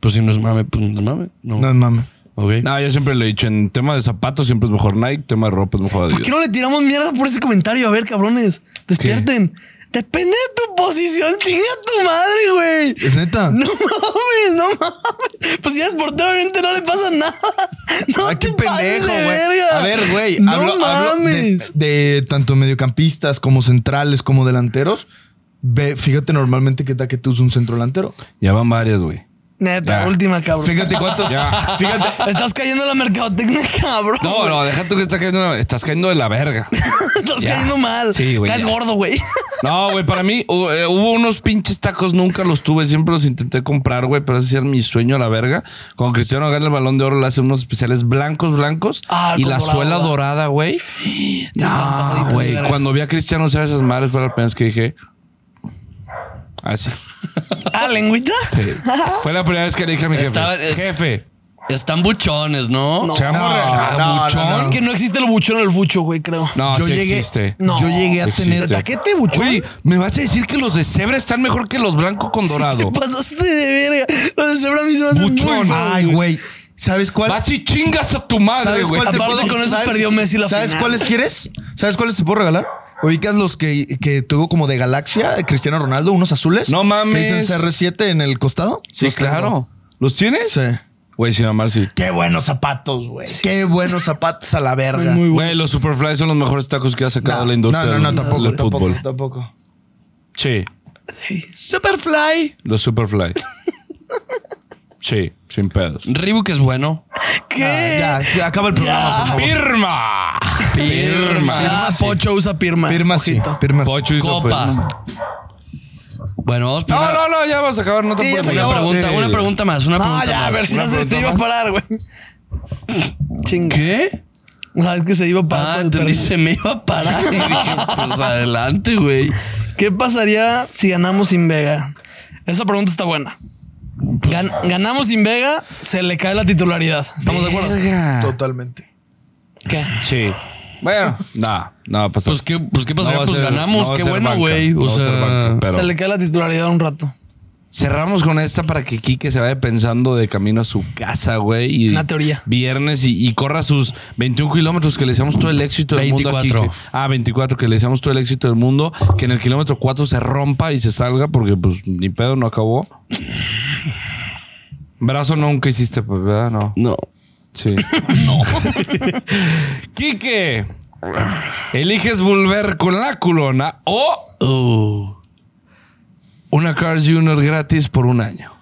S1: Pues si no es mame, pues no es mame. No.
S5: No es mame.
S1: Ok.
S2: No, yo siempre lo he dicho. En tema de zapatos siempre es mejor Nike, tema de ropa es
S3: ¿Por
S2: mejor
S3: qué
S2: Adidas.
S3: no le tiramos mierda por ese comentario? A ver, cabrones, despierten. Depende de tu posición, chinga tu madre, güey.
S5: Es neta.
S3: No mames, no mames. Pues si eres portero, obviamente no le pasa nada. No
S5: Ay,
S3: te
S5: qué pendejo,
S3: pases de
S5: güey.
S3: verga.
S5: A ver, güey.
S3: No
S5: hablo- hablo de,
S3: mames.
S5: de tanto mediocampistas como centrales como delanteros. Ve, fíjate normalmente qué taquete usa un centro delantero.
S2: Ya van varias, güey.
S3: Neta,
S2: Ya.
S3: última, cabrón.
S5: Fíjate cuántos. Fíjate.
S3: Estás cayendo en la mercadotecnia, cabrón.
S2: No, no, deja tú que estás cayendo, estás cayendo de la verga.
S3: Estás
S2: ya.
S3: cayendo mal.
S2: Sí, güey,
S3: Estás
S2: ya.
S3: gordo, güey.
S2: No, güey, para mí hu- eh, hubo unos pinches tacos, nunca los tuve, siempre los intenté comprar, güey, pero ese era mi sueño a la verga. Con Cristiano gana el balón de oro, le hace unos especiales blancos, blancos
S3: Ah,
S2: y
S3: con
S2: la
S3: dorado,
S2: suela
S3: ¿verdad?
S2: dorada, güey.
S3: Ah,
S2: Güey, cuando vi a Cristiano usar esas madres fue la primera vez que dije. Así.
S3: Ah, lengüita.
S2: Fue la primera vez que le dije a mi jefe.
S1: Estaba- es-
S2: Jefe,
S1: Están buchones, ¿no?
S2: chamo
S5: no,
S2: regalado,
S5: no, no,
S2: buchón.
S5: no.
S3: Es que no existe el buchón en el fucho, güey, creo.
S2: No,
S5: Yo
S2: sí
S5: llegué-
S2: existe.
S3: No.
S5: Yo llegué a
S2: Existe.
S5: tener.
S3: Taquete, buchón.
S2: Güey, ¿me vas a decir que los de cebra están mejor que los blanco con dorado?
S3: Te pasaste de verga. Los de Zebra a mí se me hacen muy
S2: Buchón.
S3: feos,
S5: Ay, güey. ¿Sabes cuál?
S2: Vas y chingas a tu madre,
S5: ¿Sabes
S2: güey.
S5: cuál te
S3: Aparte,
S5: puedo-
S3: con eso
S5: ¿sabes-
S3: perdió Messi la
S5: ¿Sabes
S3: final.
S5: cuáles quieres? ¿Sabes cuáles te puedo regalar? Ubicas los que, que tuvo como de galaxia de Cristiano Ronaldo, unos azules.
S2: No mames.
S5: Que dicen CR7 en el costado.
S2: Sí,
S5: Los
S2: claro.
S5: tengo.
S2: ¿Los tienes?
S5: Sí.
S2: Güey, sin amar, sí.
S5: Qué buenos zapatos, güey. Qué buenos zapatos a la verga.
S3: Muy
S2: Güey, los Superfly son los mejores tacos que ha sacado la industria
S5: no, no,
S2: del-
S5: tampoco,
S2: del
S5: tampoco,
S2: fútbol.
S5: tampoco.
S2: Sí,
S3: Superfly.
S2: los Superfly. sí, sin pedos.
S1: Reebok es bueno.
S3: ¿Qué?
S5: Ah, ya, ya, acaba el programa, por favor.
S2: ¡Pirma!
S1: Pirma.
S3: Ah, Pocho usa Pirma.
S5: Firma sí,
S3: Ojito.
S5: firma sí.
S2: Pocho y
S1: Copa. Bueno, vamos
S2: No,
S1: primero-
S2: no, no, ya vas a acabar. No te
S3: Sí, ya
S2: puedes
S3: se
S1: Una
S3: acabó.
S1: pregunta, una pregunta más, una pregunta
S3: Ah, ya, a
S1: más.
S3: ver si no se te iba a parar, güey. Chinga.
S1: ¿Qué?
S3: O sea, es que se iba a parar.
S1: Ah,
S3: con el
S1: entendí, se me iba a parar. Y dije, pues adelante, güey.
S3: perro. ¿Qué pasaría si ganamos sin Vega? Esa pregunta está buena. Gan- ganamos sin Vega, se le cae la titularidad. ¿Estamos de acuerdo?
S5: Totalmente.
S3: ¿Qué?
S2: Sí. Bueno, no, no va a pasar.
S1: Pues qué, pues, ¿qué pasaría?
S2: No va a
S1: pues
S2: ser-
S1: ganamos,
S2: no va a
S1: qué
S2: ser
S1: bueno,
S2: banca,
S1: güey.
S2: no
S1: o
S2: va a ser
S1: sea,
S2: banca, pero-
S3: Se le cae la titularidad un rato.
S2: Cerramos con esta para que Quique se vaya pensando de camino a su casa, güey. y
S3: Una teoría.
S2: Viernes y, y corra sus 21 kilómetros que le deseamos todo el éxito del mundo. A
S1: 24.
S2: Quique. ah, 24, que le deseamos todo el éxito del mundo. Que en el kilómetro 4 se rompa y se salga porque, pues, ni pedo, no acabó. Brazo nunca hiciste, pues, ¿verdad? No.
S1: no.
S2: Sí. no. Quique, Eliges volver con la culona o
S1: Oh.
S2: una Carl Jr. gratis por un año.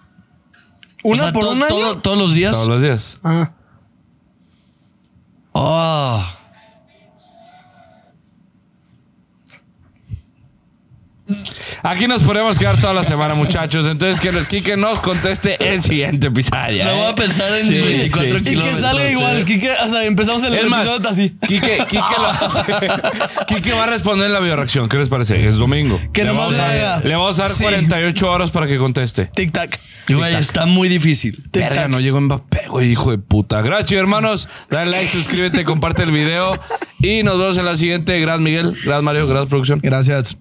S3: ¿Una
S1: O sea,
S3: por
S1: to-
S3: un año?
S1: todo- todos los días.
S2: Todos los días.
S3: Ah.
S1: Ah.
S2: Aquí nos podemos quedar toda la semana, muchachos. Entonces, que el Quique nos conteste el siguiente episodio.
S1: Lo voy a
S2: ¿eh?
S1: pensar en
S2: Sí,
S1: 24
S2: sí, sí.
S3: Y que
S1: kilómetros.
S3: salga
S1: ¿eh?
S3: igual, que, que- o sea, empezamos el
S2: Es más,
S3: episodio así.
S2: Quique, Quique, lo- Quique va a responder la bioreacción. ¿Qué les parece? Es domingo.
S3: Que
S2: le,
S3: nomás
S2: vamos
S3: le
S2: a,
S3: haga-
S2: le vamos a dar
S3: Sí.
S2: 48 horas para que conteste.
S3: Tic tac.
S1: Güey, está muy difícil.
S2: Verga, no llegó Mbappé, güey, hijo de puta. Gracias, hermanos. Dale like, suscríbete, comparte el video. Y nos vemos en la siguiente. Gracias, Miguel. Gracias, Mario. Gracias, producción.
S5: Gracias.